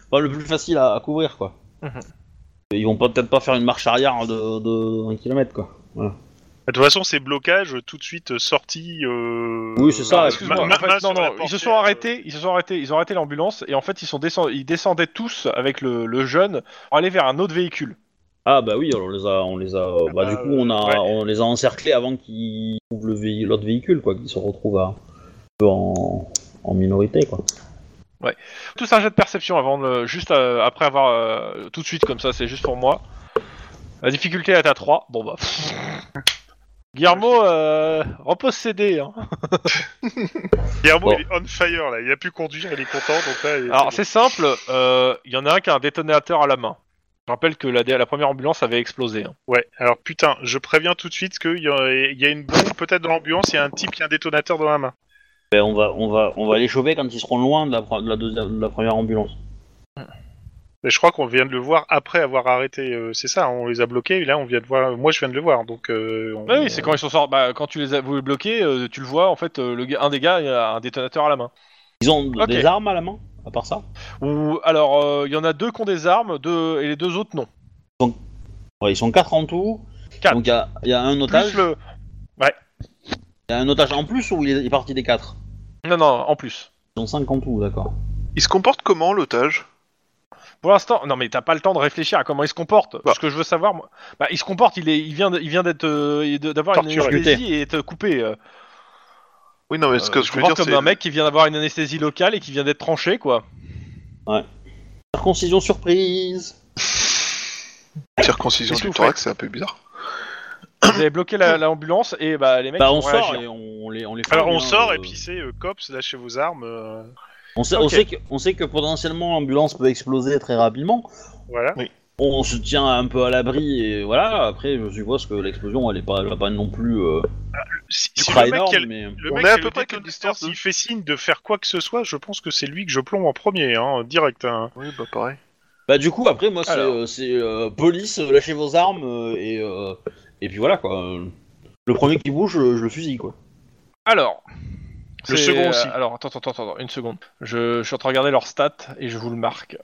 Speaker 1: enfin le plus facile à, à couvrir, quoi.
Speaker 2: Mhm.
Speaker 1: Et Ils vont pas- peut-être pas faire une marche arrière de, de 1 km, quoi.
Speaker 5: Bah, De toute façon, ces blocages tout de suite sortis. euh,
Speaker 1: Oui, c'est ça,
Speaker 5: ma-
Speaker 2: Excuse-moi.
Speaker 5: ma-
Speaker 2: en
Speaker 5: ma-
Speaker 2: fait,
Speaker 5: ma-
Speaker 2: non,
Speaker 5: sur la
Speaker 2: non, ils se sont
Speaker 5: portière, euh.
Speaker 2: arrêtés. Ils se sont arrêtés. Ils ont arrêté l'ambulance et en fait ils sont descend- ils descendaient tous avec le, le jeune pour aller vers un autre véhicule.
Speaker 1: Ah bah oui, alors on les a, on les a. Bah,
Speaker 5: bah,
Speaker 1: du coup, on a,
Speaker 5: ouais.
Speaker 1: on les a encerclés avant qu'ils trouvent le véhi- l'autre véhicule, quoi, qu'ils se retrouvent à, un peu en, en minorité, quoi.
Speaker 2: Tous un jet de perception avant le- juste euh, après avoir euh, tout de suite comme ça. C'est juste pour moi. La difficulté est à 3. Bon bah. <laughs> Guillermo, euh, repose ses dés. hein.
Speaker 5: Guillermo,
Speaker 1: Bon.
Speaker 5: il est on fire là. Il a pu conduire, il est content. Donc là, il-
Speaker 2: Alors c'est simple, euh, il y en a un qui a un détonateur à la main. Je rappelle que la, dé- la première ambulance avait explosé. hein.
Speaker 5: Ouais, alors putain, je préviens tout de suite qu'il y, a- il y a une bombe peut-être dans l'ambulance, il y a un type qui a un détonateur dans la main.
Speaker 1: Ben, on va, on va, on va les choper quand ils seront loin de la, pre- de la, deuxième- de la première ambulance.
Speaker 5: Mais je crois qu'on vient de le voir après avoir arrêté, euh, c'est ça, on les a bloqués, et là on vient de voir, moi je viens de le voir, donc... euh, on-
Speaker 1: Ah
Speaker 2: Ouais, oui, c'est quand ils sont sortis, bah, quand tu les as voulu bloquer, euh, tu le vois en fait, euh, le gars- un des gars il a un détonateur à la main.
Speaker 1: Ils ont
Speaker 2: Ok.
Speaker 1: des armes à la main, à part ça.
Speaker 2: Ou alors euh, il y en a deux qui ont des armes, deux et les deux autres non.
Speaker 1: Ouais, ils sont quatre en tout.
Speaker 2: Quatre.
Speaker 1: Donc il y a, il y a un otage,
Speaker 2: Plus le...
Speaker 1: il y a un otage en plus ou il est, il est parti des quatre.
Speaker 2: Non non, en plus.
Speaker 1: Ils sont cinq en tout, d'accord.
Speaker 4: Il se comporte comment l'otage
Speaker 2: Pour l'instant, non mais t'as pas le temps de réfléchir à comment il se comporte. Ce que je veux savoir, moi, bah, il se comporte, il est, il vient, de- il vient d'être, euh, de- d'avoir une
Speaker 5: Torturé.
Speaker 2: anesthésie et être coupé. euh.
Speaker 4: Oui, non, mais ce que
Speaker 2: Euh,
Speaker 4: je
Speaker 2: je
Speaker 4: veux
Speaker 2: vois
Speaker 4: dire,
Speaker 2: comme
Speaker 4: c'est.
Speaker 2: un mec qui vient d'avoir une anesthésie locale et qui vient d'être tranché, quoi.
Speaker 1: Circoncision surprise.
Speaker 4: Circoncision
Speaker 2: Qu'est-ce que
Speaker 4: du
Speaker 2: vous
Speaker 4: thorax, c'est un peu bizarre.
Speaker 2: Vous avez bloqué la- l'ambulance et bah les mecs.
Speaker 1: Bah
Speaker 2: ils
Speaker 1: on
Speaker 2: vont
Speaker 1: sort
Speaker 2: réagir.
Speaker 1: et on, on les, on les. fait
Speaker 5: Alors on
Speaker 1: bien,
Speaker 5: sort,
Speaker 1: euh,
Speaker 5: et puis c'est euh, cops, lâchez vos armes, euh,
Speaker 1: On sait, on
Speaker 2: Ok.
Speaker 1: sait que, on sait que potentiellement l'ambulance peut exploser très rapidement.
Speaker 5: voilà.
Speaker 1: on se tient un peu à l'abri et voilà. Après, je suppose que l'explosion, elle est pas, elle va pas non plus. Euh,
Speaker 5: Si,
Speaker 1: tu
Speaker 5: si
Speaker 1: crois
Speaker 5: le mec
Speaker 1: énorme,
Speaker 5: qui a le-
Speaker 1: mais
Speaker 5: le
Speaker 4: On
Speaker 5: mec
Speaker 4: est à
Speaker 5: qui a
Speaker 4: peu
Speaker 5: le
Speaker 4: près à quelle
Speaker 5: détonateur,
Speaker 4: distance,
Speaker 5: s'il fait signe de faire quoi que ce soit, je pense que c'est lui que je plombe en premier, hein, direct. hein.
Speaker 4: Oui, bah pareil.
Speaker 1: bah du coup, après, moi, c'est,
Speaker 2: Alors.
Speaker 1: euh, c'est euh, police, euh, lâchez vos armes euh, et euh, et puis voilà quoi. Euh, Le premier qui bouge, euh, je, je le fusille quoi.
Speaker 2: Alors.
Speaker 5: Le
Speaker 2: c'est- euh,
Speaker 5: second aussi.
Speaker 2: Alors attends, attends, attends, attends, une seconde. Je, je suis en train de regarder leurs stats et je vous le marque.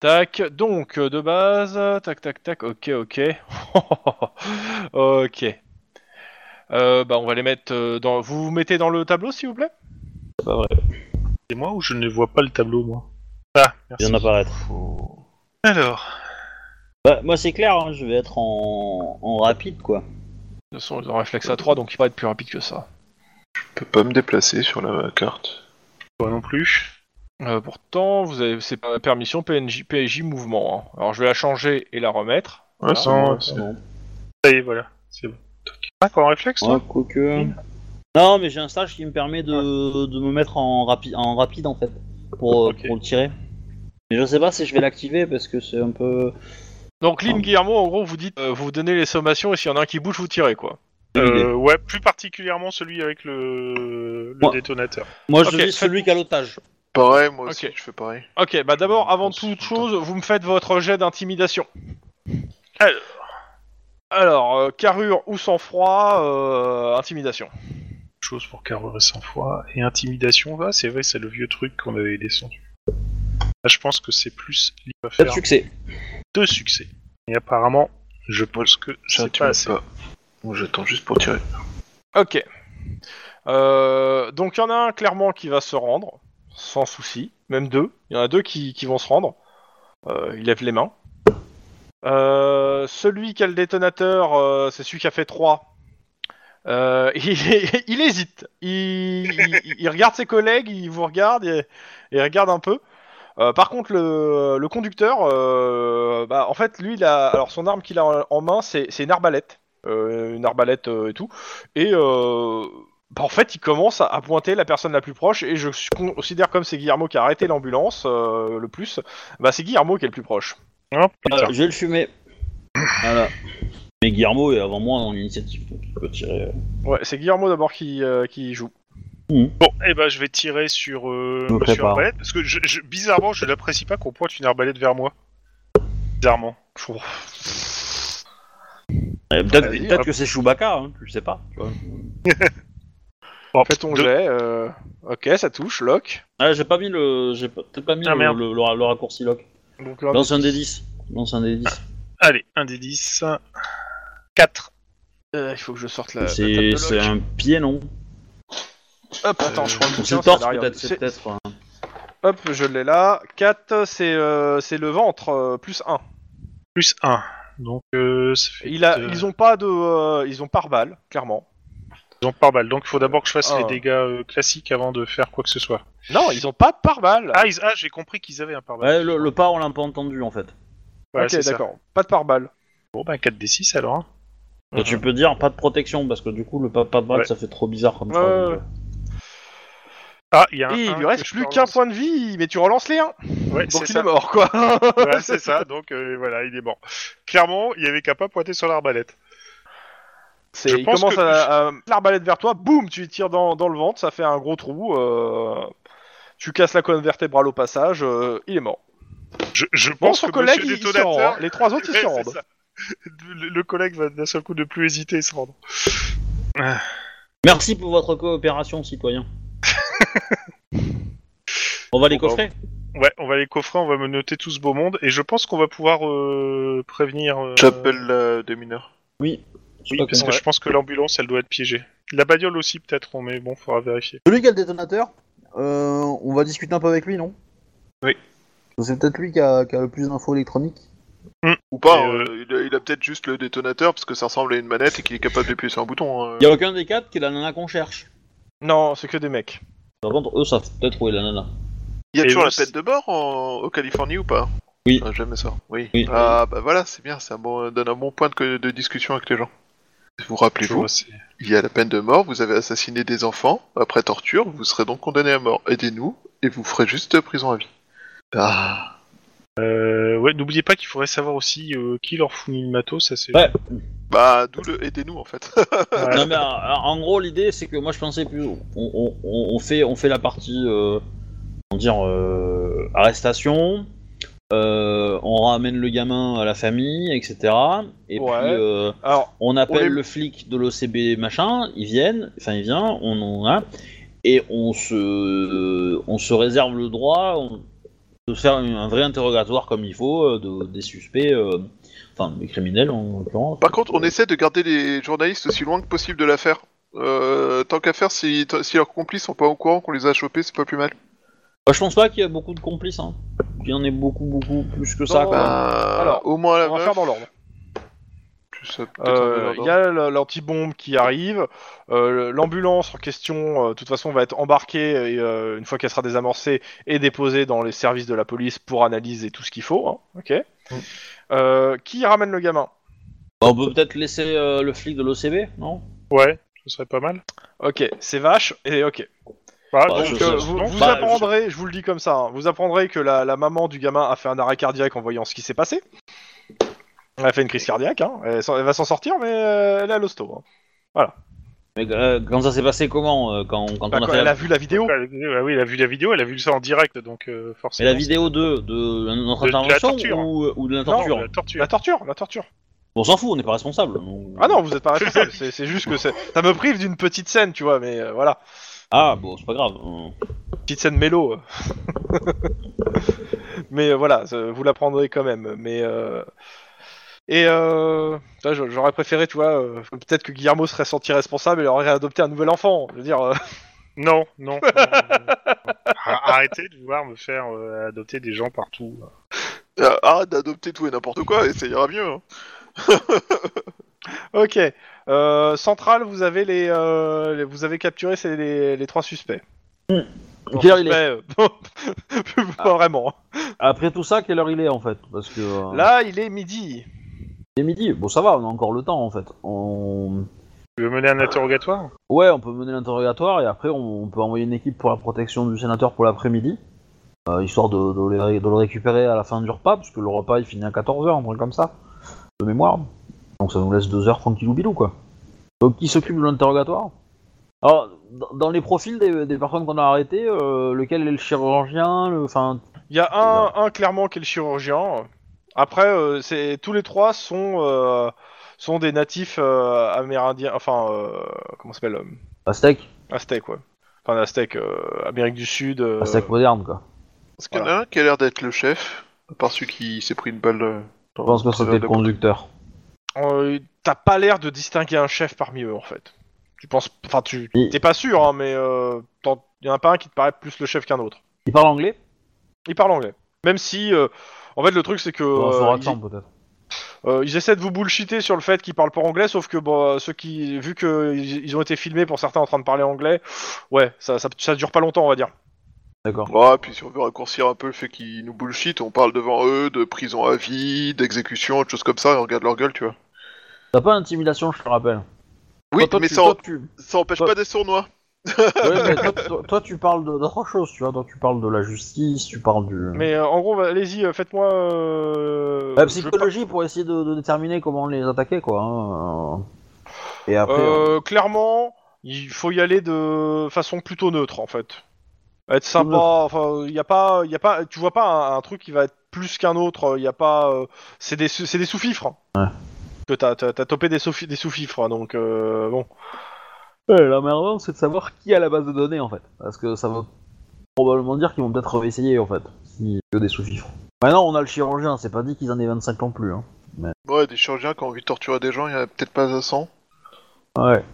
Speaker 2: Tac, donc euh, de base, tac, tac, tac, ok, ok. <laughs> ok. Euh, bah on va les mettre euh, dans. Vous vous mettez dans le tableau s'il vous plaît
Speaker 5: C'est moi ou je ne vois pas le tableau, moi Ah, merci.
Speaker 1: vient d'apparaître.
Speaker 5: Alors,
Speaker 1: Bah, moi, c'est clair, hein, je vais être en, en rapide, quoi.
Speaker 2: De toute façon, ils ont un réflexe à 3, donc il va être plus rapide que ça.
Speaker 4: Je peux pas me déplacer sur la carte.
Speaker 5: toi non plus.
Speaker 2: Euh, pourtant, vous avez c'est pas permission PNJ, PJ mouvement. hein. Alors je vais la changer et la remettre.
Speaker 4: Ouais,
Speaker 2: Voilà.
Speaker 4: c'est bon, c'est-
Speaker 1: Bon.
Speaker 5: Ça y est, voilà. C'est bon. Ah, encore un réflexe toi
Speaker 1: Ouais, hein, quoique. Non, mais j'ai un stage qui me permet de, de me mettre en, rapi- en rapide en fait pour, euh,
Speaker 5: Ok.
Speaker 1: pour le tirer. Mais je sais pas si je vais l'activer parce que c'est un peu.
Speaker 2: Donc
Speaker 5: Ah.
Speaker 2: Lynn Guillermo, en gros, vous dites, euh, vous donnez les sommations et s'il y en a un qui bouge, vous tirez quoi.
Speaker 5: Euh, ouais, plus particulièrement celui avec le, le
Speaker 1: Ouais.
Speaker 5: détonateur.
Speaker 1: Moi, je
Speaker 2: ok,
Speaker 1: vis celui qui a l'otage.
Speaker 4: Pareil, moi aussi,
Speaker 2: Ok.
Speaker 4: je fais pareil.
Speaker 2: Ok, bah d'abord, avant
Speaker 4: Je pense
Speaker 2: toute
Speaker 4: que-
Speaker 2: chose, vous me faites votre jet d'intimidation. Alors, euh, carrure ou sang-froid, euh, intimidation.
Speaker 5: Chose pour carrerer sans fois. Et intimidation, va, c'est vrai, c'est le vieux truc qu'on avait descendu. Là, je pense que c'est plus. Il va
Speaker 1: Pas de
Speaker 5: faire
Speaker 1: succès.
Speaker 5: deux succès. Et apparemment, je pense que c'est
Speaker 4: J'intimide
Speaker 5: pas assez.
Speaker 4: pas. Bon, J'attends juste pour tirer.
Speaker 2: Ok. Euh, donc il y en a un clairement qui va se rendre, sans souci, même deux. Il y en a deux qui, qui vont se rendre. Euh, il lève les mains. Euh, celui qui a le détonateur, euh, c'est celui qui a fait 3. Euh, <laughs> il, il hésite. Il, il- il regarde ses collègues, il vous regarde, et il regarde un peu. Euh, par contre, le, le conducteur, euh, bah, en fait, lui, il a, alors son arme qu'il a en- en main, c'est c'est une arbalète. Euh, une arbalète euh, et tout. Et euh, bah, en fait, il commence à, à pointer la personne la plus proche. Et je su- considère comme c'est Guillermo qui a arrêté l'ambulance euh, le plus. Bah, c'est Guillermo qui est le plus proche.
Speaker 5: Oh, putain.
Speaker 1: Euh, je vais le fumer. Voilà. Mais Guillermo est avant moi dans l'initiative, donc il peut tirer. euh.
Speaker 2: Ouais, c'est Guillermo d'abord qui, euh, qui joue.
Speaker 5: Bon, eh ben, je vais tirer sur euh,
Speaker 1: Je me
Speaker 5: Monsieur
Speaker 1: prépare.
Speaker 5: Arbalète, parce que je, je- bizarrement, je n'apprécie pas qu'on pointe une arbalète vers moi. Bizarrement. Je trouve-
Speaker 1: Euh, Peut-être
Speaker 2: Bah, Vas-y,
Speaker 1: peut-être
Speaker 2: hop.
Speaker 1: que c'est Chewbacca, hein, je sais pas. tu vois.
Speaker 2: Fais ton
Speaker 5: Deux.
Speaker 2: jet. euh, Ok, ça touche, lock.
Speaker 1: Ah, j'ai pas mis le, j'ai peut- peut-être pas mis
Speaker 5: Ah,
Speaker 1: le,
Speaker 5: merde.
Speaker 1: le- le- le raccourci lock.
Speaker 2: Donc, un-
Speaker 1: Lance un D10. Lance un D10.
Speaker 5: Allez, un des 10. 4.
Speaker 2: euh, il faut que je sorte la. la table de
Speaker 1: c'est
Speaker 2: lock.
Speaker 1: c'est un pied non
Speaker 2: Hop, attends, je prends le
Speaker 1: Ou c'est le
Speaker 2: bouquin, c'est à
Speaker 1: torse
Speaker 2: l'arrière.
Speaker 1: peut-être.
Speaker 2: C'est-
Speaker 1: C'est peut-être. hein.
Speaker 2: Hop, je l'ai là. 4, c'est euh, c'est le ventre, euh, plus 1.
Speaker 5: Plus 1. Donc, euh, ça fait
Speaker 2: Il a,
Speaker 5: euh,
Speaker 2: Ils ont pas de. euh, ils ont par balle, clairement.
Speaker 5: ils ont par balle. Donc, il faut d'abord que je fasse
Speaker 2: Ah.
Speaker 5: les dégâts euh, classiques avant de faire quoi que ce soit.
Speaker 2: Non, ils ont pas de par balle.
Speaker 5: Ah, ils- ah, j'ai compris qu'ils avaient un par balle.
Speaker 1: Ouais, le, le pas on l'a pas entendu en fait.
Speaker 5: Voilà,
Speaker 2: ok,
Speaker 5: c'est ça.
Speaker 2: d'accord. Pas de par balle.
Speaker 5: Bon, ben, 4 des 6 alors. hein.
Speaker 1: Et tu peux dire pas de protection parce que du coup le pas, pas de balle
Speaker 5: Ouais.
Speaker 1: ça fait trop bizarre comme
Speaker 2: Mhm. Ouais,
Speaker 1: ça.
Speaker 2: ouais, ouais.
Speaker 5: Ah, il y a un.
Speaker 2: Et il
Speaker 5: un
Speaker 2: lui
Speaker 5: que
Speaker 2: reste
Speaker 5: je
Speaker 2: plus
Speaker 5: peux
Speaker 2: qu'un
Speaker 5: relancer.
Speaker 2: point de vie, mais tu relances les 1.
Speaker 5: Ouais,
Speaker 2: Donc
Speaker 5: c'est
Speaker 2: il est
Speaker 5: ça.
Speaker 2: mort,
Speaker 5: <laughs>
Speaker 2: quoi.
Speaker 5: Voilà, c'est ça. Donc, euh, voilà, il est mort. Clairement, il y avait qu'à pas pointer sur l'arbalète.
Speaker 2: C'est-
Speaker 5: Je
Speaker 2: il
Speaker 5: pense
Speaker 2: commence
Speaker 5: que-
Speaker 2: à, à- l'arbalète vers toi, boum, tu lui tires dans, dans le ventre, ça fait un gros trou. euh, tu casses la colonne vertébrale au passage, euh, il est mort.
Speaker 5: Je, je
Speaker 2: Bon,
Speaker 5: pense
Speaker 2: son
Speaker 5: que
Speaker 2: collègue,
Speaker 5: monsieur
Speaker 2: il, il se
Speaker 5: détonateur-
Speaker 2: rend. hein.
Speaker 5: <laughs>
Speaker 2: Les trois autres, ils
Speaker 5: Ouais,
Speaker 2: se
Speaker 5: c'est
Speaker 2: rendent.
Speaker 5: ça. Le, le collègue va d'un seul coup ne plus hésiter et se rendre.
Speaker 1: Merci pour votre coopération citoyen. on va les
Speaker 5: Bon,
Speaker 1: coffrer.
Speaker 5: Ouais, on va les coffrer, on va me noter tout ce beau monde et je pense qu'on va pouvoir euh, prévenir. euh,
Speaker 4: J'appelle euh, des mineurs.
Speaker 1: Oui.
Speaker 5: Oui,
Speaker 1: Ok.
Speaker 5: parce que je pense que l'ambulance, elle doit être piégée. La bagnole aussi peut-être, mais bon, faudra vérifier.
Speaker 1: Celui qui a le détonateur, euh, on va discuter un peu avec lui, non
Speaker 5: Oui.
Speaker 1: C'est peut-être lui qui a, qui a le plus d'infos électroniques.
Speaker 4: Ou pas,
Speaker 5: Et,
Speaker 4: hein,
Speaker 2: euh,
Speaker 4: il a, il a peut-être juste le détonateur parce que ça ressemble à une manette et qu'il est capable d'appuyer sur un bouton. hein.
Speaker 1: Il y a aucun des quatre qui est la nana qu'on cherche.
Speaker 2: Non, c'est que des mecs.
Speaker 1: Par contre, eux savent peut-être où est la nana.
Speaker 4: Il y a
Speaker 5: Et
Speaker 4: toujours
Speaker 5: nous,
Speaker 4: la pète de mort en... au Californie ou pas
Speaker 1: Oui.
Speaker 4: Ah, J'aime ça. Oui.
Speaker 1: Oui.
Speaker 4: Ah bah voilà, c'est bien, ça bon- donne un bon point de, que- de discussion avec les gens. Vous rappelez-vous, il y a la peine de mort, vous avez assassiné des enfants, après torture, vous serez donc condamné à mort. Aidez-nous et vous ferez juste prison à vie. Ah.
Speaker 5: Euh, ouais, n'oubliez pas qu'il faudrait savoir aussi euh, qui leur fournit le matos, ça c'est.
Speaker 1: Ouais.
Speaker 4: Bah d'où le aidez-nous en fait. <laughs>
Speaker 5: Ouais.
Speaker 1: Non mais euh, en gros l'idée c'est que moi je pensais plus on, on- on- on fait on fait la partie euh, comment dire euh, arrestation, euh, on ramène le gamin à la famille etc et
Speaker 2: Ouais.
Speaker 1: puis euh,
Speaker 2: Alors,
Speaker 1: on appelle
Speaker 2: les-
Speaker 1: le flic de l'OCB machin ils viennent enfin il vient on en a et on se euh, on se réserve le droit on- de faire une- un vrai interrogatoire comme il faut euh, de- des suspects euh, enfin des criminels en l'occurrence
Speaker 4: Par contre, on essaie de garder les journalistes aussi loin que possible de l'affaire. Euh, tant qu'à faire, si, si leurs complices sont pas au courant qu'on les a chopés, c'est pas plus mal.
Speaker 1: Bah, Moi, je pense pas qu'il y a beaucoup de complices hein. qu'il y en ait beaucoup, beaucoup plus que ça.
Speaker 6: Non,
Speaker 1: quoi.
Speaker 4: Bah,
Speaker 6: Alors,
Speaker 4: au moins la
Speaker 6: On va faire
Speaker 4: meuf.
Speaker 6: dans l'ordre.
Speaker 4: tu sais, peut-être en
Speaker 2: Euh,
Speaker 4: dehors.
Speaker 2: Il y a l- l'antibombe qui arrive. euh, L'ambulance en question, euh, de toute façon, va être embarquée et, euh, une fois qu'elle sera désamorcée et déposée dans les services de la police pour analyser tout ce qu'il faut. hein, ok. Euh, qui ramène le gamin
Speaker 1: Bah, on peut peut-être laisser euh, le flic de l'OCB, non
Speaker 5: Ouais, ce serait pas mal.
Speaker 2: Ok, c'est vache et ok.
Speaker 5: Bah,
Speaker 1: Bah,
Speaker 5: donc,
Speaker 1: je-
Speaker 2: Donc,
Speaker 1: ça,
Speaker 2: euh,
Speaker 1: ça,
Speaker 2: vous,
Speaker 1: non.
Speaker 2: vous
Speaker 1: Bah,
Speaker 2: apprendrez, je vous le dis comme ça, hein, vous apprendrez que la, la maman du gamin a fait un arrêt cardiaque en voyant ce qui s'est passé. Elle a fait une crise cardiaque, hein. elle, s'en- elle va s'en sortir, mais euh, elle est à l'hosto. hein.
Speaker 1: Mais euh, quand ça s'est passé comment euh, Quand, quand
Speaker 2: Bah,
Speaker 1: on a
Speaker 2: quand
Speaker 1: fait
Speaker 2: elle
Speaker 1: la...
Speaker 2: a vu la vidéo.
Speaker 5: bah, bah oui, elle a vu la vidéo, elle a vu ça en direct, donc euh,
Speaker 1: Mais
Speaker 5: forcément.
Speaker 1: la vidéo de, de notre
Speaker 5: De- de la
Speaker 1: intervention
Speaker 5: torture.
Speaker 1: ou, ou de la
Speaker 2: Non,
Speaker 1: torture
Speaker 5: La torture.
Speaker 2: La torture, la torture.
Speaker 1: On s'en fout, on n'est pas responsable. on-
Speaker 2: Ah non, vous êtes pas responsable, c'est c'est juste que c'est- ça me prive d'une petite scène, tu vois, mais euh, voilà.
Speaker 1: Ah bon, c'est pas grave. euh.
Speaker 2: Petite scène mélo. <laughs> mais euh, voilà, ça- vous la prendrez quand même. Mais euh, Et euh, putain, j'a- j'aurais préféré, tu vois, euh, peut-être que Guillermo serait senti responsable et aurait adopté un nouvel enfant. Je veux dire, euh, <laughs>
Speaker 5: Non, non. non,
Speaker 1: <laughs>
Speaker 5: non. Arrêtez de vouloir me faire euh, adopter des gens partout.
Speaker 4: Euh, Arrête d'adopter tout et n'importe quoi et ça ira mieux. hein.
Speaker 2: ok. Euh, Central, vous avez les, euh, les- vous avez capturé ces- les, les trois suspects. Bon,
Speaker 1: Quelle heure il est
Speaker 2: suspects, euh, <laughs> pas <laughs> vraiment.
Speaker 1: Après tout ça, quelle heure il est en fait Parce que euh,
Speaker 2: Là, il est midi.
Speaker 1: il est midi. Bon, ça va, on a encore le temps en fait. On...
Speaker 5: Tu veux mener un interrogatoire
Speaker 1: Ouais, on peut mener l'interrogatoire et après on, on peut envoyer une équipe pour la protection du sénateur pour l'après-midi, euh, histoire de, de le ré- de le récupérer à la fin du repas, parce que le repas il finit à 14h, un truc comme ça, de mémoire. Donc ça nous laisse deux heures tranquille ou bilou quoi. Donc qui s'occupe de l'interrogatoire Alors, dans- dans les profils des, des personnes qu'on a arrêtées, euh, lequel est le chirurgien, le... enfin
Speaker 2: Il y a un, un clairement qui est le chirurgien. Après, euh, c'est tous les trois sont euh, sont des natifs euh, amérindiens, enfin euh, comment ça s'appelle, euh,
Speaker 1: Aztèque,
Speaker 2: aztèques, ouais. Enfin aztèques, euh, Amérique du Sud. euh,
Speaker 1: Aztèque moderne quoi.
Speaker 4: Parce qu'il y en a un qui a l'air d'être le chef, à part celui qui s'est pris une balle. euh, dans-
Speaker 1: Je pense que
Speaker 4: au
Speaker 1: c'était
Speaker 4: travers
Speaker 1: le
Speaker 4: de la-
Speaker 1: conducteur.
Speaker 2: euh, T'as pas l'air de distinguer un chef parmi eux en fait. Tu penses, enfin tu
Speaker 1: Il-
Speaker 2: t'es pas sûr, hein, mais il y en a pas un qui te paraît plus le chef qu'un autre.
Speaker 1: Il parle anglais
Speaker 2: Il parle anglais, même si euh, en fait le truc c'est que
Speaker 1: Dans son
Speaker 2: euh, il-
Speaker 1: accent peut-être.
Speaker 2: Euh, ils essaient de vous bullshiter sur le fait qu'ils parlent pas anglais, sauf que bah, ceux qui, vu que ils ils ont été filmés pour certains en train de parler anglais, ouais, ça, ça, ça dure pas longtemps, on va dire.
Speaker 1: D'accord.
Speaker 4: Ouais, puis si on veut raccourcir un peu le fait qu'ils nous bullshit, on parle devant eux de prison à vie, d'exécution, de choses comme ça, et on regarde leur gueule, tu vois.
Speaker 1: T'as pas intimidation, je te rappelle.
Speaker 4: Oui,
Speaker 1: Toi, toi,
Speaker 4: mais
Speaker 1: tu-
Speaker 4: ça,
Speaker 1: toi, tu-
Speaker 4: ça empêche
Speaker 1: toi-
Speaker 4: pas d'être sournois.
Speaker 1: Ouais, mais toi, toi- toi, tu parles de- d'autre chose, tu vois. Toi, tu parles de la justice, tu parles du.
Speaker 2: Mais euh, en gros, bah, allez-y, euh, faites-moi.
Speaker 1: la
Speaker 2: euh, je veux
Speaker 1: Bah, psychologie pour essayer de, de déterminer comment les attaquer, quoi. hein, euh. Et
Speaker 2: pas-
Speaker 1: après. euh,
Speaker 2: Euh, clairement, il faut y aller de façon plutôt neutre, en fait. Être sympa, enfin, il y a pas, il y a pas, tu vois pas un, un truc qui va être plus qu'un autre. Il y a pas, euh, c'est des, sous- c'est des sous-fifres.
Speaker 1: Ouais.
Speaker 2: Que t'as, t'as, t'as topé des sous-fi- des sous-fifres, hein, donc euh, bon.
Speaker 1: euh, ouais, L'emmerdant, c'est de savoir qui a la base de données, en fait. Parce que ça veut probablement dire qu'ils vont peut-être essayer, en fait. Si que des sous-fifres. Maintenant, on a le chirurgien, c'est pas dit qu'ils en aient 25 ans plus, hein.
Speaker 4: Ouais, des chirurgiens qui ont envie de torturer des gens, il y en a peut-être pas à 100.
Speaker 1: Ouais.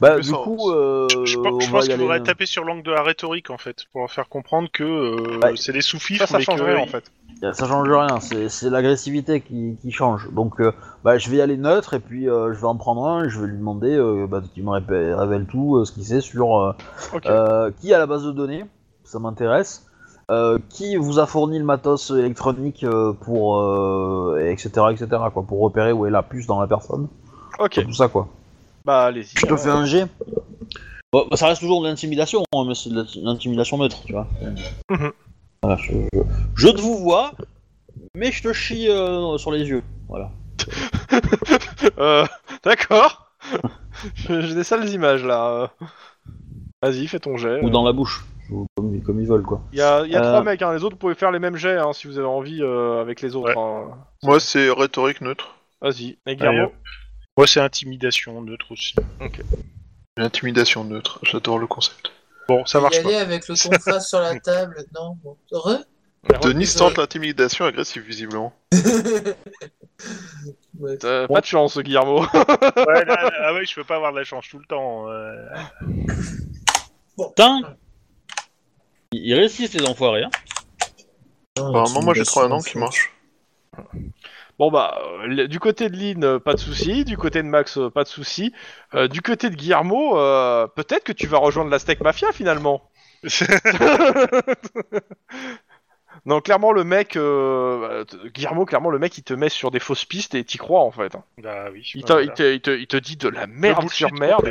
Speaker 1: Bah,
Speaker 4: plus
Speaker 1: du
Speaker 4: sens.
Speaker 1: coup. euh,
Speaker 5: Je,
Speaker 1: on
Speaker 5: pense-
Speaker 1: va y
Speaker 5: je pense qu'il
Speaker 1: aller- hein.
Speaker 5: faudrait taper sur l'angle de la rhétorique en fait, pour leur faire comprendre que euh,
Speaker 1: Ouais.
Speaker 5: c'est des
Speaker 2: Ça,
Speaker 5: sous-fifres,
Speaker 2: ça
Speaker 5: mais
Speaker 2: change
Speaker 5: que-
Speaker 2: rien, en fait.
Speaker 1: Ça change rien, c'est c'est l'agressivité qui, qui change. Donc, euh, bah, je vais y aller neutre et puis euh, je vais en prendre un et je vais lui demander euh, bah, qu'il me répé- révèle tout euh, ce qu'il sait sur euh,
Speaker 2: Ok.
Speaker 1: euh, qui a la base de données, ça m'intéresse, euh, qui vous a fourni le matos électronique euh, pour euh, et etc etc quoi, pour repérer où est la puce dans la personne,
Speaker 2: Ok,
Speaker 1: tout ça quoi.
Speaker 2: bah allez-y.
Speaker 1: Je te
Speaker 2: hein.
Speaker 1: fais un G. bah, ça reste toujours de l'intimidation, hein, mais c'est de l'int- l'intimidation neutre, tu vois.
Speaker 2: Mhm.
Speaker 1: Voilà, je, je- je te vous vois, mais je te chie euh, sur les yeux. Voilà.
Speaker 2: Euh, <laughs> D'accord. Je- J'ai des sales images là. euh. Vas-y, fais ton jet.
Speaker 1: Ou dans la bouche, ou comme, comme ils veulent, quoi.
Speaker 2: Il y a, il y a
Speaker 1: Euh.
Speaker 2: trois mecs, hein. les autres vous pouvez faire les mêmes jets hein, si vous avez envie euh, avec les autres. hein.
Speaker 4: Moi, c'est rhétorique neutre.
Speaker 2: Vas-y, et
Speaker 5: Allez,
Speaker 2: Guillermo.
Speaker 5: hop. Moi, c'est intimidation, neutre aussi.
Speaker 4: L'intimidation neutre, j'adore le concept.
Speaker 5: Bon, ça
Speaker 3: Y
Speaker 5: marche pas.
Speaker 3: aller avec le ton face sur
Speaker 5: <laughs>
Speaker 3: la table, non bon. Heureux
Speaker 4: Denis
Speaker 3: je-
Speaker 4: tente l'intimidation agressive, visiblement.
Speaker 3: <laughs> Ouais.
Speaker 2: Euh, Pas de chance, Guillermo. <laughs>
Speaker 5: Ouais, là, là, ah ouais, je peux pas avoir de la chance tout le temps. euh.
Speaker 1: Putain Ils réussissent, les enfoirés. Hein.
Speaker 4: Apparemment, Bah, moi j'ai trouvé un nom qui marche.
Speaker 2: Bon bah, euh, le- du côté de Lynn, euh, pas de souci. Du côté de Max, euh, pas de souci. Euh, du côté de Guillermo, euh, peut-être que tu vas rejoindre l'Aztec Mafia finalement. non, clairement le mec, euh, bah, t- Guillermo, clairement le mec, il te met sur des fausses pistes et t'y crois en fait. hein.
Speaker 5: Bah oui.
Speaker 2: Il, t'a- il te, il te- il te dit de la merde sur merde.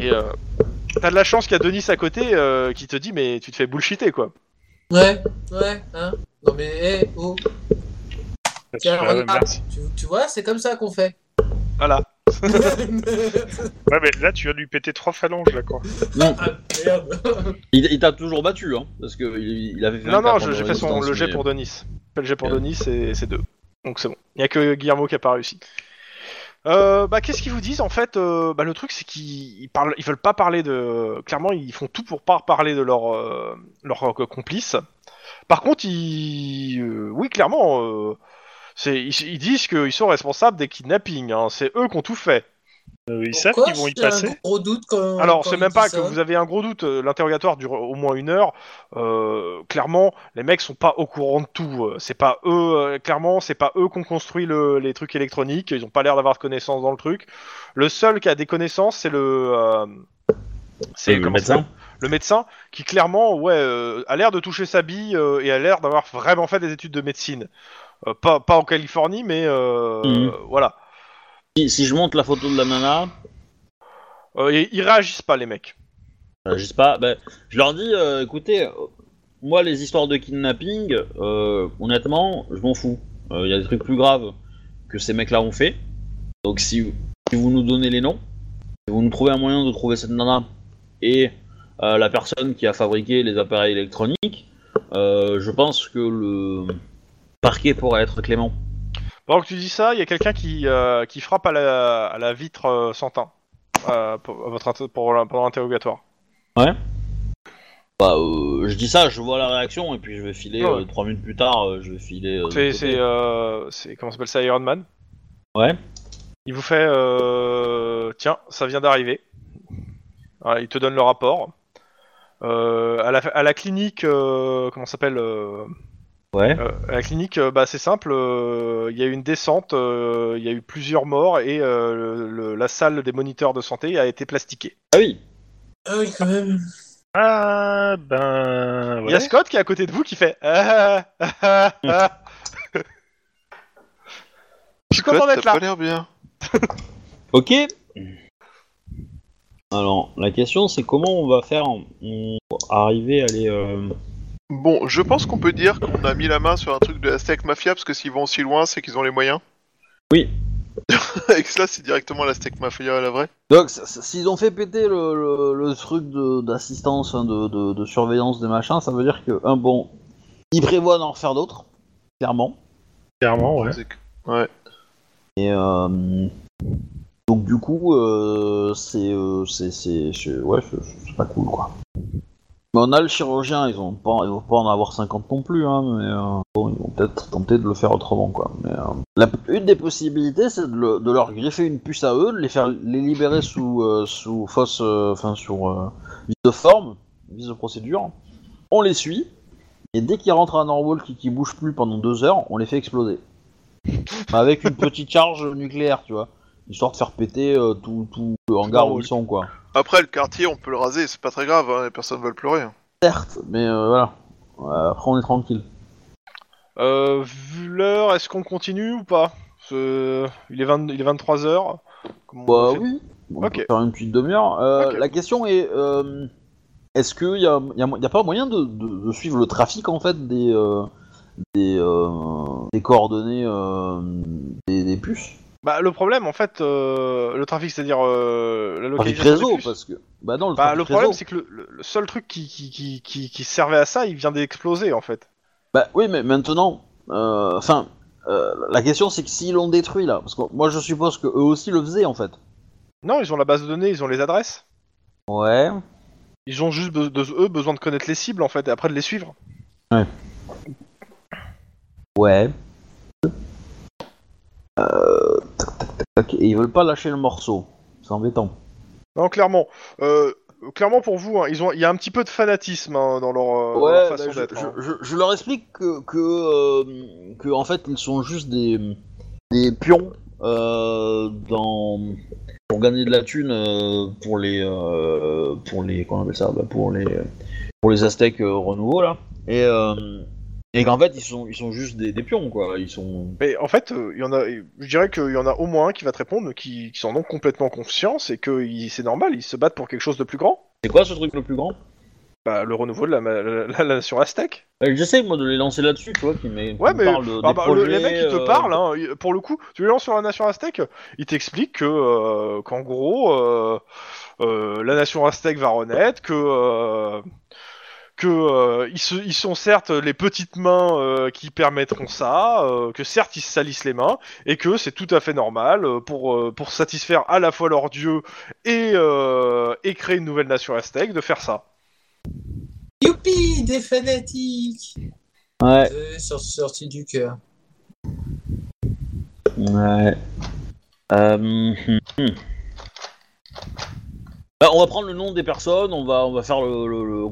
Speaker 2: Et euh, t'as de la chance qu'il y a Denis à côté euh, qui te dit mais tu te fais bullshiter quoi.
Speaker 3: Ouais, ouais, hein. Non mais, hé, oh, tiens,
Speaker 5: Ah ouais,
Speaker 3: regarde.
Speaker 5: merci.
Speaker 3: Tu, tu vois, c'est comme ça qu'on fait.
Speaker 2: Voilà.
Speaker 5: Ouais, mais là, tu viens de lui péter trois phalanges, là, quoi.
Speaker 3: ah, merde.
Speaker 1: Il, il t'a toujours battu, hein, parce que il, il avait fait
Speaker 2: Non, non,
Speaker 1: 24
Speaker 2: je- j'ai
Speaker 1: de
Speaker 2: fait son,
Speaker 1: résistance,
Speaker 2: le jet
Speaker 1: mais-
Speaker 2: pour Denis. J'ai fait le jet pour
Speaker 1: Ouais.
Speaker 2: Denis et c'est deux. Donc c'est bon. Il n'y a que Guillermo qui a pas réussi. Euh, bah, qu'est-ce qu'ils vous disent en fait euh, bah, Le truc, c'est qu'ils ils parlent, ils veulent pas parler de. Clairement, ils font tout pour pas parler de leur, euh, leur euh, complice. Par contre, ils. euh, oui, clairement, euh, c'est, ils, ils disent qu'ils sont responsables des kidnappings. hein. C'est eux qui ont tout fait.
Speaker 5: Euh, ils savent
Speaker 3: Pourquoi
Speaker 5: qu'ils vont y
Speaker 3: j'ai un
Speaker 5: passer.
Speaker 3: gros doute quand.
Speaker 2: Alors,
Speaker 3: quand
Speaker 2: c'est
Speaker 3: il
Speaker 2: même
Speaker 3: dit
Speaker 2: pas
Speaker 3: ça
Speaker 2: que vous avez un gros doute. euh, L'interrogatoire dure au moins une heure. Euh, clairement, les mecs sont pas au courant de tout. Euh, C'est pas eux. euh, clairement, c'est pas eux qui ont construit le- les trucs électroniques. Ils ont pas l'air d'avoir de connaissances dans le truc. Le seul qui a des connaissances, c'est le. euh,
Speaker 1: C'est le
Speaker 2: comment ça
Speaker 1: médecin.
Speaker 2: le médecin qui clairement ouais euh, a l'air de toucher sa bille euh, et a l'air d'avoir vraiment fait des études de médecine. Euh, pas, pas en Californie, mais euh,
Speaker 1: Mhm.
Speaker 2: voilà.
Speaker 1: Si, si je monte la photo de la nana,
Speaker 2: Euh, et ils réagissent pas les mecs.
Speaker 1: euh, je sais pas, ben, je leur dis, euh, écoutez, euh, moi les histoires de kidnapping, euh, honnêtement, je m'en fous. Euh, Il y a des trucs plus graves que ces mecs-là ont fait. Donc si, si vous nous donnez les noms, si vous nous trouvez un moyen de trouver cette nana et euh, la personne qui a fabriqué les appareils électroniques, euh, je pense que le parquet pourrait être clément.
Speaker 2: Pendant que tu dis ça, il y a quelqu'un qui, euh, qui frappe à la, à la vitre euh, Santin euh, pour, à votre inter- pour la- pendant l'interrogatoire.
Speaker 1: Bah, euh, je dis ça, je vois la réaction, et puis je vais filer
Speaker 2: Ouais.
Speaker 1: euh, trois minutes plus tard, euh, je vais filer. euh, de
Speaker 2: C'est
Speaker 1: côté.
Speaker 2: c'est, euh, c'est- comment s'appelle ça Iron Man. euh.
Speaker 1: Ouais.
Speaker 2: Il vous fait euh, tiens, ça vient d'arriver. Voilà, il te donne le rapport. Euh, à, la, à la clinique euh, comment ça s'appelle euh,
Speaker 1: Ouais.
Speaker 2: euh, à la clinique euh, bah c'est simple euh, il y a eu une descente euh, il y a eu plusieurs morts et euh, le- le- la salle des moniteurs de santé a été plastiquée.
Speaker 1: Ah oui,
Speaker 3: Ah oui, quand même.
Speaker 5: Ah, ben.
Speaker 2: Il y a
Speaker 5: ouais.
Speaker 2: Scott qui est à côté de vous qui fait. Ah, ah, ah,
Speaker 1: <laughs>
Speaker 2: ah. Je suis content
Speaker 4: Scott,
Speaker 2: d'être
Speaker 4: t'as
Speaker 2: là.
Speaker 4: pas l'air bien.
Speaker 1: ok. Alors, la question c'est comment on va faire en- on- arriver à les. euh,
Speaker 4: Bon, je pense qu'on peut dire qu'on a mis la main sur un truc de l'Aztec Mafia parce que s'ils vont aussi loin, c'est qu'ils ont les moyens.
Speaker 1: Oui.
Speaker 4: <laughs> Et que là, c'est directement l'Aztec Mafia à la vraie.
Speaker 1: Donc, s- s- s'ils ont fait péter le, le- le truc de- d'assistance, hein, de, de- de surveillance, des machins, ça veut dire que, un, bon, ils prévoient d'en refaire d'autres, clairement.
Speaker 5: Clairement, ouais.
Speaker 4: C'est que- Ouais.
Speaker 1: Et euh, donc du coup, euh, c'est euh, c'est c'est c'est- ouais, c'est- c'est pas cool quoi. Mais on a le chirurgien, ils ont pas ils vont pas en avoir 50 non plus, hein, mais euh, bon, ils vont peut-être tenter de le faire autrement quoi. Mais, euh, la- une des possibilités, c'est de, le- de leur greffer une puce à eux, de les faire les libérer sous euh, sous fausse, euh, enfin sur euh, vice de forme, vice de procédure. On les suit. Et dès qu'ils rentrent à Norwalk et qu'ils bougent plus pendant deux heures, on les fait exploser. Mais avec une petite charge nucléaire, tu vois. Histoire de faire péter euh, tout, tout le hangar où ils sont, quoi.
Speaker 4: Après, le quartier, on peut le raser, c'est pas très grave, hein, les personnes veulent pleurer.
Speaker 1: Certes, mais euh, voilà. Euh, après, on est tranquille.
Speaker 2: Euh, vu l'heure, est-ce qu'on continue ou pas C'est- il, est 20 il est 23 h
Speaker 1: Bah oui. On
Speaker 2: Ok.
Speaker 1: peut faire une petite demi-heure. Euh,
Speaker 2: Ok.
Speaker 1: La question est euh, est-ce qu'il n'y a, y a, mo- y a pas moyen de, de- de suivre le trafic, en fait, des, euh, des, euh, des coordonnées euh, des, des puces
Speaker 2: Bah le problème en fait, euh, le trafic, c'est-à-dire euh, la
Speaker 1: Trafic
Speaker 2: localisation.
Speaker 1: réseau,
Speaker 2: des puces.
Speaker 1: parce que. Bah non, le
Speaker 2: Bah,
Speaker 1: trafic
Speaker 2: le problème
Speaker 1: réseau.
Speaker 2: c'est que le, le- le seul truc qui, qui, qui, qui, qui servait à ça, il vient d'exploser en fait.
Speaker 1: Bah oui, mais maintenant, euh, enfin, euh, la question c'est que s'ils l'ont détruit là, parce que moi je suppose que eux aussi le faisaient en fait.
Speaker 2: Non, ils ont la base de données, ils ont les adresses.
Speaker 1: Ouais.
Speaker 2: Ils ont juste be- de, eux besoin de connaître les cibles en fait et après de les suivre.
Speaker 1: Ouais. Euh, tac, tac, tac, tac. Et ils veulent pas lâcher le morceau. C'est embêtant.
Speaker 2: Non, clairement. Euh, clairement pour vous, hein, ils ont, il y a un petit peu de fanatisme hein, dans leur, euh, dans leur façon
Speaker 1: bah, je,
Speaker 2: d'être. hein.
Speaker 1: je- je- je leur explique que, que, euh, que, en fait, ils sont juste des, des pions euh, dans, pour gagner de la thune euh, pour les. euh, pour les. Comment on appelle ça Bah, Pour les. Pour les Aztèques euh, renouveau, là. Et. euh, et qu'en fait, ils sont, ils sont juste des, des pions, quoi. Ils sont.
Speaker 2: Mais en fait, euh, il y en a, je dirais qu'il y en a au moins un qui va te répondre, qui, qui en ont complètement conscience et que il- c'est normal, ils se battent pour quelque chose de plus grand.
Speaker 1: C'est quoi ce truc le plus grand
Speaker 2: Bah, le renouveau de la, ma- la- la- la nation aztèque.
Speaker 1: Euh, J'essaie, moi, de les lancer là-dessus, tu vois, qui me
Speaker 2: Ouais,
Speaker 1: qui me
Speaker 2: mais-
Speaker 1: parlent de-
Speaker 2: Ah
Speaker 1: des
Speaker 2: bah, le-
Speaker 1: projets,
Speaker 2: les mecs qui te
Speaker 1: euh,
Speaker 2: parlent, hein, ils- pour le coup, tu les lances sur la nation aztèque, ils t'expliquent que, euh, qu'en gros, euh, euh, la nation aztèque va renaître, que, euh, que euh, ils, se- ils sont certes les petites mains euh, qui permettront ça, euh, que certes ils se salissent les mains, et que c'est tout à fait normal euh, pour, euh, pour satisfaire à la fois leur dieu et, euh, et créer une nouvelle nation aztèque de faire ça.
Speaker 3: Youpi, des fanatiques
Speaker 1: Ouais.
Speaker 3: Euh, sor- Sorti du cœur.
Speaker 1: Ouais. Euh, hum, hum. Bah, on va prendre le nom des personnes, on va, on va faire le, le- le-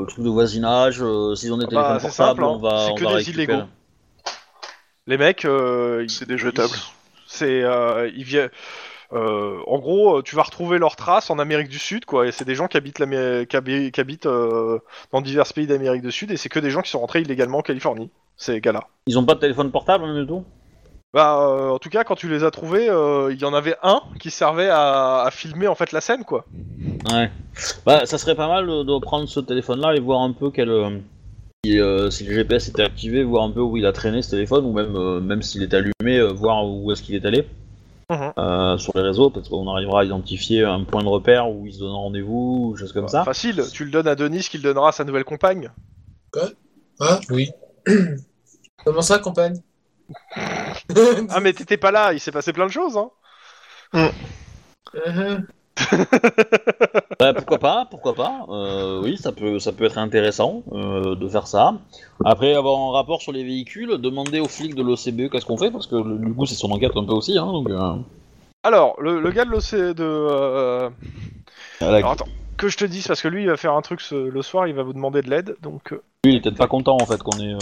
Speaker 1: le truc de voisinage, euh, s'ils ont des
Speaker 2: Ah bah,
Speaker 1: téléphones
Speaker 2: c'est
Speaker 1: portables,
Speaker 2: simple, hein.
Speaker 1: on va.
Speaker 2: C'est
Speaker 1: on
Speaker 2: que
Speaker 1: va
Speaker 2: des
Speaker 1: récupérer.
Speaker 2: illégaux. Les mecs, euh, ils-
Speaker 4: C'est des jetables.
Speaker 2: C'est, euh, ils viennent. euh, en gros, euh, tu vas retrouver leurs traces en Amérique du Sud, quoi. Et c'est des gens qui habitent, l'Amé- qui habi- qui habitent euh, dans divers pays d'Amérique du Sud, et c'est que des gens qui sont rentrés illégalement en Californie. Ces gars-là.
Speaker 1: Ils ont pas de téléphone portable, hein, du tout
Speaker 2: Bah, euh, en tout cas, quand tu les as trouvés, euh, il y en avait un qui servait à, à filmer en fait la scène, quoi.
Speaker 1: Ouais. Bah, ça serait pas mal de, de prendre ce téléphone-là et voir un peu quel. euh, si, euh, si le GPS était activé, voir un peu où il a traîné ce téléphone, ou même, euh, même s'il est allumé, euh, voir où est-ce qu'il est allé.
Speaker 2: Mhm.
Speaker 1: Euh, sur les réseaux, parce qu'on arrivera à identifier un point de repère où ils se donnent rendez-vous, ou choses comme ça.
Speaker 2: Facile. Tu le donnes à Denis, qui le donnera à sa nouvelle compagne.
Speaker 3: Hein Oui. <clears throat> Comment ça, compagne Mmh.
Speaker 2: Ah, mais t'étais pas là. Il s'est passé plein de choses. Hein.
Speaker 3: <laughs> Uh-huh.
Speaker 1: Bah, pourquoi pas, pourquoi pas. euh, oui, ça peut, ça peut être intéressant euh, de faire ça. Après avoir un rapport sur les véhicules, demander aux flics de l'OCBE qu'est-ce qu'on fait, parce que le- du coup c'est son enquête un peu aussi. Hein, donc, euh,
Speaker 2: Alors, le, le gars de l'OC de euh, Alors attends, que je te dise parce que lui il va faire un truc ce- le soir, il va vous demander de l'aide, donc. euh,
Speaker 1: Lui, il est peut-être pas content en fait qu'on ait, euh,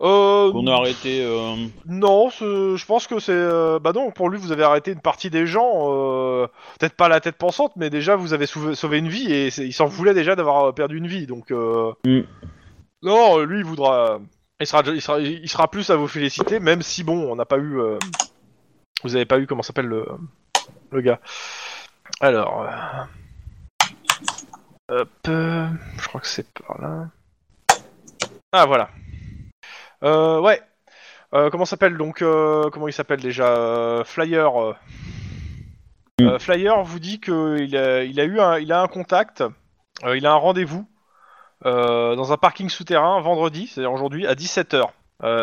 Speaker 2: Euh,
Speaker 1: qu'on ait arrêté. euh,
Speaker 2: Non, ce- je pense que c'est. euh, Bah non, pour lui vous avez arrêté une partie des gens, euh, peut-être pas la tête pensante, mais déjà vous avez sauvé, sauvé une vie et c'est- il s'en voulait déjà d'avoir perdu une vie, donc. euh,
Speaker 1: Mm.
Speaker 2: Non, lui il voudra. Il sera, il sera, il sera plus à vous féliciter, même si bon, on n'a pas eu. euh, Vous avez pas eu comment s'appelle le le gars. Alors. euh, Hop, euh, je crois que c'est par là. Ah voilà. Euh, ouais. Euh, comment s'appelle donc euh, Comment il s'appelle déjà Euh, Flyer. euh. Euh, Flyer vous dit que il a, il a eu un, il a un contact. euh, il a un rendez-vous euh, dans un parking souterrain vendredi, c'est-à-dire aujourd'hui à 17h.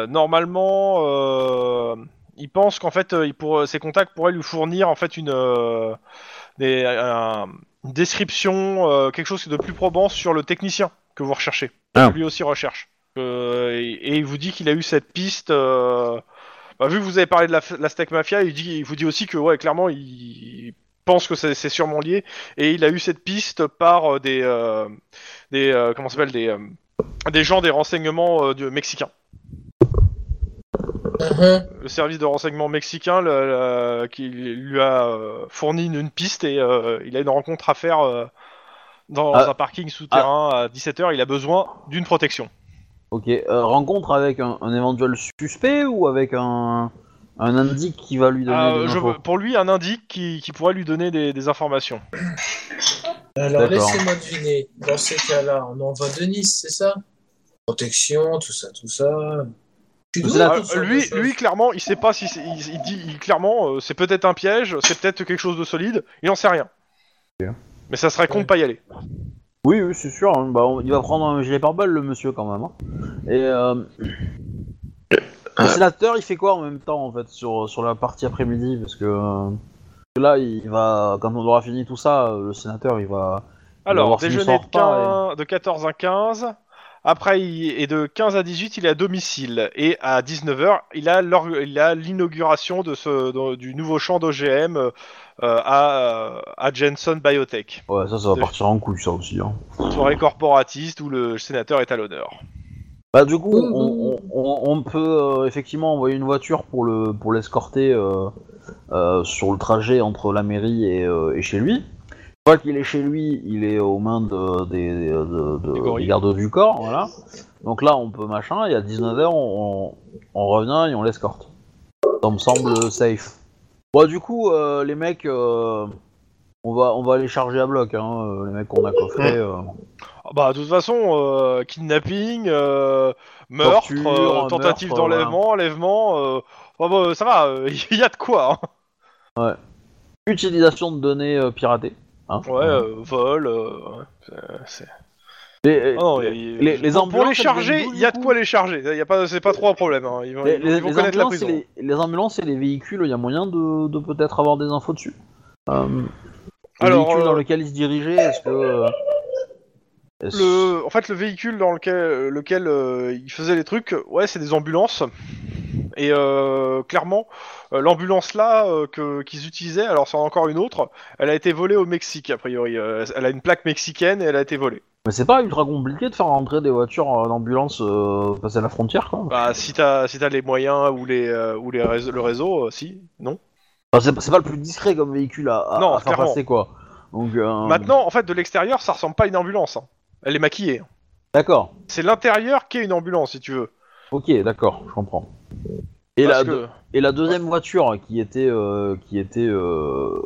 Speaker 2: normalement, euh, il pense qu'en fait, euh, il pour, ses contacts pourraient lui fournir en fait une, euh, des- un- une description, euh, quelque chose de plus probant sur le technicien que vous recherchez.
Speaker 1: Ah.
Speaker 2: Que Lui aussi recherche. Euh, et, et il vous dit qu'il a eu cette piste. euh, bah, vu que vous avez parlé de la, la Aztec Mafia, il, dit, il vous dit aussi que ouais, clairement, il, il pense que c'est c'est sûrement lié. Et il a eu cette piste par euh, des, euh, des euh, comment ça s'appelle des euh, des gens des renseignements euh, du- mexicains.
Speaker 3: Uh-huh.
Speaker 2: Le service de renseignement mexicain le- le- qui lui a euh, fourni une, une piste et euh, il a une rencontre à faire euh, dans
Speaker 1: Ah.
Speaker 2: un parking souterrain à 17h. Il a besoin d'une protection.
Speaker 1: Ok, euh, rencontre avec un, un éventuel suspect ou avec un, un indique qui va lui donner
Speaker 2: Ah,
Speaker 1: des
Speaker 2: je
Speaker 1: infos
Speaker 2: veux- pour lui, un indique qui, qui pourrait lui donner des, des informations.
Speaker 3: Alors,
Speaker 1: D'accord.
Speaker 3: laissez-moi deviner. Dans ces cas-là, on envoie Denis, c'est ça Protection, tout ça, tout ça. Tu
Speaker 1: C'est la-
Speaker 2: Ah, lui, lui, clairement, il sait pas si c'est- il, il dit il- clairement euh, c'est peut-être un piège, c'est peut-être quelque chose de solide. Il en sait rien.
Speaker 1: Ok.
Speaker 2: Mais ça serait con
Speaker 3: Ouais.
Speaker 2: de pas y aller.
Speaker 1: Oui, oui, c'est sûr. hein, bah, on- il va prendre un gilet pare-balles, le monsieur, quand même. hein. Et euh, le sénateur, il fait quoi en même temps, en fait, sur, sur la partie après-midi Parce que euh, là, il va, quand on aura fini tout ça, euh, le sénateur, il va.
Speaker 2: Alors,
Speaker 1: voir s'il
Speaker 2: déjeuner
Speaker 1: sort
Speaker 2: de,
Speaker 1: pas,
Speaker 2: 15 de 14 à 15. Après, il est de 15 à 18, il est à domicile. Et à 19h, il a l'or- il a l'inauguration de ce de- du nouveau champ d'OGM euh, à, à Jensen Biotech.
Speaker 1: Ouais, ça, ça va partir en couille, ça aussi. Hein.
Speaker 2: Soirée corporatiste où le sénateur est à l'honneur.
Speaker 1: Bah du coup, on, on- on- on peut euh, effectivement envoyer une voiture pour le pour l'escorter euh, euh, sur le trajet entre la mairie et, euh, et chez lui. Une fois qu'il est chez lui, il est aux mains de, des- des- de- de-
Speaker 2: Des gorilles.
Speaker 1: des gardes du corps, voilà. Donc là, on peut machin, et à 19h, on, on revient et on l'escorte. Ça me semble safe. Bon, du coup, euh, les mecs, euh, on va on va les charger à bloc, hein, euh, les mecs qu'on a coffrés. euh.
Speaker 2: Ah Bah, de toute façon, euh, kidnapping, euh, meurtre,
Speaker 1: Torture,
Speaker 2: euh, tentative
Speaker 1: meurtre,
Speaker 2: d'enlèvement, enlèvement. euh, oh bah, ça va, euh, <laughs> il y a de quoi. hein.
Speaker 1: Utilisation de données euh, piratées. hein.
Speaker 2: Ouais, euh, vol. euh, ouais, c'est-
Speaker 1: Les-
Speaker 2: Ah non, il y a-
Speaker 1: les, les
Speaker 2: Pour
Speaker 1: ambulances,
Speaker 2: les
Speaker 1: elles
Speaker 2: charger,
Speaker 1: viennent d'où,
Speaker 2: il y
Speaker 1: du
Speaker 2: a de
Speaker 1: coup
Speaker 2: quoi les charger. Il Y a pas, c'est pas trop un problème. hein. Ils vont,
Speaker 1: Les,
Speaker 2: ils
Speaker 1: les-
Speaker 2: vont
Speaker 1: les
Speaker 2: connaître la
Speaker 1: ambulances et
Speaker 2: prison.
Speaker 1: les, les ambulances et les véhicules, il y a moyen de, de peut-être avoir des infos dessus. Euh, le
Speaker 2: Alors,
Speaker 1: véhicule
Speaker 2: euh,
Speaker 1: dans lequel il se dirigeait, est-ce que. euh, est-ce-
Speaker 2: Le, en fait, le véhicule dans lequel, euh, lequel euh, il faisait les trucs, euh, ouais, c'est des ambulances. Et euh, clairement, euh, l'ambulance là euh, que- qu'ils utilisaient, alors c'est encore une autre, elle a été volée au Mexique a priori. Euh, elle a une plaque mexicaine et elle a été volée.
Speaker 1: Mais c'est pas ultra compliqué de faire rentrer des voitures en ambulance euh, passer la frontière, quoi.
Speaker 2: Bah, si t'as si t'as les moyens ou les euh, ou les rése- le réseau, euh, si, non.
Speaker 1: Enfin, c'est, c'est pas le plus discret comme véhicule à, à-
Speaker 2: Non,
Speaker 1: à faire
Speaker 2: clairement.
Speaker 1: passer, quoi. Donc, euh,
Speaker 2: Maintenant, en fait, de l'extérieur, ça ressemble pas à une ambulance. hein. Elle est maquillée.
Speaker 1: D'accord,
Speaker 2: C'est l'intérieur qui est une ambulance, si tu veux.
Speaker 1: ok, d'accord, je comprends. Et
Speaker 2: Parce
Speaker 1: la,
Speaker 2: que-
Speaker 1: Et la deuxième voiture hein, qui était, euh, qui était, euh,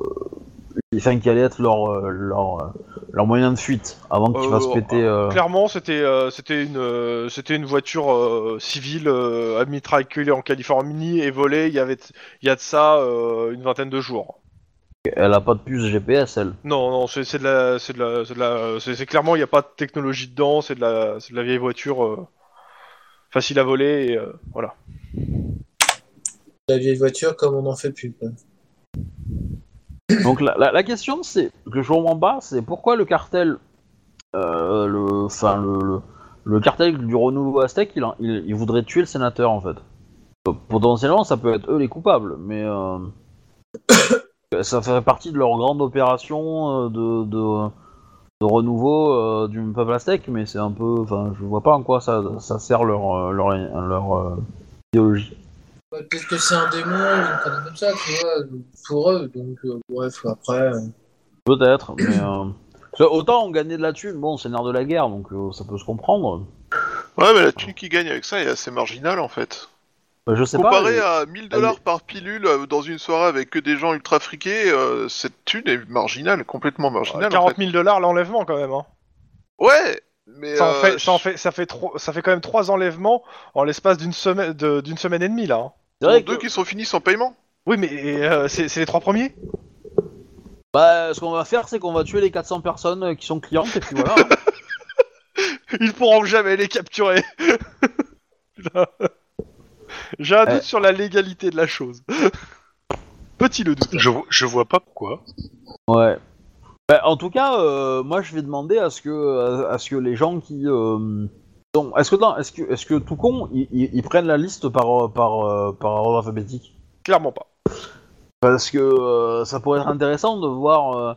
Speaker 1: enfin qui allait être leur, euh, leur, euh, leur moyen de fuite avant qu'ils
Speaker 2: Euh,
Speaker 1: fassent péter. euh,
Speaker 2: Clairement, c'était euh, c'était une euh, c'était une voiture euh, civile euh, immatriculée en Californie et volée. Il y avait il y a de ça euh, une vingtaine de jours.
Speaker 1: Elle a pas de puce GPS, elle.
Speaker 2: Non non, c'est c'est de la c'est de la c'est de la- c'est- c'est clairement il n'y a pas de technologie dedans. C'est de la c'est de la vieille voiture euh, facile à voler. Et, euh, voilà.
Speaker 3: La vieille voiture, comme on n'en fait plus. quoi.
Speaker 1: <coughs> Donc la, la- la question, c'est que je comprends pas, c'est pourquoi le cartel, euh, le, enfin le, le, le cartel du renouveau aztèque, il, en- il, il voudrait tuer le sénateur en fait. Euh, Potentiellement, ça peut être eux les coupables, mais euh, <coughs> ça fait partie de leur grande opération euh, de, de, de renouveau euh, du peuple aztèque, mais c'est un peu, enfin, je vois pas en quoi ça, ça sert leur euh, leur, leur euh, idéologie.
Speaker 3: Ouais, Peut-être que c'est un démon, ou une connerie comme ça, tu vois, pour eux. Donc, euh, bref, après. euh,
Speaker 1: Peut-être, mais euh, parce que autant on gagnait de la thune, bon, c'est le nerf de la guerre, donc euh, ça peut se comprendre.
Speaker 4: Ouais, mais la thune qui gagne avec ça est assez marginale en fait.
Speaker 1: Bah, je sais pas. Ah,
Speaker 4: Comparé
Speaker 1: mais-
Speaker 4: à 1000 dollars par pilule euh, dans une soirée avec que des gens ultra friqués, euh, cette thune est marginale, complètement
Speaker 2: Euh,
Speaker 4: marginale. en
Speaker 2: 40
Speaker 4: fait.
Speaker 2: 000 dollars l'enlèvement quand même. Hein.
Speaker 4: Ouais, mais
Speaker 2: Ça, en
Speaker 4: euh,
Speaker 2: fait, ça en fait ça fait trois- ça fait quand même trois enlèvements en l'espace d'une semaine de- d'une semaine et demie là. hein.
Speaker 1: C'est
Speaker 4: dont
Speaker 1: vrai que-
Speaker 4: deux qui sont finis sans paiement.
Speaker 2: Oui mais euh, c'est c'est les trois premiers.
Speaker 1: bah, ce qu'on va faire, c'est qu'on va tuer les 400 personnes euh, qui sont clientes, et puis voilà. <laughs> hein.
Speaker 2: Ils pourront jamais les capturer. <laughs> Putain. J'ai un doute
Speaker 1: Eh.
Speaker 2: sur la légalité de la chose. Petit le doute.
Speaker 7: Je, je vois pas pourquoi.
Speaker 1: ouais. Bah, en tout cas, euh, moi, je vais demander à ce que, à, à ce que les gens qui. euh, sont- Est-ce que, non, est-ce que, est-ce que tout con, ils, ils- ils prennent la liste par, euh, par, euh, par ordre alphabétique
Speaker 2: Clairement pas.
Speaker 1: Parce que euh, ça pourrait être intéressant de voir euh,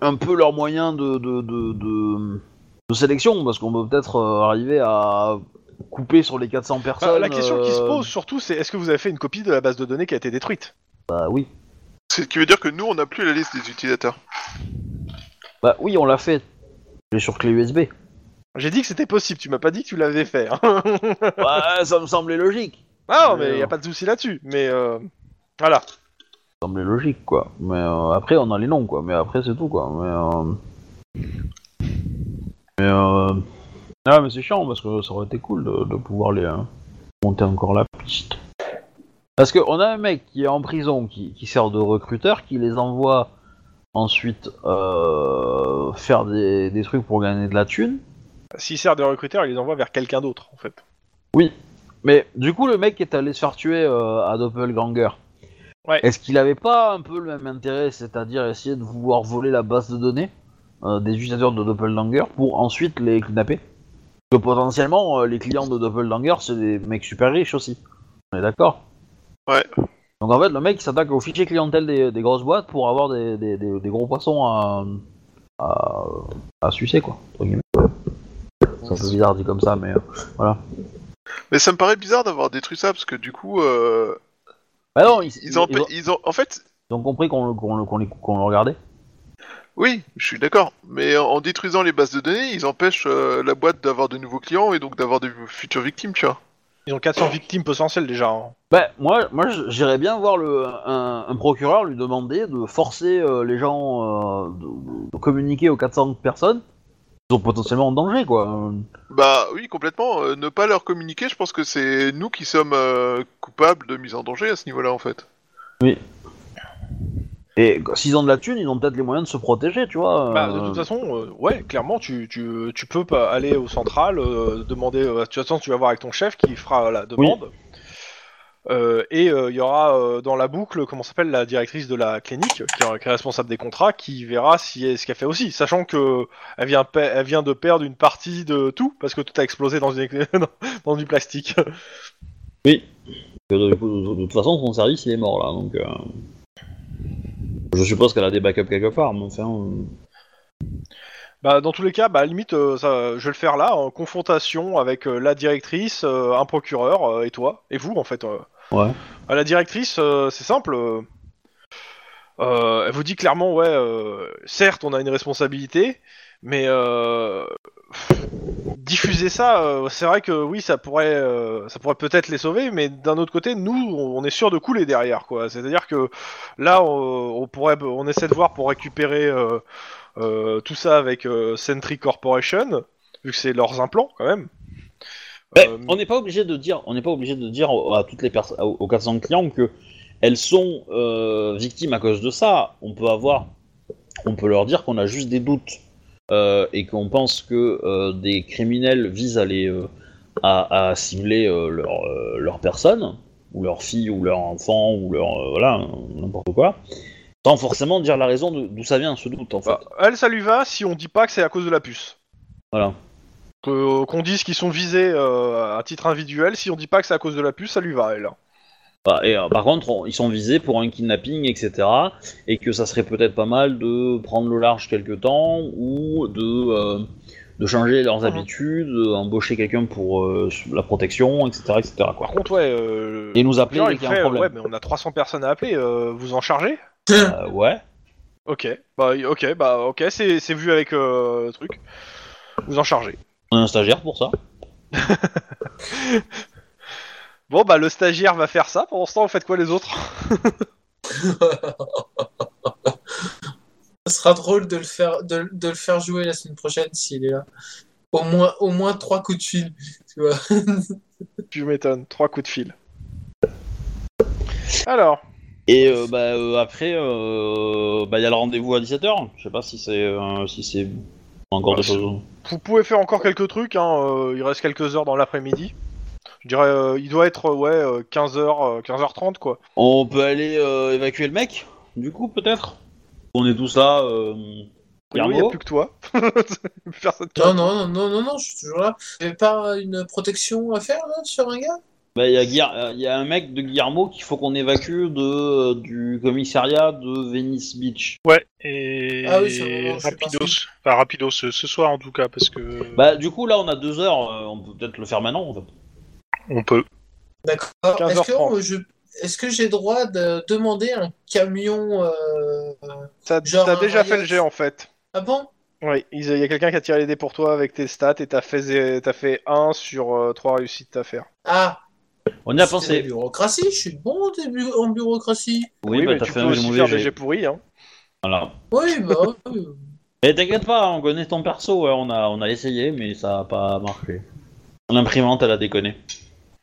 Speaker 1: un peu leurs moyens de, de, de, de- de sélection, parce qu'on peut peut-être euh, arriver à couper sur les 400 personnes.
Speaker 2: Bah, la question qui se
Speaker 1: euh,
Speaker 2: pose surtout, c'est est-ce que vous avez fait une copie de la base de données qui a été détruite
Speaker 1: Bah oui.
Speaker 4: Ce qui veut dire que nous, on n'a plus la liste des utilisateurs.
Speaker 1: Bah oui, on l'a fait. J'ai sur clé
Speaker 2: <laughs>
Speaker 1: USB.
Speaker 2: J'ai dit que c'était possible, tu m'as pas dit que tu l'avais fait. hein. <laughs>
Speaker 1: ouais, ça me semblait logique.
Speaker 2: ah, non, mais y a pas de souci là-dessus. Mais euh, voilà.
Speaker 1: Ça me semblait logique, quoi. Mais euh, après, on a les noms, quoi. Mais après, c'est tout, quoi. Mais. euh, Mais. euh, Ah, mais c'est chiant, parce que ça aurait été cool de, de pouvoir les. euh, monter encore la piste. Parce qu'on a un mec qui est en prison, qui, qui sert de recruteur, qui les envoie ensuite euh, faire des, des trucs pour gagner de la thune.
Speaker 2: S'il sert de recruteur, il les envoie vers quelqu'un d'autre en fait.
Speaker 1: Mais du coup, le mec est allé se faire tuer euh, à Doppelganger.
Speaker 2: Ouais.
Speaker 1: Est-ce qu'il avait pas un peu le même intérêt, c'est-à-dire essayer de vouloir voler la base de données euh, des utilisateurs de Doppelganger pour ensuite les kidnapper Que potentiellement, euh, les clients de Doppelganger, c'est des mecs super riches aussi. On est d'accord
Speaker 4: Ouais.
Speaker 1: Donc en fait, le mec il s'attaque au fichier clientèle des, des grosses boîtes pour avoir des, des- des- des gros poissons à, à, à sucer, quoi. entre guillemets. C'est un peu bizarre dit comme ça, mais euh, voilà.
Speaker 4: Mais ça me paraît bizarre d'avoir détruit ça parce que du coup, euh,
Speaker 1: Bah non, ils,
Speaker 4: ils, en...
Speaker 1: ils ont-
Speaker 4: ils ont. En fait,
Speaker 1: ils ont compris qu'on le- qu'on le- qu'on les- qu'on le regardait.
Speaker 4: oui, je suis d'accord. Mais en- en détruisant les bases de données, ils empêchent euh, la boîte d'avoir de nouveaux clients et donc d'avoir des futures victimes, tu vois.
Speaker 2: Ils ont 400 victimes potentielles déjà. hein.
Speaker 1: Bah, moi, moi j- j'irais bien voir le, un, un procureur lui demander de forcer euh, les gens euh, de, de communiquer aux 400 personnes qui sont potentiellement en danger, quoi.
Speaker 4: Bah oui, complètement. Euh, ne pas leur communiquer, je pense que c'est nous qui sommes euh, coupables de mise en danger à ce niveau-là, en fait.
Speaker 1: Et qu- s'ils ont de la thune, ils ont peut-être les moyens de se protéger, tu vois. euh,
Speaker 2: Bah, de toute façon, euh, ouais, clairement, tu, tu, tu peux pas aller au central, euh, demander. euh, de toute façon, tu vas voir avec ton chef qui fera la demande. Euh, et euh, il y aura euh, dans la boucle, comment s'appelle, la directrice de la clinique, qui est, qui est responsable des contrats, qui verra si est ce qu'elle fait aussi, sachant que elle vient, pa- elle vient de perdre une partie de tout parce que tout a explosé <laughs> dans, une, dans du plastique. <laughs>
Speaker 1: que de, de- de toute façon, son service, il est mort, là, donc... euh, Je suppose qu'elle a des backups quelque part, mais enfin... euh,
Speaker 2: Bah, dans tous les cas, bah, à la limite, euh, ça, je vais le faire là, en confrontation avec euh, la directrice, euh, un procureur, euh, et toi, et vous, en fait. euh.
Speaker 1: Ouais.
Speaker 2: À la directrice, euh, c'est simple. euh, euh, elle vous dit clairement, ouais, euh, certes, on a une responsabilité, mais euh, pff, diffuser ça, euh, c'est vrai que oui, ça pourrait, euh, ça pourrait peut-être les sauver, mais d'un autre côté, nous, on on est sûr de couler derrière, quoi. C'est-à-dire que là, on, on pourrait, on essaie de voir pour récupérer. euh, euh, tout ça avec euh, Sentry Corporation, vu que c'est leurs implants quand même.
Speaker 1: Ben,
Speaker 2: Euh,
Speaker 1: on n'est pas obligé de dire, on n'est pas obligé de dire au- à toutes les personnes, aux aux 400 clients que elles sont euh, victimes à cause de ça. On peut avoir, on peut leur dire qu'on a juste des doutes euh, et qu'on pense que euh, des criminels visent à les, euh, à, à cibler euh, leur, euh, leur personne ou leur fille ou leur enfant ou leur euh, voilà euh, n'importe quoi, sans forcément dire la raison de- d'où ça vient ce doute en fait.
Speaker 2: bah, elle, ça lui va si on dit pas que c'est à cause de la puce.
Speaker 1: Voilà.
Speaker 2: Que- euh, Qu'on dise qu'ils sont visés euh, à titre individuel, si on dit pas que c'est à cause de la puce, ça lui va, elle.
Speaker 1: Bah, et, euh, par contre, on- ils sont visés pour un kidnapping, etc. Et que ça serait peut-être pas mal de prendre le large quelque temps ou de, euh, de changer
Speaker 2: Mhm.
Speaker 1: leurs habitudes, d'embaucher quelqu'un pour euh, la protection, etc. etc. quoi.
Speaker 2: Par contre, ouais. euh,
Speaker 1: Et nous
Speaker 2: le
Speaker 1: appeler
Speaker 2: client,
Speaker 1: dès
Speaker 2: il
Speaker 1: qu'il y a
Speaker 2: fait,
Speaker 1: un
Speaker 2: euh, ouais,
Speaker 1: problème.
Speaker 2: mais on a 300 personnes à appeler, euh, vous en chargez
Speaker 1: Euh, ouais.
Speaker 2: Ok, bah ok, bah ok, c'est c'est vu avec euh, le truc. Vous en chargez.
Speaker 1: on a un stagiaire pour ça.
Speaker 2: Bon, bah le stagiaire va faire ça. Pendant ce temps, vous faites quoi les autres <laughs>
Speaker 3: Ce sera drôle de le faire, de, de le faire jouer la semaine prochaine s'il est là. Au moins, au moins trois coups de fil, tu vois.
Speaker 2: Tu m'étonnes, trois coups de fil. Alors,
Speaker 1: Et euh, bah, euh, après, euh, bah, il y a le rendez-vous à 17h. Je sais pas si c'est euh, si c'est encore
Speaker 2: Bah,
Speaker 1: des
Speaker 2: c'est-
Speaker 1: choses.
Speaker 2: vous pouvez faire encore quelques trucs, hein, euh, il reste quelques heures dans l'après-midi. Je dirais, euh, il doit être, euh, ouais, 15h, 15h30, quoi.
Speaker 1: On peut aller euh, évacuer le mec, du coup, peut-être On est tous là. Euh...
Speaker 2: Oui, il n'y a
Speaker 1: Guillermo
Speaker 2: plus que toi. <laughs> Personne qui-
Speaker 3: Non, non, non, non, non, non, je suis toujours là. J'avais pas une protection à faire là, sur un gars
Speaker 1: Bah, il y, a Guilla- euh, y a un mec de Guillermo qu'il faut qu'on évacue de, euh, du commissariat de Venice Beach.
Speaker 5: Ouais, et
Speaker 3: Ah oui, c'est un moment où je suis
Speaker 5: rapidos,
Speaker 3: parti.
Speaker 5: enfin rapidos, euh, ce ce soir en tout cas, parce que
Speaker 1: Bah, du coup, là, on a deux heures, euh, on peut peut-être le faire maintenant, en fait.
Speaker 5: on peut.
Speaker 3: D'accord.
Speaker 2: 15h30.
Speaker 3: Est-ce que, euh, je- est-ce que j'ai droit de demander un camion euh,
Speaker 2: T'as
Speaker 3: Genre
Speaker 2: t'as
Speaker 3: un
Speaker 2: déjà fait
Speaker 3: Riot.
Speaker 2: le jet, en fait.
Speaker 3: Ah bon
Speaker 2: Oui, il y a quelqu'un qui a tiré les dés pour toi avec tes stats et t'as fait, zé- t'as fait 1 sur 3 réussites à faire.
Speaker 3: Ah
Speaker 1: On y a
Speaker 3: c'était la
Speaker 1: pensé.
Speaker 3: bureaucratie, je suis bon au début en bureaucratie.
Speaker 1: Oui, bah,
Speaker 2: mais
Speaker 1: t'as
Speaker 2: tu
Speaker 1: fait
Speaker 2: peux
Speaker 1: un
Speaker 2: aussi
Speaker 1: mauvais
Speaker 2: faire des
Speaker 1: jet.
Speaker 2: jets pourris, hein.
Speaker 1: Voilà. <laughs>
Speaker 3: Oui, bah oui.
Speaker 1: Mais t'inquiète pas, on connaît ton perso, hein, on, a, on a essayé, mais ça a pas marché. L'imprimante, elle a déconné.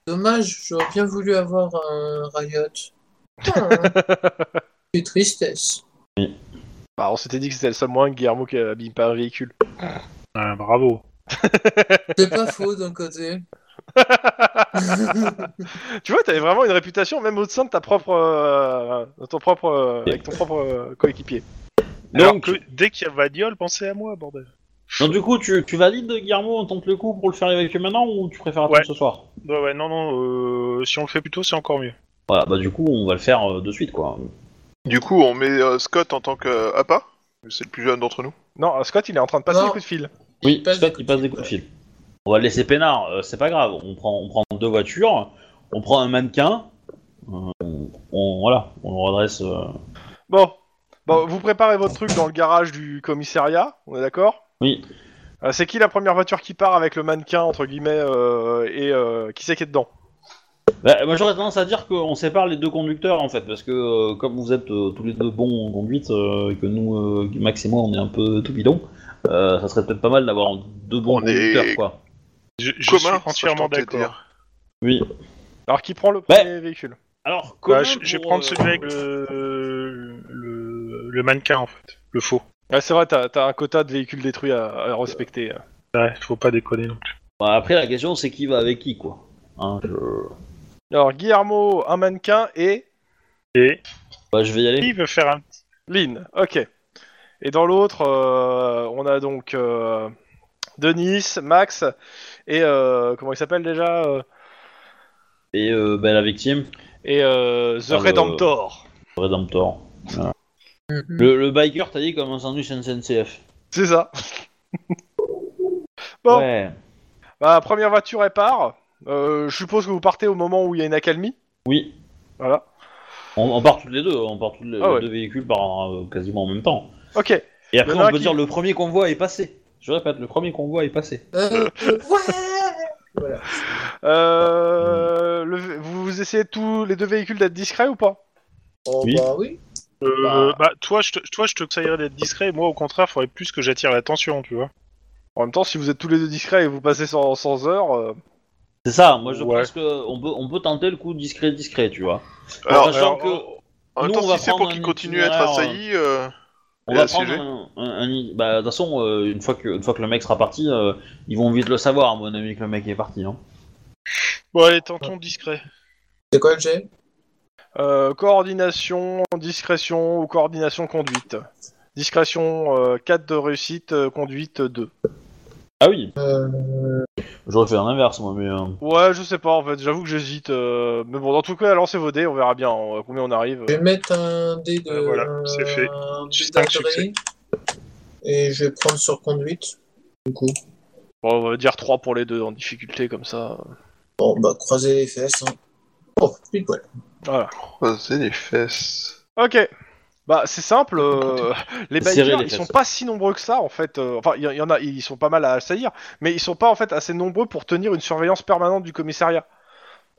Speaker 3: Dommage, j'aurais bien voulu avoir un Riot. Putain.
Speaker 1: <laughs>
Speaker 3: Quelle tristesse.
Speaker 2: Bah, on s'était dit que c'était le seul moyen que Guillermo qui abîme pas un véhicule.
Speaker 5: Ah, bravo.
Speaker 3: C'est pas faux d'un
Speaker 1: <laughs>
Speaker 3: côté.
Speaker 2: Tu vois, t'avais vraiment une réputation, même au sein de ta propre, euh, de ton propre, euh, avec ton propre euh, coéquipier.
Speaker 5: Alors
Speaker 1: Donc-
Speaker 5: que dès qu'il y a Vaniol, pensez à moi, bordel.
Speaker 1: Donc du coup, tu, tu valides Guillermo, on tente le coup pour le faire évacuer maintenant ou tu préfères attendre
Speaker 5: Ouais.
Speaker 1: ce soir
Speaker 5: Bah, Ouais, ouais, non, non, euh, si on le fait plus tôt, c'est encore mieux.
Speaker 1: Voilà, bah du coup, on va le faire euh, de suite quoi.
Speaker 4: Du coup, on met euh, Scott en tant que euh, APA. C'est le plus jeune d'entre nous.
Speaker 2: Non, Scott, il est en train de passer
Speaker 3: Non.
Speaker 2: le coup de fil.
Speaker 1: Oui,
Speaker 3: passe
Speaker 1: Scott,
Speaker 3: des
Speaker 1: il passe des coups de fil. On va le laisser peinard, euh, c'est pas grave. On prend, on prend deux voitures, on prend un mannequin, euh, on, on- voilà, on le redresse. euh,
Speaker 2: Bon. Bon, vous préparez votre truc dans le garage du commissariat, on est d'accord
Speaker 1: Oui.
Speaker 2: Euh, c'est qui la première voiture qui part avec le mannequin, entre guillemets, euh, et euh, qui c'est qui est dedans
Speaker 1: Bah, moi j'aurais tendance à dire qu'on sépare les deux conducteurs en fait, parce que euh, comme vous êtes euh, tous les deux bons en conduite, euh, et que nous, euh, Max et moi, on est un peu tout bidon, euh, ça serait peut-être pas mal d'avoir deux bons
Speaker 4: On est
Speaker 1: conducteurs quoi.
Speaker 5: Je, je suis
Speaker 4: Commun, serais-je
Speaker 5: entièrement
Speaker 4: tenté de
Speaker 5: d'accord.
Speaker 4: dire.
Speaker 1: Oui.
Speaker 2: Alors, qui prend le
Speaker 1: Ouais.
Speaker 2: premier véhicule
Speaker 1: Alors,
Speaker 5: Bah,
Speaker 1: commun
Speaker 5: je, je vais
Speaker 1: pour,
Speaker 5: prendre
Speaker 1: euh,
Speaker 5: celui avec
Speaker 3: euh,
Speaker 5: le, le, le mannequin, en fait. Le faux.
Speaker 2: Ouais, c'est vrai, t'as t'as un quota de véhicules détruits à, à respecter. euh.
Speaker 5: Ouais, faut pas déconner. non.
Speaker 1: bah, après la question c'est qui va avec qui quoi. Hein, je...
Speaker 2: Alors, Guillermo, un mannequin et
Speaker 5: Et
Speaker 1: Bah, je vais y aller.
Speaker 5: il veut faire un petit...
Speaker 2: Lynn, ok. Et dans l'autre, euh, on a donc euh, Denis, Max et euh, comment il s'appelle déjà euh,
Speaker 1: Et euh, bah, la victime,
Speaker 2: Et euh, The
Speaker 1: Ah, le-
Speaker 2: Redemptor.
Speaker 1: Redemptor.
Speaker 3: Mhm.
Speaker 1: Le, le biker t'as dit comme un sandwich SNCF.
Speaker 2: C'est ça. Bon.
Speaker 1: Ouais.
Speaker 2: Bah, première voiture, elle part. Euh, je suppose que vous partez au moment où il y a une accalmie.
Speaker 1: Oui.
Speaker 2: Voilà.
Speaker 1: On, on part toutes les deux, on part tous les,
Speaker 2: Ah ouais.
Speaker 1: les deux véhicules par, euh, quasiment en même temps.
Speaker 2: Ok.
Speaker 1: Et après
Speaker 2: Il y en a
Speaker 1: on peut
Speaker 2: qui-
Speaker 1: dire le premier convoi est passé. Je répète, le premier convoi est passé.
Speaker 3: Euh, ouais
Speaker 2: Euh, le- vous, vous essayez tous les deux véhicules d'être discrets ou pas
Speaker 3: Oh,
Speaker 1: Oui.
Speaker 3: bah oui.
Speaker 5: Euh, bah, toi, je te, toi, je te conseillerais d'être discret. Moi, au contraire, faudrait plus que j'attire l'attention, tu vois.
Speaker 2: En même temps, si vous êtes tous les deux discrets et vous passez sans, sans heure, euh,
Speaker 1: C'est ça, moi je
Speaker 5: Ouais.
Speaker 1: pense qu'on peut, on peut tenter le coup discret discret, tu vois.
Speaker 4: Alors,
Speaker 1: en sachant
Speaker 5: alors,
Speaker 1: que
Speaker 2: euh,
Speaker 4: En même
Speaker 1: Nous, on
Speaker 4: temps,
Speaker 1: va
Speaker 4: si c'est pour
Speaker 1: prendre
Speaker 4: qu'il
Speaker 1: un
Speaker 4: continue à être
Speaker 1: itinéraire,
Speaker 4: assailli, euh,
Speaker 1: on
Speaker 4: et
Speaker 1: va
Speaker 4: assiégé.
Speaker 1: prendre un, un- un- bah de toute façon euh, une fois que une fois que le mec sera parti, euh, ils vont vite le savoir à mon ami que le mec est parti, hein. non
Speaker 5: Bon, allez, tentons discret.
Speaker 3: C'est quoi le jet
Speaker 2: euh, coordination, discrétion ou coordination conduite. Discrétion euh, 4 de réussite, euh, conduite 2.
Speaker 1: Ah oui,
Speaker 3: euh,
Speaker 1: j'aurais fait un inverse moi, mais. euh,
Speaker 2: Ouais, je sais pas en fait, j'avoue que j'hésite. euh, Mais bon, dans tout cas, lancez vos dés, on verra bien euh, combien on arrive.
Speaker 3: Je vais mettre un dé de.
Speaker 5: Euh, voilà, c'est fait.
Speaker 3: Un dé
Speaker 5: Juste un
Speaker 3: d'intérêt.
Speaker 5: succès.
Speaker 3: Et je vais prendre sur conduite. Du coup.
Speaker 2: Bon, on va dire 3 pour les deux en difficulté comme ça.
Speaker 3: Bon, bah, croiser les fesses. Hein. Oh, pile poil.
Speaker 2: Voilà.
Speaker 4: croiser les fesses.
Speaker 2: Ok. Bah c'est simple, euh, <laughs> les
Speaker 1: Serrer
Speaker 2: bikers
Speaker 1: les
Speaker 2: ils
Speaker 1: fesses.
Speaker 2: sont pas si nombreux que ça en fait. euh, enfin il y, il y en a, ils sont pas mal à assaillir, mais ils sont pas en fait assez nombreux pour tenir une surveillance permanente du commissariat.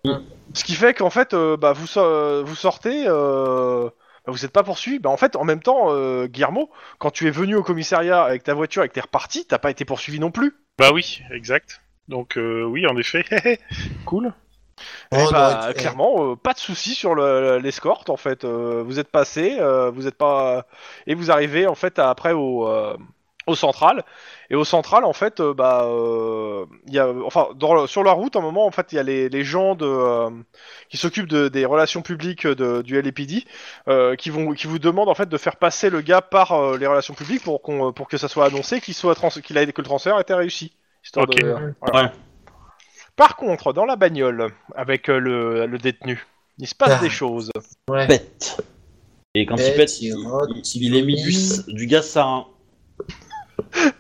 Speaker 1: Mm.
Speaker 2: Ce qui fait qu'en fait euh, bah vous so- euh, vous sortez, euh, bah, vous êtes pas poursuivi. Bah en fait en même temps euh, Guillermo, quand tu es venu au commissariat avec ta voiture et que t'es reparti, t'as pas été poursuivi non plus.
Speaker 5: Bah oui, exact. Donc, euh, oui, en effet. <laughs> cool.
Speaker 2: Eh
Speaker 3: Oh,
Speaker 2: bah,
Speaker 3: non, et-
Speaker 2: clairement, euh, pas de souci sur le- l'escorte en fait. Euh, vous êtes passé, euh, vous êtes pas et vous arrivez en fait à- après au euh, au central et au central en fait euh, bah euh, il y a enfin dans le- sur la route à un moment en fait il y a les, les gens de euh, qui s'occupent de- des relations publiques de, du LAPD euh, qui vont qui vous demandent en fait de faire passer le gars par euh, les relations publiques pour qu'on pour que ça soit annoncé qu'il soit trans- qu'il a que le transfert était réussi. Histoire
Speaker 5: Ok.
Speaker 2: de-
Speaker 3: Mhm.
Speaker 2: voilà.
Speaker 1: Ouais.
Speaker 2: Par contre, dans la bagnole, avec euh, le, le détenu, il se passe
Speaker 3: Ah.
Speaker 2: des choses.
Speaker 3: Ouais.
Speaker 1: pète. Et quand il
Speaker 3: Pète,
Speaker 1: pète,
Speaker 3: il
Speaker 1: il,
Speaker 3: rote,
Speaker 1: il-
Speaker 3: il
Speaker 1: il est mis du,
Speaker 3: vomit.
Speaker 1: du gaz sarin.
Speaker 2: <laughs>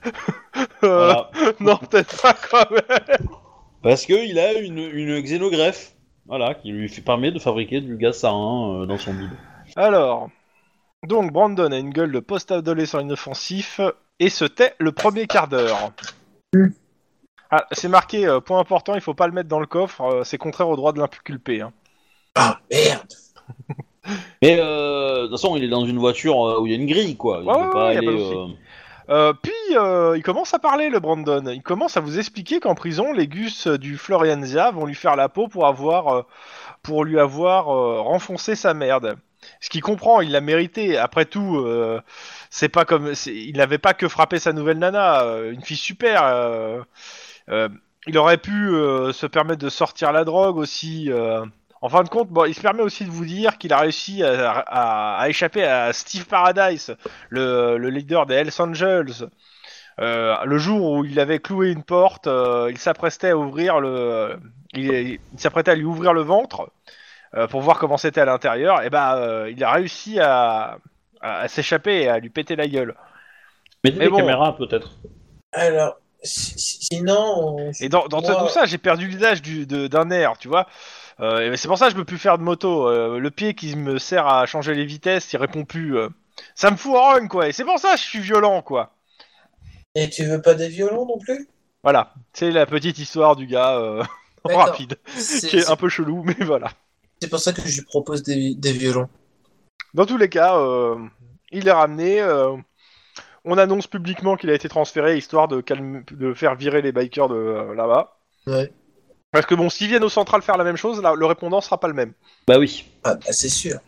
Speaker 2: Euh,
Speaker 1: Voilà.
Speaker 2: non, peut-être pas quand même.
Speaker 1: <laughs> Parce qu'il a une, une xénogreffe. Voilà, qui lui fait- permet de fabriquer du gaz sarin euh, dans son bide.
Speaker 2: Alors, donc Brandon a une gueule de post-adolescent inoffensif et se tait le premier quart d'heure.
Speaker 3: Mm.
Speaker 2: Ah, c'est marqué, euh, point important, il faut pas le mettre dans le coffre, euh, c'est contraire au droit de l'inculpé. hein.
Speaker 3: Ah, merde.
Speaker 1: Mais euh, de toute façon, il est dans une voiture euh, où il y a une grille, quoi. Il
Speaker 2: Ouais,
Speaker 1: peut
Speaker 2: ouais,
Speaker 1: pas
Speaker 2: ouais, y a
Speaker 1: aller,
Speaker 2: pas de souci.
Speaker 1: euh,
Speaker 2: Euh, puis, euh, il commence à parler, le Brandon. Il commence à vous expliquer qu'en prison, les gus euh, du Florianzia vont lui faire la peau pour, avoir, euh, pour lui avoir euh, renfoncé sa merde. Ce qu'il comprend, il l'a mérité. Après tout, euh, c'est pas comme, c'est- il n'avait pas que frappé sa nouvelle nana, euh, une fille super. euh, euh, il aurait pu euh, se permettre de sortir la drogue aussi. euh. En fin de compte, bon, il se permet aussi de vous dire qu'il a réussi à- à- à échapper à Steve Paradise, le, le leader des Hells Angels, Euh, le jour où il avait cloué une porte, euh, il s'apprêtait à ouvrir le, il, il s'apprêtait à lui ouvrir le ventre euh, pour voir comment c'était à l'intérieur. Et bah, euh, il a réussi à, à- à s'échapper et à lui péter la gueule.
Speaker 1: Mettez
Speaker 2: Mais
Speaker 1: des
Speaker 2: bon.
Speaker 1: caméras peut-être.
Speaker 3: Alors, si- si- sinon, on-
Speaker 2: Et dans, dans
Speaker 3: Moi-
Speaker 2: tout ça, j'ai perdu l'usage du- de- d'un air, tu vois. Euh, et c'est pour ça que je peux plus faire de moto. Euh, le pied qui me sert à changer les vitesses, il répond plus. euh. Ça me fout en run, quoi. Et c'est pour ça que je suis violent, quoi.
Speaker 3: et tu veux pas des violons non plus
Speaker 2: Voilà. C'est la petite histoire du gars euh, <laughs>
Speaker 3: D'accord.
Speaker 2: rapide,
Speaker 3: C'est
Speaker 2: qui est
Speaker 3: c'est-
Speaker 2: un peu chelou, mais voilà.
Speaker 3: c'est pour ça que je lui propose des, des violons.
Speaker 2: Dans tous les cas, euh, il est ramené. euh, on annonce publiquement qu'il a été transféré, histoire de, calme- de faire virer les bikers de euh, là-bas.
Speaker 3: Ouais.
Speaker 2: Parce que bon, s'ils viennent au central faire la même chose, là, le répondant sera pas le même.
Speaker 1: Bah oui.
Speaker 3: Ah, bah, c'est sûr.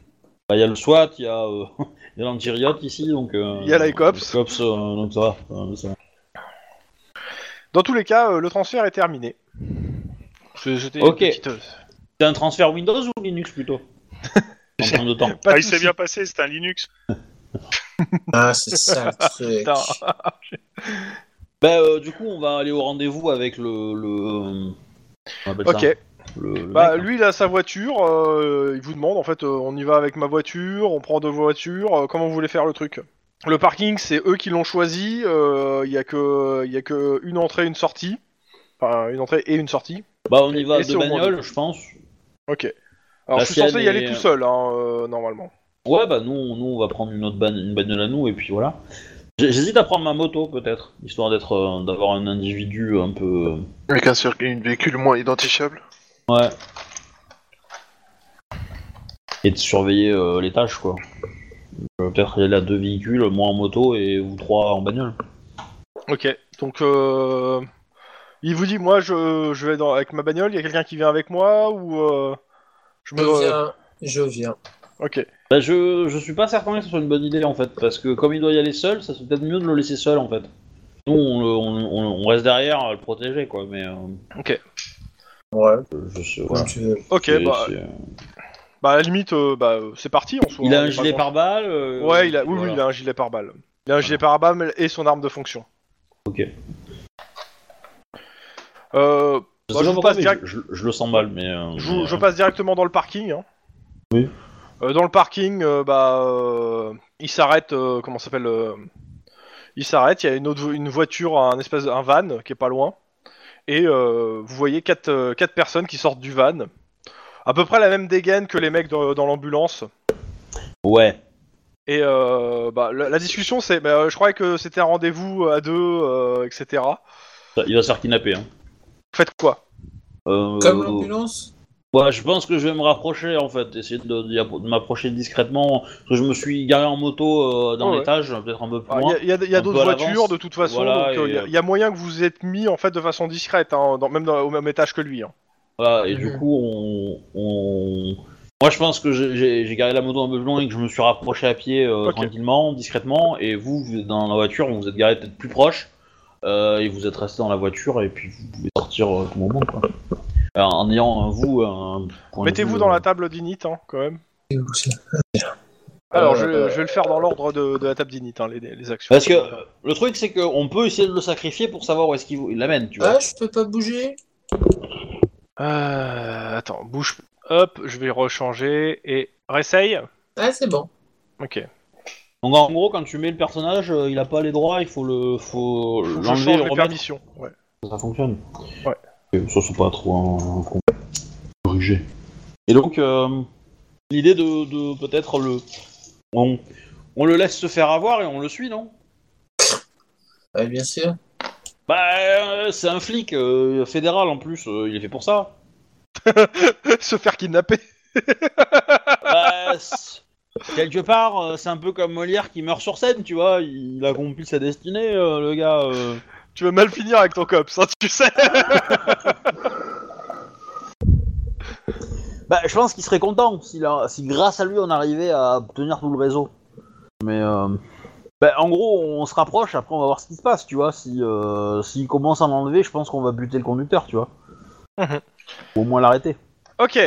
Speaker 1: Bah, il y a le SWAT, il y a, euh, <laughs> il y a l'anti-riot ici, donc. euh,
Speaker 2: Il y a la COPS.
Speaker 1: le COPS, euh, donc ça va. euh, ça va.
Speaker 2: Dans tous les cas, euh, le transfert est terminé. C'est- C'était
Speaker 1: Ok.
Speaker 2: une petite- euh,
Speaker 1: C'est un transfert Windows ou Linux
Speaker 2: <laughs>
Speaker 1: plutôt En termes de temps.
Speaker 2: pas
Speaker 5: Ah,
Speaker 2: de
Speaker 5: il s'est
Speaker 2: soucis.
Speaker 5: bien passé, c'était un Linux.
Speaker 3: Ah, c'est
Speaker 2: <laughs>
Speaker 3: ça le truc.
Speaker 2: Putain.
Speaker 1: Bah, euh, du coup, on va aller au rendez-vous avec le. le euh, on appelle ça
Speaker 2: Ok.
Speaker 1: le- le
Speaker 2: Bah,
Speaker 1: mec, hein.
Speaker 2: lui, il a sa voiture. euh, il vous demande, en fait, euh, on y va avec ma voiture, on prend deux voitures. euh, comment vous voulez faire le truc Le parking, c'est eux qui l'ont choisi. euh, Il y a que, il y a que une entrée, une sortie. Enfin, une entrée et une sortie.
Speaker 1: hein. Bah, on y va
Speaker 2: et
Speaker 1: de
Speaker 2: c'est au moins
Speaker 1: bagnole, je pense.
Speaker 2: Ok. Alors,
Speaker 1: La
Speaker 2: je suis censé
Speaker 1: sienne
Speaker 2: y aller
Speaker 1: est-
Speaker 2: tout seul, hein, euh, normalement.
Speaker 1: Ouais, bah, nous, on- nous on va prendre une autre ban- une bagnole à nous, et puis voilà. J'- J'hésite à prendre ma moto, peut-être, histoire d'être, euh, d'avoir un individu un peu.
Speaker 4: Avec un circuit, une véhicule moins identifiable.
Speaker 1: euh, ouais. Et de surveiller euh, les tâches, quoi. Euh, Peut-être y aller à deux véhicules, moi en moto et vous trois en bagnole.
Speaker 2: Ok. Donc, euh, il vous dit, moi, je, je vais dans, avec ma bagnole. Il y a quelqu'un qui vient avec moi ou euh, je me.
Speaker 3: Je viens, je viens.
Speaker 2: Ok.
Speaker 1: Bah, je, je suis pas certain que ce soit une bonne idée en fait, parce que comme il doit y aller seul, ça serait peut-être mieux de le laisser seul en fait. Nous, on, le- on- on- on reste derrière à le protéger quoi, mais euh,
Speaker 3: Ouais,
Speaker 1: je sais, voilà.
Speaker 3: comme tu veux.
Speaker 2: Ok.
Speaker 1: C'est-
Speaker 2: Bah,
Speaker 1: c'est, euh,
Speaker 2: bah, à la limite, euh, bah, euh, c'est parti. En soi,
Speaker 1: Il a
Speaker 2: hein, y
Speaker 1: un
Speaker 2: pas
Speaker 1: gilet
Speaker 2: grand-
Speaker 1: pare-balles euh,
Speaker 2: Ouais, il a, oui,
Speaker 1: voilà.
Speaker 2: oui, il a un gilet pare-balles. Il a un gilet pare-balles et son arme de fonction.
Speaker 1: Ok.
Speaker 2: Euh,
Speaker 1: Je, sais
Speaker 2: Bah, je
Speaker 1: pas
Speaker 2: vous
Speaker 1: pourquoi,
Speaker 2: passe
Speaker 1: mais
Speaker 2: direct-
Speaker 1: je, je- je le sens mal, mais. euh,
Speaker 2: je,
Speaker 1: mais,
Speaker 2: vous- je
Speaker 1: euh,
Speaker 2: passe directement dans le parking. hein.
Speaker 1: Oui.
Speaker 2: Euh, dans le parking, euh, bah, euh, il s'arrête. euh, comment ça s'appelle euh, Il s'arrête. Il y a une autre, vo- une voiture, un espèce, un van qui est pas loin. Et euh, vous voyez quatre, euh, quatre personnes qui sortent du van. À peu près la même dégaine que les mecs dans- dans l'ambulance.
Speaker 1: Ouais.
Speaker 2: Et euh, bah, la, la discussion, c'est, bah, je croyais que c'était un rendez-vous à deux, euh, etc.
Speaker 1: Ça, Il va se faire kidnapper. Hein.
Speaker 2: Faites quoi
Speaker 1: Euh,
Speaker 3: Comme l'ambulance
Speaker 1: ouais, je pense que je vais me rapprocher en fait, essayer de, d'y appro- de m'approcher discrètement. Parce que je me suis garé en moto euh, dans
Speaker 2: Ouais. Ah,
Speaker 1: l'étage, peut-être un peu plus
Speaker 2: Il
Speaker 1: loin.
Speaker 2: y a- il y a, il y a
Speaker 1: un peu
Speaker 2: d'autres
Speaker 1: à
Speaker 2: voitures
Speaker 1: l'avance.
Speaker 2: de toute façon,
Speaker 1: Voilà,
Speaker 2: donc euh, il y a-
Speaker 1: et-
Speaker 2: il y, a moyen que vous êtes mis en fait de façon discrète, hein, dans- même dans- au même étage que lui. hein.
Speaker 1: Voilà, et du
Speaker 3: Mhm.
Speaker 1: coup, on, on- Moi, je pense que j'ai- j'ai j'ai garé la moto un peu plus loin et que je me suis rapproché à pied euh,
Speaker 2: Ok.
Speaker 1: tranquillement, discrètement. Et vous, vous êtes dans la voiture, vous vous êtes garé peut-être plus proche. euh, et vous êtes resté dans la voiture et puis vous pouvez sortir euh, à tout moment. Quoi. Alors, en ayant, euh, vous, un. point de
Speaker 2: Mettez-vous
Speaker 1: vue,
Speaker 2: dans
Speaker 1: euh,
Speaker 2: la table d'init hein, quand même.
Speaker 3: C'est où, ça
Speaker 2: Alors je,
Speaker 1: euh,
Speaker 2: je vais le faire dans l'ordre de, de la table d'init, hein, les, les actions.
Speaker 1: Parce que euh, le truc, c'est qu'on peut essayer de le sacrifier pour savoir où est-ce qu'il vous- il l'amène, tu vois.
Speaker 3: Ah, je peux pas bouger
Speaker 2: Euh, attends, bouge. Hop, je vais rechanger et réessaye.
Speaker 3: Ah, c'est bon.
Speaker 2: Ok.
Speaker 1: Donc, en gros, quand tu mets le personnage, euh, il a pas les droits, il faut le. Faut
Speaker 2: Faut que je
Speaker 1: l'enlever et
Speaker 2: change
Speaker 1: le
Speaker 2: les
Speaker 1: remettre.
Speaker 2: permissions. Ouais. <laughs>
Speaker 1: ça fonctionne.
Speaker 2: Ouais.
Speaker 1: Et ça, c'est pas trop un, un- corrigé. Et donc, euh, l'idée de, de peut-être le. On, on le laisse se faire avoir et on le suit, non
Speaker 3: Ouais, Ah, bien sûr.
Speaker 1: Bah, euh, c'est un flic euh, fédéral en plus, euh, il est fait pour ça.
Speaker 2: Se faire kidnapper.
Speaker 1: Bah, c'est- quelque part, euh, c'est un peu comme Molière qui meurt sur scène, tu vois, il accomplit sa destinée, euh, le gars. euh.
Speaker 2: Tu vas mal finir avec ton cops, hein, tu sais.
Speaker 1: Bah, je pense qu'il serait content s'il a- si grâce à lui on arrivait à obtenir tout le réseau. Mais euh, bah, en gros, on se rapproche, après on va voir ce qui se passe, tu vois. Si euh, s'il commence à l'enlever, je pense qu'on va buter le conducteur, tu vois.
Speaker 2: Mhm.
Speaker 1: Ou au moins l'arrêter.
Speaker 2: Ok.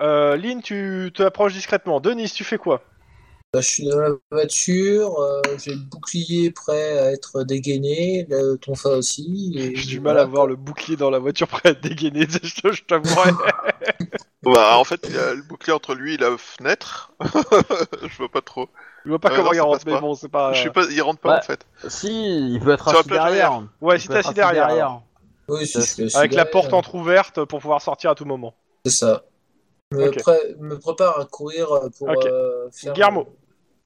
Speaker 2: Euh, Lynn, tu te approches discrètement. Denis, tu fais quoi
Speaker 3: Bah, je suis dans la voiture, euh, j'ai le bouclier prêt à être dégainé, le- ton fa aussi. et
Speaker 2: J'ai du mal
Speaker 3: voilà,
Speaker 2: à voir le bouclier dans la voiture prêt à dégainer, <laughs> je, je t'avouerai.
Speaker 4: Bah, en fait, il a le bouclier entre lui et la fenêtre. <laughs> je vois pas trop.
Speaker 2: Je vois pas
Speaker 4: Euh,
Speaker 2: comment
Speaker 4: non,
Speaker 2: il
Speaker 4: ça
Speaker 2: rentre,
Speaker 4: passe
Speaker 2: mais
Speaker 4: pas.
Speaker 2: bon, c'est pas...
Speaker 4: Je sais pas, il rentre pas
Speaker 1: Ouais.
Speaker 4: en fait.
Speaker 1: Si, il peut être
Speaker 4: Sur la
Speaker 1: assis
Speaker 4: plage
Speaker 1: derrière.
Speaker 2: Ouais,
Speaker 1: Il
Speaker 2: si
Speaker 1: peut
Speaker 2: t'es
Speaker 1: être
Speaker 2: assis derrière,
Speaker 3: Oui, si je suis assis
Speaker 2: avec la
Speaker 3: derrière,
Speaker 2: porte entrouverte pour pouvoir sortir à tout moment.
Speaker 3: C'est ça. Me,
Speaker 2: Ok.
Speaker 3: pré- me prépare à courir pour
Speaker 2: Ok.
Speaker 3: euh, faire.
Speaker 2: Guillermo.
Speaker 3: <laughs>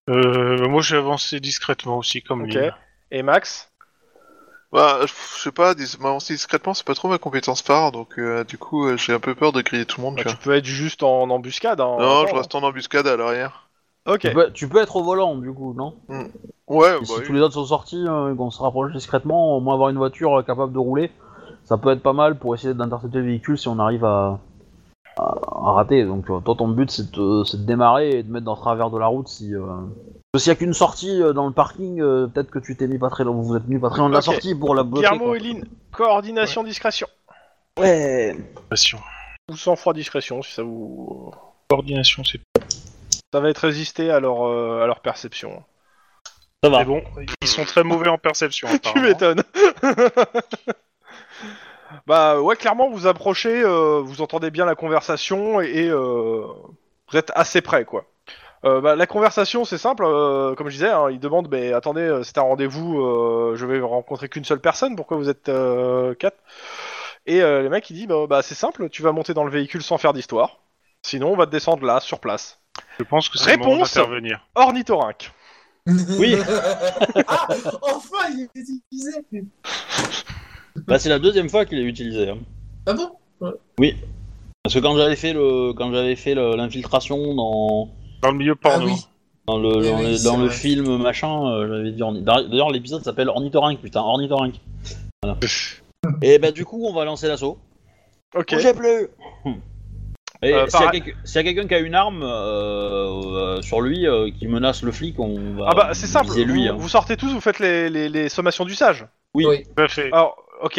Speaker 5: Euh, moi, j'ai avancé discrètement aussi, comme
Speaker 2: Ok.
Speaker 5: lui.
Speaker 2: Et Max
Speaker 4: Bah, je je sais pas, dis- m'avancer discrètement, c'est pas trop ma compétence phare, donc euh, du coup, euh, j'ai un peu peur de griller tout le monde,
Speaker 2: Bah,
Speaker 4: tu
Speaker 2: Tu
Speaker 4: vois.
Speaker 2: peux être juste en embuscade. hein, en
Speaker 4: Non,
Speaker 2: attendant.
Speaker 4: je reste en embuscade à l'arrière.
Speaker 2: Ok.
Speaker 1: Tu, peux, tu peux être au volant, du coup, non
Speaker 4: Ouais,
Speaker 1: Et
Speaker 4: bah
Speaker 1: Si tous
Speaker 4: oui.
Speaker 1: les autres sont sortis euh, et qu'on se rapproche discrètement, au moins avoir une voiture euh, capable de rouler, ça peut être pas mal pour essayer d'intercepter le véhicule si on arrive à, à- à rater. Donc euh, toi, ton but, c'est de, c'est de démarrer et de mettre dans le travers de la route si... Euh... parce que S'il y a qu'une sortie euh, dans le parking, euh, peut-être que tu t'es mis pas très loin, vous vous êtes mis pas très loin de la
Speaker 2: Ok.
Speaker 1: sortie pour la bloquer.
Speaker 2: Guillermo
Speaker 1: quoi.
Speaker 2: et Lynn, coordination, discrétion.
Speaker 1: Ouais.
Speaker 5: Passion.
Speaker 2: Ou sans froid discrétion, si ça vous...
Speaker 5: Coordination, c'est
Speaker 2: Ça va être résisté à leur, euh, à leur perception.
Speaker 1: Ça va.
Speaker 5: Mais bon. Ils sont très mauvais en
Speaker 2: <laughs>
Speaker 5: perception.
Speaker 2: Tu
Speaker 5: apparemment.
Speaker 2: m'étonnes. bah ouais, clairement, vous approchez, euh, vous entendez bien la conversation et, et, euh, vous êtes assez près, quoi. Euh, bah, la conversation, c'est simple. euh, comme je disais, hein, il demande, mais attendez, euh, c'est un rendez-vous, euh, je vais rencontrer qu'une seule personne. Pourquoi vous êtes euh, quatre Et euh, le mec, il dit, bah, bah, c'est simple, tu vas monter dans le véhicule sans faire d'histoire. Sinon, on va te descendre là, sur place.
Speaker 5: Je pense que c'est le moment
Speaker 2: Réponse.
Speaker 5: d'intervenir.
Speaker 2: Ornithorynque.
Speaker 1: Oui.
Speaker 3: ah, enfin, il est utilisé.
Speaker 1: Bah, c'est la deuxième fois qu'il est utilisé. hein.
Speaker 3: Ah bon
Speaker 1: Parce que quand j'avais fait le, quand j'avais fait le- l'infiltration dans,
Speaker 5: Dans le milieu
Speaker 3: Ah
Speaker 5: porno.
Speaker 3: oui.
Speaker 1: dans le,
Speaker 3: Oui,
Speaker 1: dans
Speaker 3: oui,
Speaker 1: le-
Speaker 3: c'est
Speaker 1: dans le
Speaker 3: vrai.
Speaker 1: film machin, euh, j'avais dit orni- D'ailleurs, l'épisode s'appelle Ornithorynque, putain, Ornithorynque. Voilà. Et bah, du coup, on va lancer l'assaut.
Speaker 2: Ok.
Speaker 1: Bougez plus Et
Speaker 2: Euh,
Speaker 1: s'il y a
Speaker 2: par-
Speaker 1: quelqu'un- s'il y a quelqu'un qui a une arme euh, euh, sur lui euh, qui menace le flic, on va
Speaker 2: Ah bah c'est simple,
Speaker 1: viser lui.
Speaker 2: vous,
Speaker 1: hein.
Speaker 2: vous sortez tous, vous faites les, les, les sommations d'usage.
Speaker 5: Tout à fait.
Speaker 2: Alors, ok.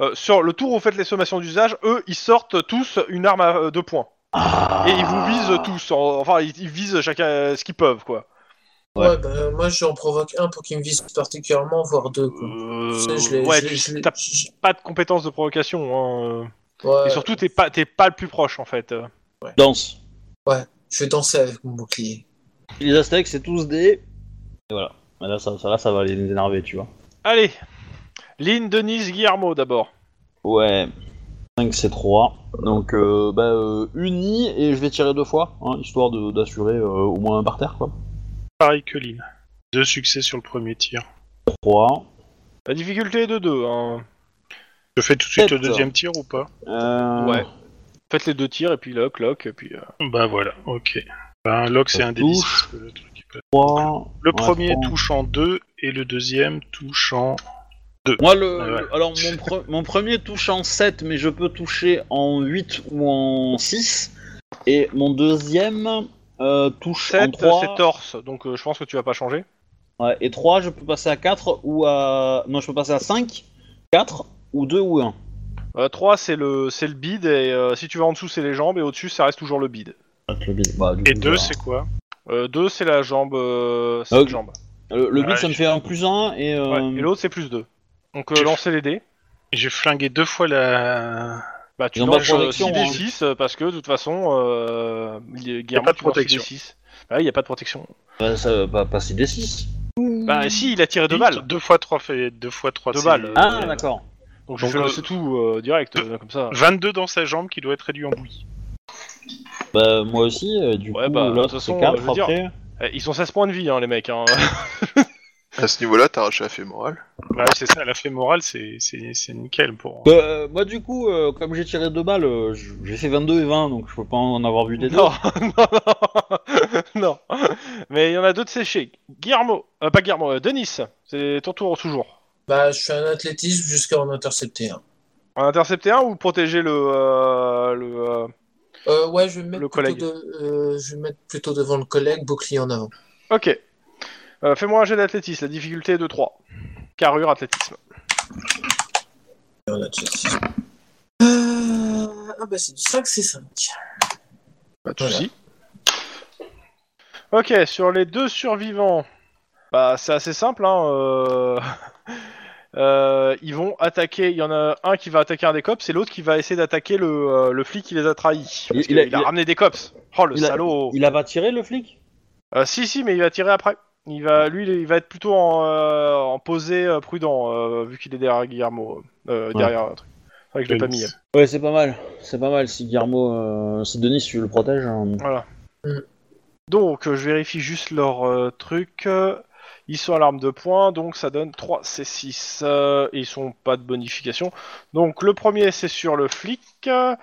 Speaker 2: Euh, sur le tour, vous faites les sommations d'usage. Eux, ils sortent tous une arme à euh, deux points. Et ils vous
Speaker 1: Ah.
Speaker 2: visent tous. en- Enfin, ils, ils visent chacun euh, ce qu'ils peuvent, quoi.
Speaker 1: Ouais.
Speaker 3: Ouais, bah, moi j'en provoque un pour qu'il me vise particulièrement, voire deux. quoi.
Speaker 2: Euh,
Speaker 3: Tu sais, je l'ai-
Speaker 2: ouais,
Speaker 3: je l'ai- je
Speaker 2: tu
Speaker 3: l'ai-
Speaker 2: t'as
Speaker 3: je-
Speaker 2: pas de compétences de provocation. hein.
Speaker 3: ouais,
Speaker 2: Et surtout, t'es pas, t'es pas le plus proche, en fait. Euh,
Speaker 1: Danse.
Speaker 3: je vais danser avec mon bouclier.
Speaker 1: Les Aztecs, c'est tous des. Et voilà. Bah, Là ça, ça- là, ça va les énerver, tu vois.
Speaker 2: Allez. Lynn, Denise, Guillermo, d'abord.
Speaker 1: Ouais. 5 c'est 3. Donc euh, bah, euh, uni et je vais tirer deux fois, hein, histoire de- d'assurer euh, au moins un par terre quoi.
Speaker 5: Pareil que Lynn. Deux succès sur le premier tir.
Speaker 1: 3.
Speaker 2: La difficulté est de deux. hein.
Speaker 5: Je fais tout de suite le
Speaker 1: Sept.
Speaker 5: deuxième tir ou pas
Speaker 1: Euh...
Speaker 2: Ouais. Faites les deux tirs, et puis là, cloc, et puis... euh,
Speaker 5: Bah voilà, ok. Ben, Locke, c'est un des dix,
Speaker 1: touche.
Speaker 5: parce que Le, truc est pas-
Speaker 1: 3.
Speaker 5: Le premier touche en 2 et le deuxième touche en.
Speaker 1: Moi le,
Speaker 5: Ouais, ouais.
Speaker 1: le- alors mon, pre- mon premier touche en 7 mais je peux toucher en 8 ou en 6 et mon deuxième euh, touche en
Speaker 2: sept, euh,
Speaker 1: 3
Speaker 2: c'est torse, donc euh, je pense que tu vas pas changer.
Speaker 1: Ouais, et 3 je peux passer à 4 ou à non je peux passer à 5 4 ou 2 ou 1.
Speaker 2: Euh, 3, c'est le, c'est le bide, et euh, si tu vas en dessous, c'est les jambes, et au-dessus, ça reste toujours le bide.
Speaker 1: Ah, Bah,
Speaker 5: Et 2, c'est quoi
Speaker 2: Euh, 2, c'est la jambe. Euh, c'est
Speaker 1: Ah,
Speaker 2: la
Speaker 1: ok.
Speaker 2: jambe.
Speaker 1: le, le bit
Speaker 5: Ouais,
Speaker 1: ça me fait un plus 1 et euh,
Speaker 2: Ouais. Et l'autre, c'est plus 2. Donc, euh,
Speaker 5: tu-
Speaker 2: lancer les dés.
Speaker 5: J'ai flingué deux fois la.
Speaker 2: Bah, tu
Speaker 1: Ils ont pas de
Speaker 2: lances euh,
Speaker 1: protection,
Speaker 2: 6 des
Speaker 1: hein.
Speaker 2: 6 euh, parce que de toute façon, euh, il y a-
Speaker 5: pas de
Speaker 2: tu lances six
Speaker 5: protection.
Speaker 2: des six. Bah, il n'y a pas de protection.
Speaker 1: Bah, ça va passer des 6.
Speaker 2: Bah, si, il a tiré 2 balles.
Speaker 5: Deux fois 3 fait. Deux fois 3
Speaker 2: Deux balles.
Speaker 1: Ah,
Speaker 2: Euh,
Speaker 1: d'accord.
Speaker 2: Donc,
Speaker 5: donc,
Speaker 2: je
Speaker 5: euh,
Speaker 2: fais c'est tout euh, direct, euh, comme ça.
Speaker 5: 22 dans sa jambe qui doit être réduit en bouillie.
Speaker 1: Bah, moi aussi, euh, du
Speaker 2: Ouais,
Speaker 1: coup,
Speaker 2: bah, de
Speaker 1: l'autre
Speaker 2: toute
Speaker 1: c'est
Speaker 2: façon,
Speaker 1: 4
Speaker 2: euh, je veux dire-
Speaker 1: après.
Speaker 2: Eh, Ils sont 16 points de vie, hein, les mecs. Hein.
Speaker 4: À ce niveau-là, t'as arraché la fémorale.
Speaker 5: Ouais, Bah, c'est ça, la fémorale, c'est c'est- c'est nickel pour.
Speaker 1: Euh, moi, du coup, euh, comme j'ai tiré deux balles, euh, j- j'ai fait 22 et 20, donc je peux pas en avoir vu
Speaker 2: <laughs>
Speaker 1: des deux.
Speaker 2: non, non, non, non. Mais il y en a d'autres séchés. Guillermo, euh, pas Guillermo, euh, Denis, c'est ton tour toujours.
Speaker 3: Bah, je fais un athlétisme hein. jusqu'à en intercepter un.
Speaker 2: En intercepter un ou protéger le. euh, le euh,
Speaker 3: Euh, ouais, je vais, me mettre
Speaker 2: Le
Speaker 3: plutôt
Speaker 2: collègue.
Speaker 3: de- euh, je vais me mettre plutôt devant le collègue, bouclier en avant.
Speaker 2: Ok. Euh, Fais-moi un jet d'athlétisme, la difficulté est de 3. Carrure, athlétisme.
Speaker 3: Et en athlétisme. Euh, Ah bah c'est du 5, c'est 5.
Speaker 2: Pas de
Speaker 3: Voilà.
Speaker 2: soucis. Ok, sur les deux survivants, bah c'est assez simple. Hein, euh, <laughs> euh, ils vont attaquer. Il y en a un qui va attaquer un des cops et l'autre qui va essayer d'attaquer le, euh, le flic qui les a trahis.
Speaker 1: Il-
Speaker 2: Parce que
Speaker 1: il
Speaker 2: il,
Speaker 1: a-
Speaker 2: a,
Speaker 1: il a-
Speaker 2: ramené des cops. Oh le
Speaker 1: il a-
Speaker 2: salaud.
Speaker 1: Il a pas tiré le flic
Speaker 2: Euh, si si, mais il va tirer après. Il va, lui, il va être plutôt en, euh, en posé euh, prudent euh, vu qu'il est derrière Guillermo, euh, derrière un truc. C'est vrai que je l'ai pas mis.
Speaker 1: Ouais, c'est pas mal. C'est pas mal si Guillermo. euh, si Denis, tu le protèges. hein.
Speaker 2: Donc, euh, je vérifie juste leur euh, truc. Euh, Ils sont à l'arme de poing, donc ça donne 3 C6. euh, et ils sont pas de bonification. Donc, le premier, c'est sur le flic. Euh,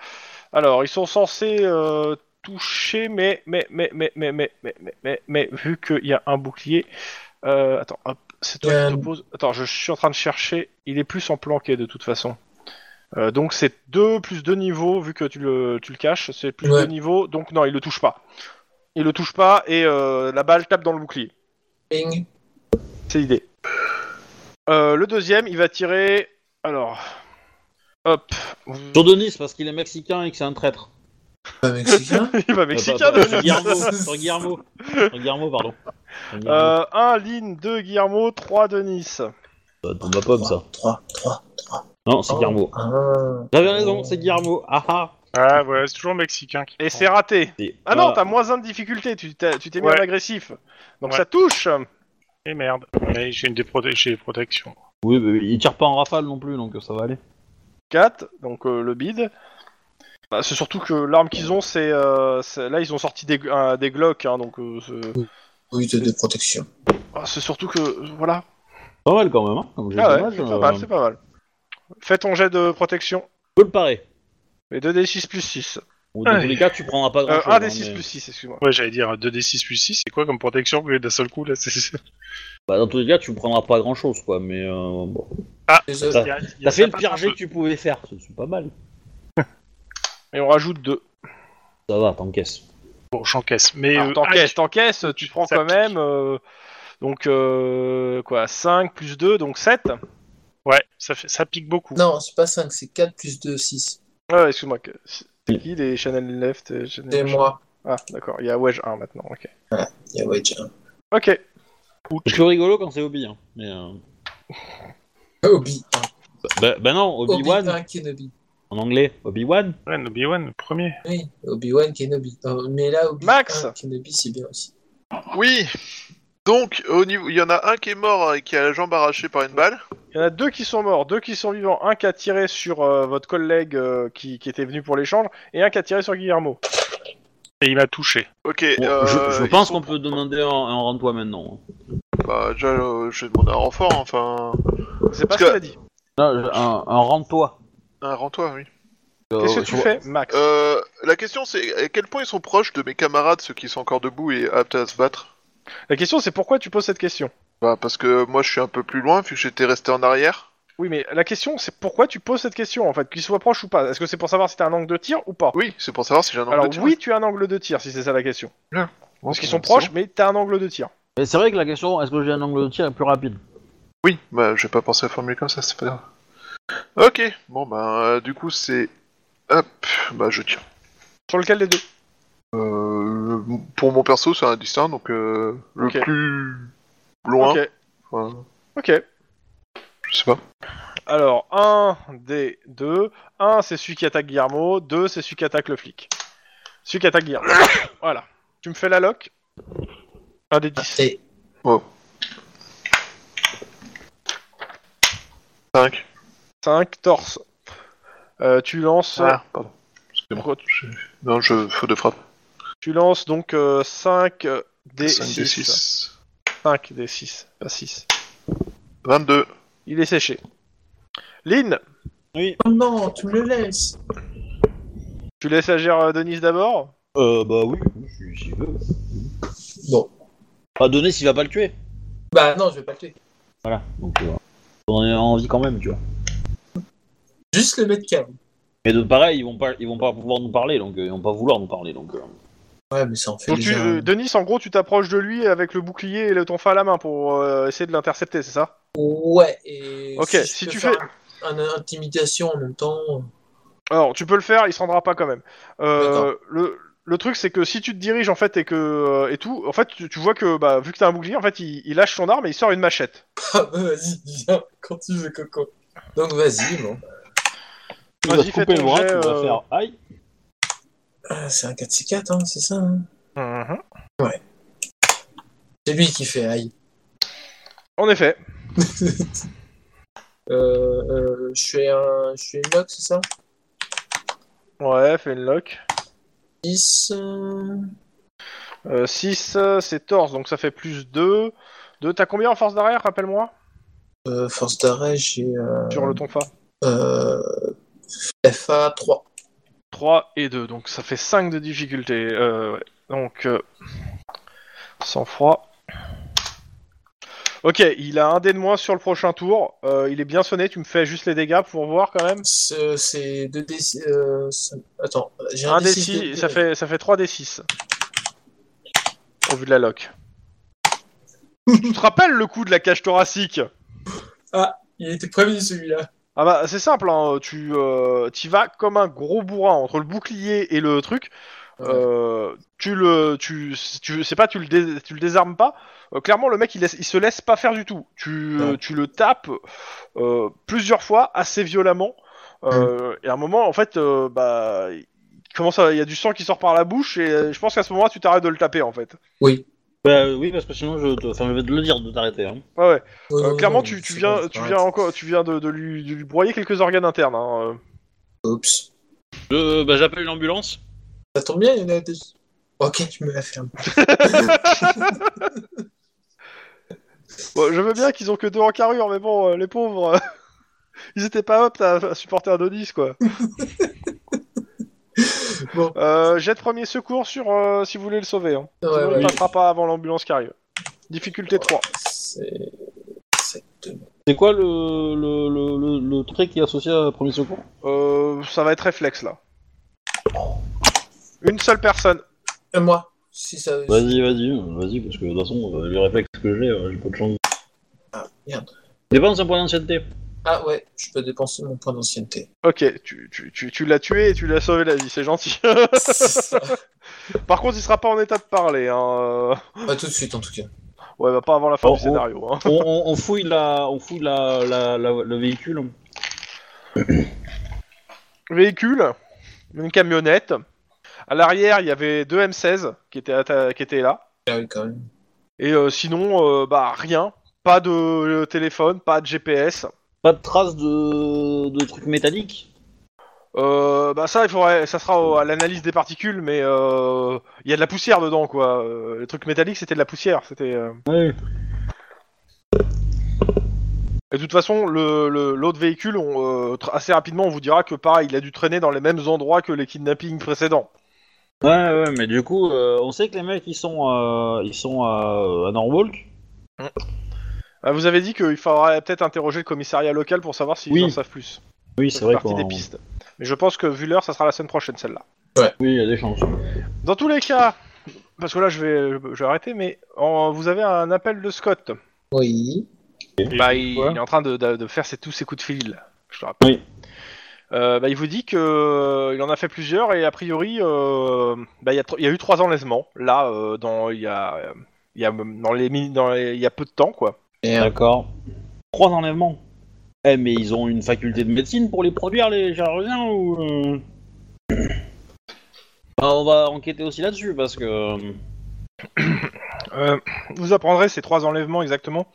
Speaker 2: Alors, ils sont censés euh, toucher, mais, mais, mais, mais, mais, mais, mais, mais, mais, mais, vu qu'il y a un bouclier. euh, attends, hop, c'est toi
Speaker 3: Euh,
Speaker 2: qui t'opposes. Attends, je suis en train de chercher. Il est plus en planqué de toute façon. Euh, donc, c'est 2 plus 2 niveaux, vu que tu le, tu le caches. C'est plus 2
Speaker 3: Ouais.
Speaker 2: niveaux, donc non, il le touche pas. Il le touche pas et euh, la balle tape dans le bouclier.
Speaker 3: Ping.
Speaker 2: C'est l'idée. Euh, le deuxième, il va tirer. Alors. <laughs> Hop.
Speaker 1: Sur Denis, parce qu'il est mexicain et que c'est un traître.
Speaker 3: Pas mexicain.
Speaker 2: il va
Speaker 1: Euh,
Speaker 5: Ah,
Speaker 2: mexicain.
Speaker 5: bah,
Speaker 1: pas- pas-
Speaker 2: de-
Speaker 1: sur Guillermo. Sur Guillermo. Sur Guillermo, pardon. Sur Guillermo.
Speaker 2: Euh,
Speaker 5: bah,
Speaker 2: 1 Lynn, 2 Guillermo, 3 Denis.
Speaker 1: Ça tombe à pomme, ça.
Speaker 3: 3, 3.
Speaker 1: Non, c'est Guillermo.
Speaker 3: Ah.
Speaker 1: J'avais raison, c'est Guillermo. Ah ah.
Speaker 5: Ah, voilà, c'est toujours mexicain qui.
Speaker 2: Et c'est raté.
Speaker 1: Et
Speaker 2: Ah non,
Speaker 1: voilà.
Speaker 2: t'as moins 1 de difficulté. Tu t'es tu t'es mis
Speaker 5: Ouais.
Speaker 2: en agressif. Donc
Speaker 5: Ouais.
Speaker 2: ça touche.
Speaker 5: Et Eh, merde. Mais j'ai une des prote- j'ai des protections.
Speaker 1: Oui, mais il tire pas en rafale non plus, donc ça va aller.
Speaker 2: 4, donc euh, le bid. Bah, c'est surtout que l'arme qu'ils ont, c'est. euh, c'est- là, ils ont sorti des, un- des Glock. hein, donc euh, c'est
Speaker 3: Oui, de, de protection.
Speaker 2: ah, c'est surtout que. Voilà.
Speaker 1: Pas mal quand même, hein. Comme j'ai
Speaker 2: Ah ouais,
Speaker 1: dommage,
Speaker 2: c'est
Speaker 1: euh,
Speaker 2: pas mal, c'est pas mal. Fais ton jet de protection.
Speaker 1: Peut le parer.
Speaker 2: Et 2d6 plus 6.
Speaker 1: Ou Dans
Speaker 5: Ouais.
Speaker 1: tous les cas, tu prendras pas
Speaker 2: Euh,
Speaker 1: grand-chose. hein,
Speaker 2: 1d6
Speaker 1: mais-
Speaker 2: plus 6, excuse-moi.
Speaker 5: Ouais, j'allais dire euh, 2d6 plus 6, c'est quoi comme protection que d'un seul coup
Speaker 1: <laughs>
Speaker 5: là c'est-
Speaker 1: Bah, dans tous les cas, tu prendras pas grand-chose, quoi. Mais euh, bon.
Speaker 2: Ah,
Speaker 3: Désolé.
Speaker 5: Il y a- il y a
Speaker 1: T'as fait
Speaker 5: ça
Speaker 1: le
Speaker 5: passe
Speaker 1: pire
Speaker 5: un
Speaker 1: jet
Speaker 5: peu.
Speaker 1: que tu pouvais faire. C'est c'est pas mal.
Speaker 2: Et on rajoute 2.
Speaker 1: Ça va, t'encaisses.
Speaker 5: Bon, j'encaisse. Mais
Speaker 2: Alors,
Speaker 5: euh,
Speaker 2: T'encaisses,
Speaker 5: aïe.
Speaker 2: t'encaisses, tu prends
Speaker 5: Ça
Speaker 2: quand
Speaker 5: pique.
Speaker 2: même. euh, donc, euh, quoi, 5 plus 2, donc 7.
Speaker 5: ah, Ouais, ça, fait, ça pique beaucoup.
Speaker 3: Non, c'est pas 5, c'est 4 plus 2, 6.
Speaker 2: Ah Ouais, excuse-moi. que- C'est qui les Channel Left et Channel
Speaker 3: C'est
Speaker 2: machin
Speaker 3: moi.
Speaker 2: Ah, d'accord, il y a Wedge 1 maintenant, ok.
Speaker 3: Il y a Wedge hein. 1.
Speaker 2: Ok,
Speaker 1: C'est plus rigolo quand c'est Obi, hein. Mais, euh,
Speaker 2: Ah,
Speaker 3: Obi
Speaker 1: Bah, bah non,
Speaker 3: 1. Obi
Speaker 1: Obi-Wan,
Speaker 3: 1 Kenobi.
Speaker 1: en anglais. Obi-Wan
Speaker 5: Ouais, Obi-Wan, le premier.
Speaker 3: Oui, Obi-Wan Kenobi. Euh, mais là, Obi
Speaker 2: Max.
Speaker 3: 1 Kenobi, c'est bien aussi.
Speaker 4: Oui Donc, au niveau... il y en a un qui est mort et qui a la jambe arrachée par une balle.
Speaker 2: il y en a deux qui sont morts, deux qui sont vivants, un qui a tiré sur euh, votre collègue euh, qui, qui était venu pour l'échange, et un qui a tiré sur Guillermo.
Speaker 5: Et il m'a touché.
Speaker 4: Ok,
Speaker 1: Bon,
Speaker 4: euh,
Speaker 1: je, je
Speaker 4: ils
Speaker 1: pense
Speaker 4: sont-
Speaker 1: qu'on peut demander un, un rends-toi maintenant. hein.
Speaker 4: Bah, déjà, euh, je vais demander un renfort, hein, enfin...
Speaker 2: C'est pas
Speaker 4: Parce
Speaker 2: ce
Speaker 4: que-
Speaker 2: qu'il a dit.
Speaker 1: Non, je- un, un rends-toi.
Speaker 4: Un rends-toi, oui.
Speaker 1: Euh,
Speaker 2: Qu'est-ce que tu
Speaker 1: je-
Speaker 2: fais, Max
Speaker 4: Euh, la question, c'est à quel point ils sont proches de mes camarades, ceux qui sont encore debout et aptes à se battre
Speaker 2: La question, c'est pourquoi tu poses cette question
Speaker 4: Bah, parce que moi, je suis un peu plus loin, vu que j'étais resté en arrière.
Speaker 2: Oui, mais la question, c'est pourquoi tu poses cette question, en fait, qu'il soit proche ou pas Est-ce que c'est pour savoir si t'as un angle de tir ou pas
Speaker 4: Oui, c'est pour savoir si j'ai un angle
Speaker 2: Alors
Speaker 4: de tir.
Speaker 2: oui, tu as un angle de tir, si c'est ça la question. Parce
Speaker 4: Ok,
Speaker 2: qu'ils sont
Speaker 4: c'est bon.
Speaker 2: proches, mais t'as un angle de tir.
Speaker 1: Mais c'est vrai que la question, est-ce que j'ai un angle de tir est plus rapide
Speaker 4: Oui, bah, j'ai pas pensé à formuler comme ça, c'est pas grave. Ok, bon, bah, euh, du coup, c'est. Hop, bah, je tire.
Speaker 2: Sur lequel des deux
Speaker 4: Euh, pour mon perso, c'est un destin, donc euh, le
Speaker 2: Ok.
Speaker 4: plus loin,
Speaker 2: Ok.
Speaker 4: enfin,
Speaker 2: Ok.
Speaker 4: je sais pas.
Speaker 2: Alors, un des deux. Un, c'est celui qui attaque Guillermo. Deux, c'est celui qui attaque le flic. Celui qui attaque Guillermo. <coughs> voilà. Tu me fais la lock Un des dix.
Speaker 3: Et
Speaker 4: 5.
Speaker 2: 5, torse. Euh, tu lances...
Speaker 4: Ah, pardon. Excusez-moi.
Speaker 2: Pourquoi tu-
Speaker 4: Non, je fais de frappe.
Speaker 2: Tu lances donc 5 des
Speaker 4: 5
Speaker 2: 6.
Speaker 4: des 6.
Speaker 2: 5 des 6, pas 6.
Speaker 4: 22.
Speaker 2: Il est séché. Lynn,
Speaker 3: Oh non, tu me le laisses.
Speaker 2: tu laisses agir euh, Denise d'abord
Speaker 1: Euh, bah oui, si- si veut.
Speaker 3: Bon.
Speaker 1: Pas donné s'il va pas le tuer.
Speaker 3: Bah non, je vais pas le tuer.
Speaker 1: Voilà, donc euh, on en a envie quand même, tu vois.
Speaker 3: Juste le mettre calme.
Speaker 1: Mais de pareil, ils vont pas, ils vont pas pouvoir nous parler, donc euh, ils vont pas vouloir nous parler, donc. euh.
Speaker 3: Ouais, mais ça en fait
Speaker 2: Donc tu,
Speaker 3: déjà...
Speaker 2: euh, Denis, en gros, tu t'approches de lui avec le bouclier et le tonfa à la main pour euh, essayer de l'intercepter, c'est ça
Speaker 3: Ouais, et...
Speaker 2: Ok,
Speaker 3: je
Speaker 2: si
Speaker 3: peux
Speaker 2: tu
Speaker 3: faire
Speaker 2: fais-
Speaker 3: Un, un- intimidation en même temps... <laughs>
Speaker 2: Alors, tu peux le faire, il se rendra pas quand même. Euh,
Speaker 3: D'accord.
Speaker 2: le, le truc c'est que si tu te diriges en fait et que euh, et tout, en fait tu, tu vois que bah, vu que t'as un bouclier, en fait il, il lâche son arme et il sort une machette.
Speaker 3: Ah bah vas-y, viens, quand tu veux, Coco. Donc vas-y, bon.
Speaker 1: Tu vas te
Speaker 2: Vas-y, fais
Speaker 1: couper le
Speaker 2: ton
Speaker 1: bras,
Speaker 2: jet,
Speaker 1: tu vas
Speaker 2: euh,
Speaker 1: faire aïe.
Speaker 3: Ah, c'est un 4-4, hein, c'est ça. hein.
Speaker 2: Mhm.
Speaker 3: C'est lui qui fait aïe.
Speaker 2: En effet.
Speaker 3: Euh, euh, je suis un. Je suis une lock, c'est ça
Speaker 2: Ouais, fais une lock.
Speaker 3: 10. euh,
Speaker 2: 6, Euh, c'est torse, donc ça fait plus 2. 2, t'as combien en force d'arrière, rappelle-moi
Speaker 3: Euh, force d'arrêt, j'ai. Euh,
Speaker 2: Sur le tonfa.
Speaker 3: euh, FA 3.
Speaker 2: 3 et 2, donc ça fait 5 de difficulté. euh, ouais. Donc, euh, sans froid. Ok, il a un dé de moins sur le prochain tour. euh, il est bien sonné, tu me fais juste les dégâts pour voir quand même.
Speaker 3: Ce- C'est 2 d Euh, ce- Attends, j'ai un,
Speaker 2: Un dé
Speaker 3: D6
Speaker 2: six,
Speaker 3: de-
Speaker 2: ça fait, ça fait 3 dé 6. Au vu de la lock. tu te rappelles le coup de la cage thoracique
Speaker 3: Il était prévenu celui-là.
Speaker 2: Ah bah c'est simple, hein, tu euh, t'y vas comme un gros bourrin entre le bouclier et le truc. Euh, tu le, tu, tu sais pas, tu le, dé- tu le désarmes pas. Euh, clairement, le mec, il, laisse- il se laisse pas faire du tout. Tu,
Speaker 3: Ouais.
Speaker 2: tu le tapes euh, plusieurs fois, assez violemment. Euh,
Speaker 3: Mm.
Speaker 2: Et à un moment, en fait, euh, bah, il commence à- il y a du sang qui sort par la bouche et euh, je pense qu'à ce moment-là, tu t'arrêtes de le taper en fait.
Speaker 1: Bah oui, parce que sinon je, te- enfin, je vais te le dire de t'arrêter. Hein.
Speaker 2: Ouais, ouais.
Speaker 3: Ouais,
Speaker 2: Euh,
Speaker 3: ouais,
Speaker 2: clairement,
Speaker 3: ouais,
Speaker 2: tu, tu
Speaker 3: Oh, c'est
Speaker 2: viens,
Speaker 3: bon,
Speaker 2: tu
Speaker 3: arrête.
Speaker 2: viens encore, tu viens de, de lui, de lui broyer quelques organes internes. hein, euh.
Speaker 3: Oups.
Speaker 1: Euh, bah j'appelle une ambulance.
Speaker 3: Ça tombe bien, il y en a deux. Ok, tu me la fermes.
Speaker 2: Bon, je veux bien qu'ils ont que deux en carrure, mais bon, euh, les pauvres, euh, <laughs> ils étaient pas aptes à, à supporter un Odysse, quoi.
Speaker 3: <laughs> Bon.
Speaker 2: Euh, jet de premier secours sur euh, si vous voulez le sauver. Hein.
Speaker 3: Ouais,
Speaker 2: Sinon,
Speaker 3: ouais.
Speaker 2: il passera pas avant l'ambulance qui arrive. Difficulté 3.
Speaker 3: C'est. Exactement.
Speaker 1: C'est quoi le, le, le, le, le trait qui est associé à premier secours
Speaker 2: Euh, ça va être réflexe, là. Une seule personne.
Speaker 3: Et Euh, moi, si ça.
Speaker 1: Vas-y, vas-y, euh, vas-y, parce que de toute façon, euh, le réflexe que j'ai, euh, j'ai pas de chance.
Speaker 3: Ah, merde.
Speaker 1: Dépense un point d'ancienneté.
Speaker 3: Ah ouais, je peux dépenser mon point <laughs> d'ancienneté.
Speaker 2: Ok, tu, tu, tu, tu l'as tué et tu l'as sauvé la vie, c'est gentil. <laughs> Par contre, il sera pas en état de parler. Hein. euh.
Speaker 3: pas tout de suite en tout cas.
Speaker 2: Ouais, bah, pas avant la fin
Speaker 1: Oh,
Speaker 2: du
Speaker 1: oh.
Speaker 2: scénario. Hein.
Speaker 1: on, on- on fouille, la, on fouille la, la, la- le véhicule.
Speaker 2: véhicule, une camionnette. À l'arrière, il y avait deux M16 qui étaient, atta- qui étaient là.
Speaker 3: Ah oui, quand même.
Speaker 2: Et euh, sinon, euh, bah rien. Pas de euh, téléphone, pas de GPS.
Speaker 1: Pas de traces de, de trucs métalliques.
Speaker 2: Euh, bah ça, il faudrait, ça sera au- à l'analyse des particules, mais euh, il y a de la poussière dedans, quoi. Euh, les trucs métalliques, c'était de la poussière. C'était. euh.
Speaker 1: Ouais.
Speaker 2: Et de toute façon, le- le- l'autre véhicule, on, euh, tr- assez rapidement, on vous dira que pareil, il a dû traîner dans les mêmes endroits que les kidnappings précédents.
Speaker 1: Ouais, ouais, mais du coup, euh, on sait que les mecs, ils sont, euh, ils sont à, à Norwalk.
Speaker 2: Ah, vous avez dit qu'il faudrait peut-être interroger le commissariat local pour savoir s'ils
Speaker 1: Oui.
Speaker 2: en savent plus.
Speaker 1: Oui,
Speaker 2: Ça
Speaker 1: c'est
Speaker 2: fait
Speaker 1: vrai
Speaker 2: partie
Speaker 1: qu'on-
Speaker 2: des pistes. Mais je pense que vu l'heure, ça sera la semaine prochaine celle-là.
Speaker 1: Oui, il y a des chances.
Speaker 2: Dans tous les cas, parce que là je vais, je vais arrêter, mais en- vous avez un appel de Scott.
Speaker 3: Oui.
Speaker 2: Bah, il,
Speaker 5: quoi
Speaker 2: il est en train de, de- de faire ses- tous ses coups de fil. Je te rappelle.
Speaker 1: Oui.
Speaker 2: Euh, bah, il vous dit que euh, il en a fait plusieurs et a priori, euh, bah, il y, a tro- il y a eu trois enlèvements là euh, dans il y a euh, il y a dans les mini- dans les- il y a peu de temps quoi.
Speaker 3: Merde.
Speaker 1: D'accord. Trois enlèvements. Eh, mais ils ont une faculté de médecine pour les produire, les chirurgiens, ou... euh Bah, on va enquêter aussi là-dessus, parce que... euh,
Speaker 2: Euh, vous apprendrez ces trois enlèvements exactement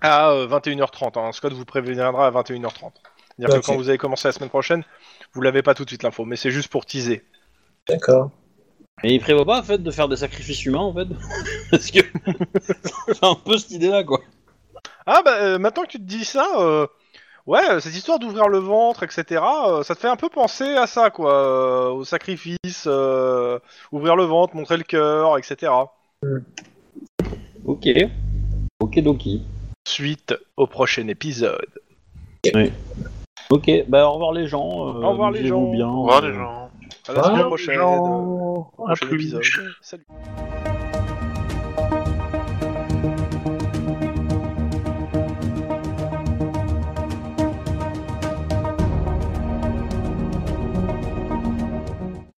Speaker 2: à euh, 21h30. hein. Scott vous préviendra à 21h30. C'est-à-dire
Speaker 3: Ok.
Speaker 2: que quand vous avez commencé la semaine prochaine, vous l'avez pas tout de suite l'info, mais c'est juste pour teaser.
Speaker 3: D'accord.
Speaker 1: Et il prévoit pas, en fait, de faire des sacrifices humains, en fait <laughs> Parce que... J'ai un peu cette idée-là, quoi.
Speaker 2: Ah bah euh, maintenant que tu te dis ça, euh, ouais, euh, cette histoire d'ouvrir le ventre, etc., euh, ça te fait un peu penser à ça, quoi, euh, au sacrifice, euh, ouvrir le ventre, montrer le cœur, etc.
Speaker 1: Ok. Ok, doki.
Speaker 2: Suite au prochain épisode.
Speaker 1: Ok, bah au revoir les gens. euh,
Speaker 2: Au revoir les
Speaker 1: amusez-vous
Speaker 2: gens.
Speaker 1: bien.
Speaker 4: Au revoir
Speaker 1: euh,
Speaker 4: les gens.
Speaker 2: À la semaine
Speaker 3: Au
Speaker 2: prochaine.
Speaker 5: Genre,
Speaker 2: euh,
Speaker 5: à
Speaker 2: Ah, prochain
Speaker 5: Ah, plus.
Speaker 2: épisode. Salut.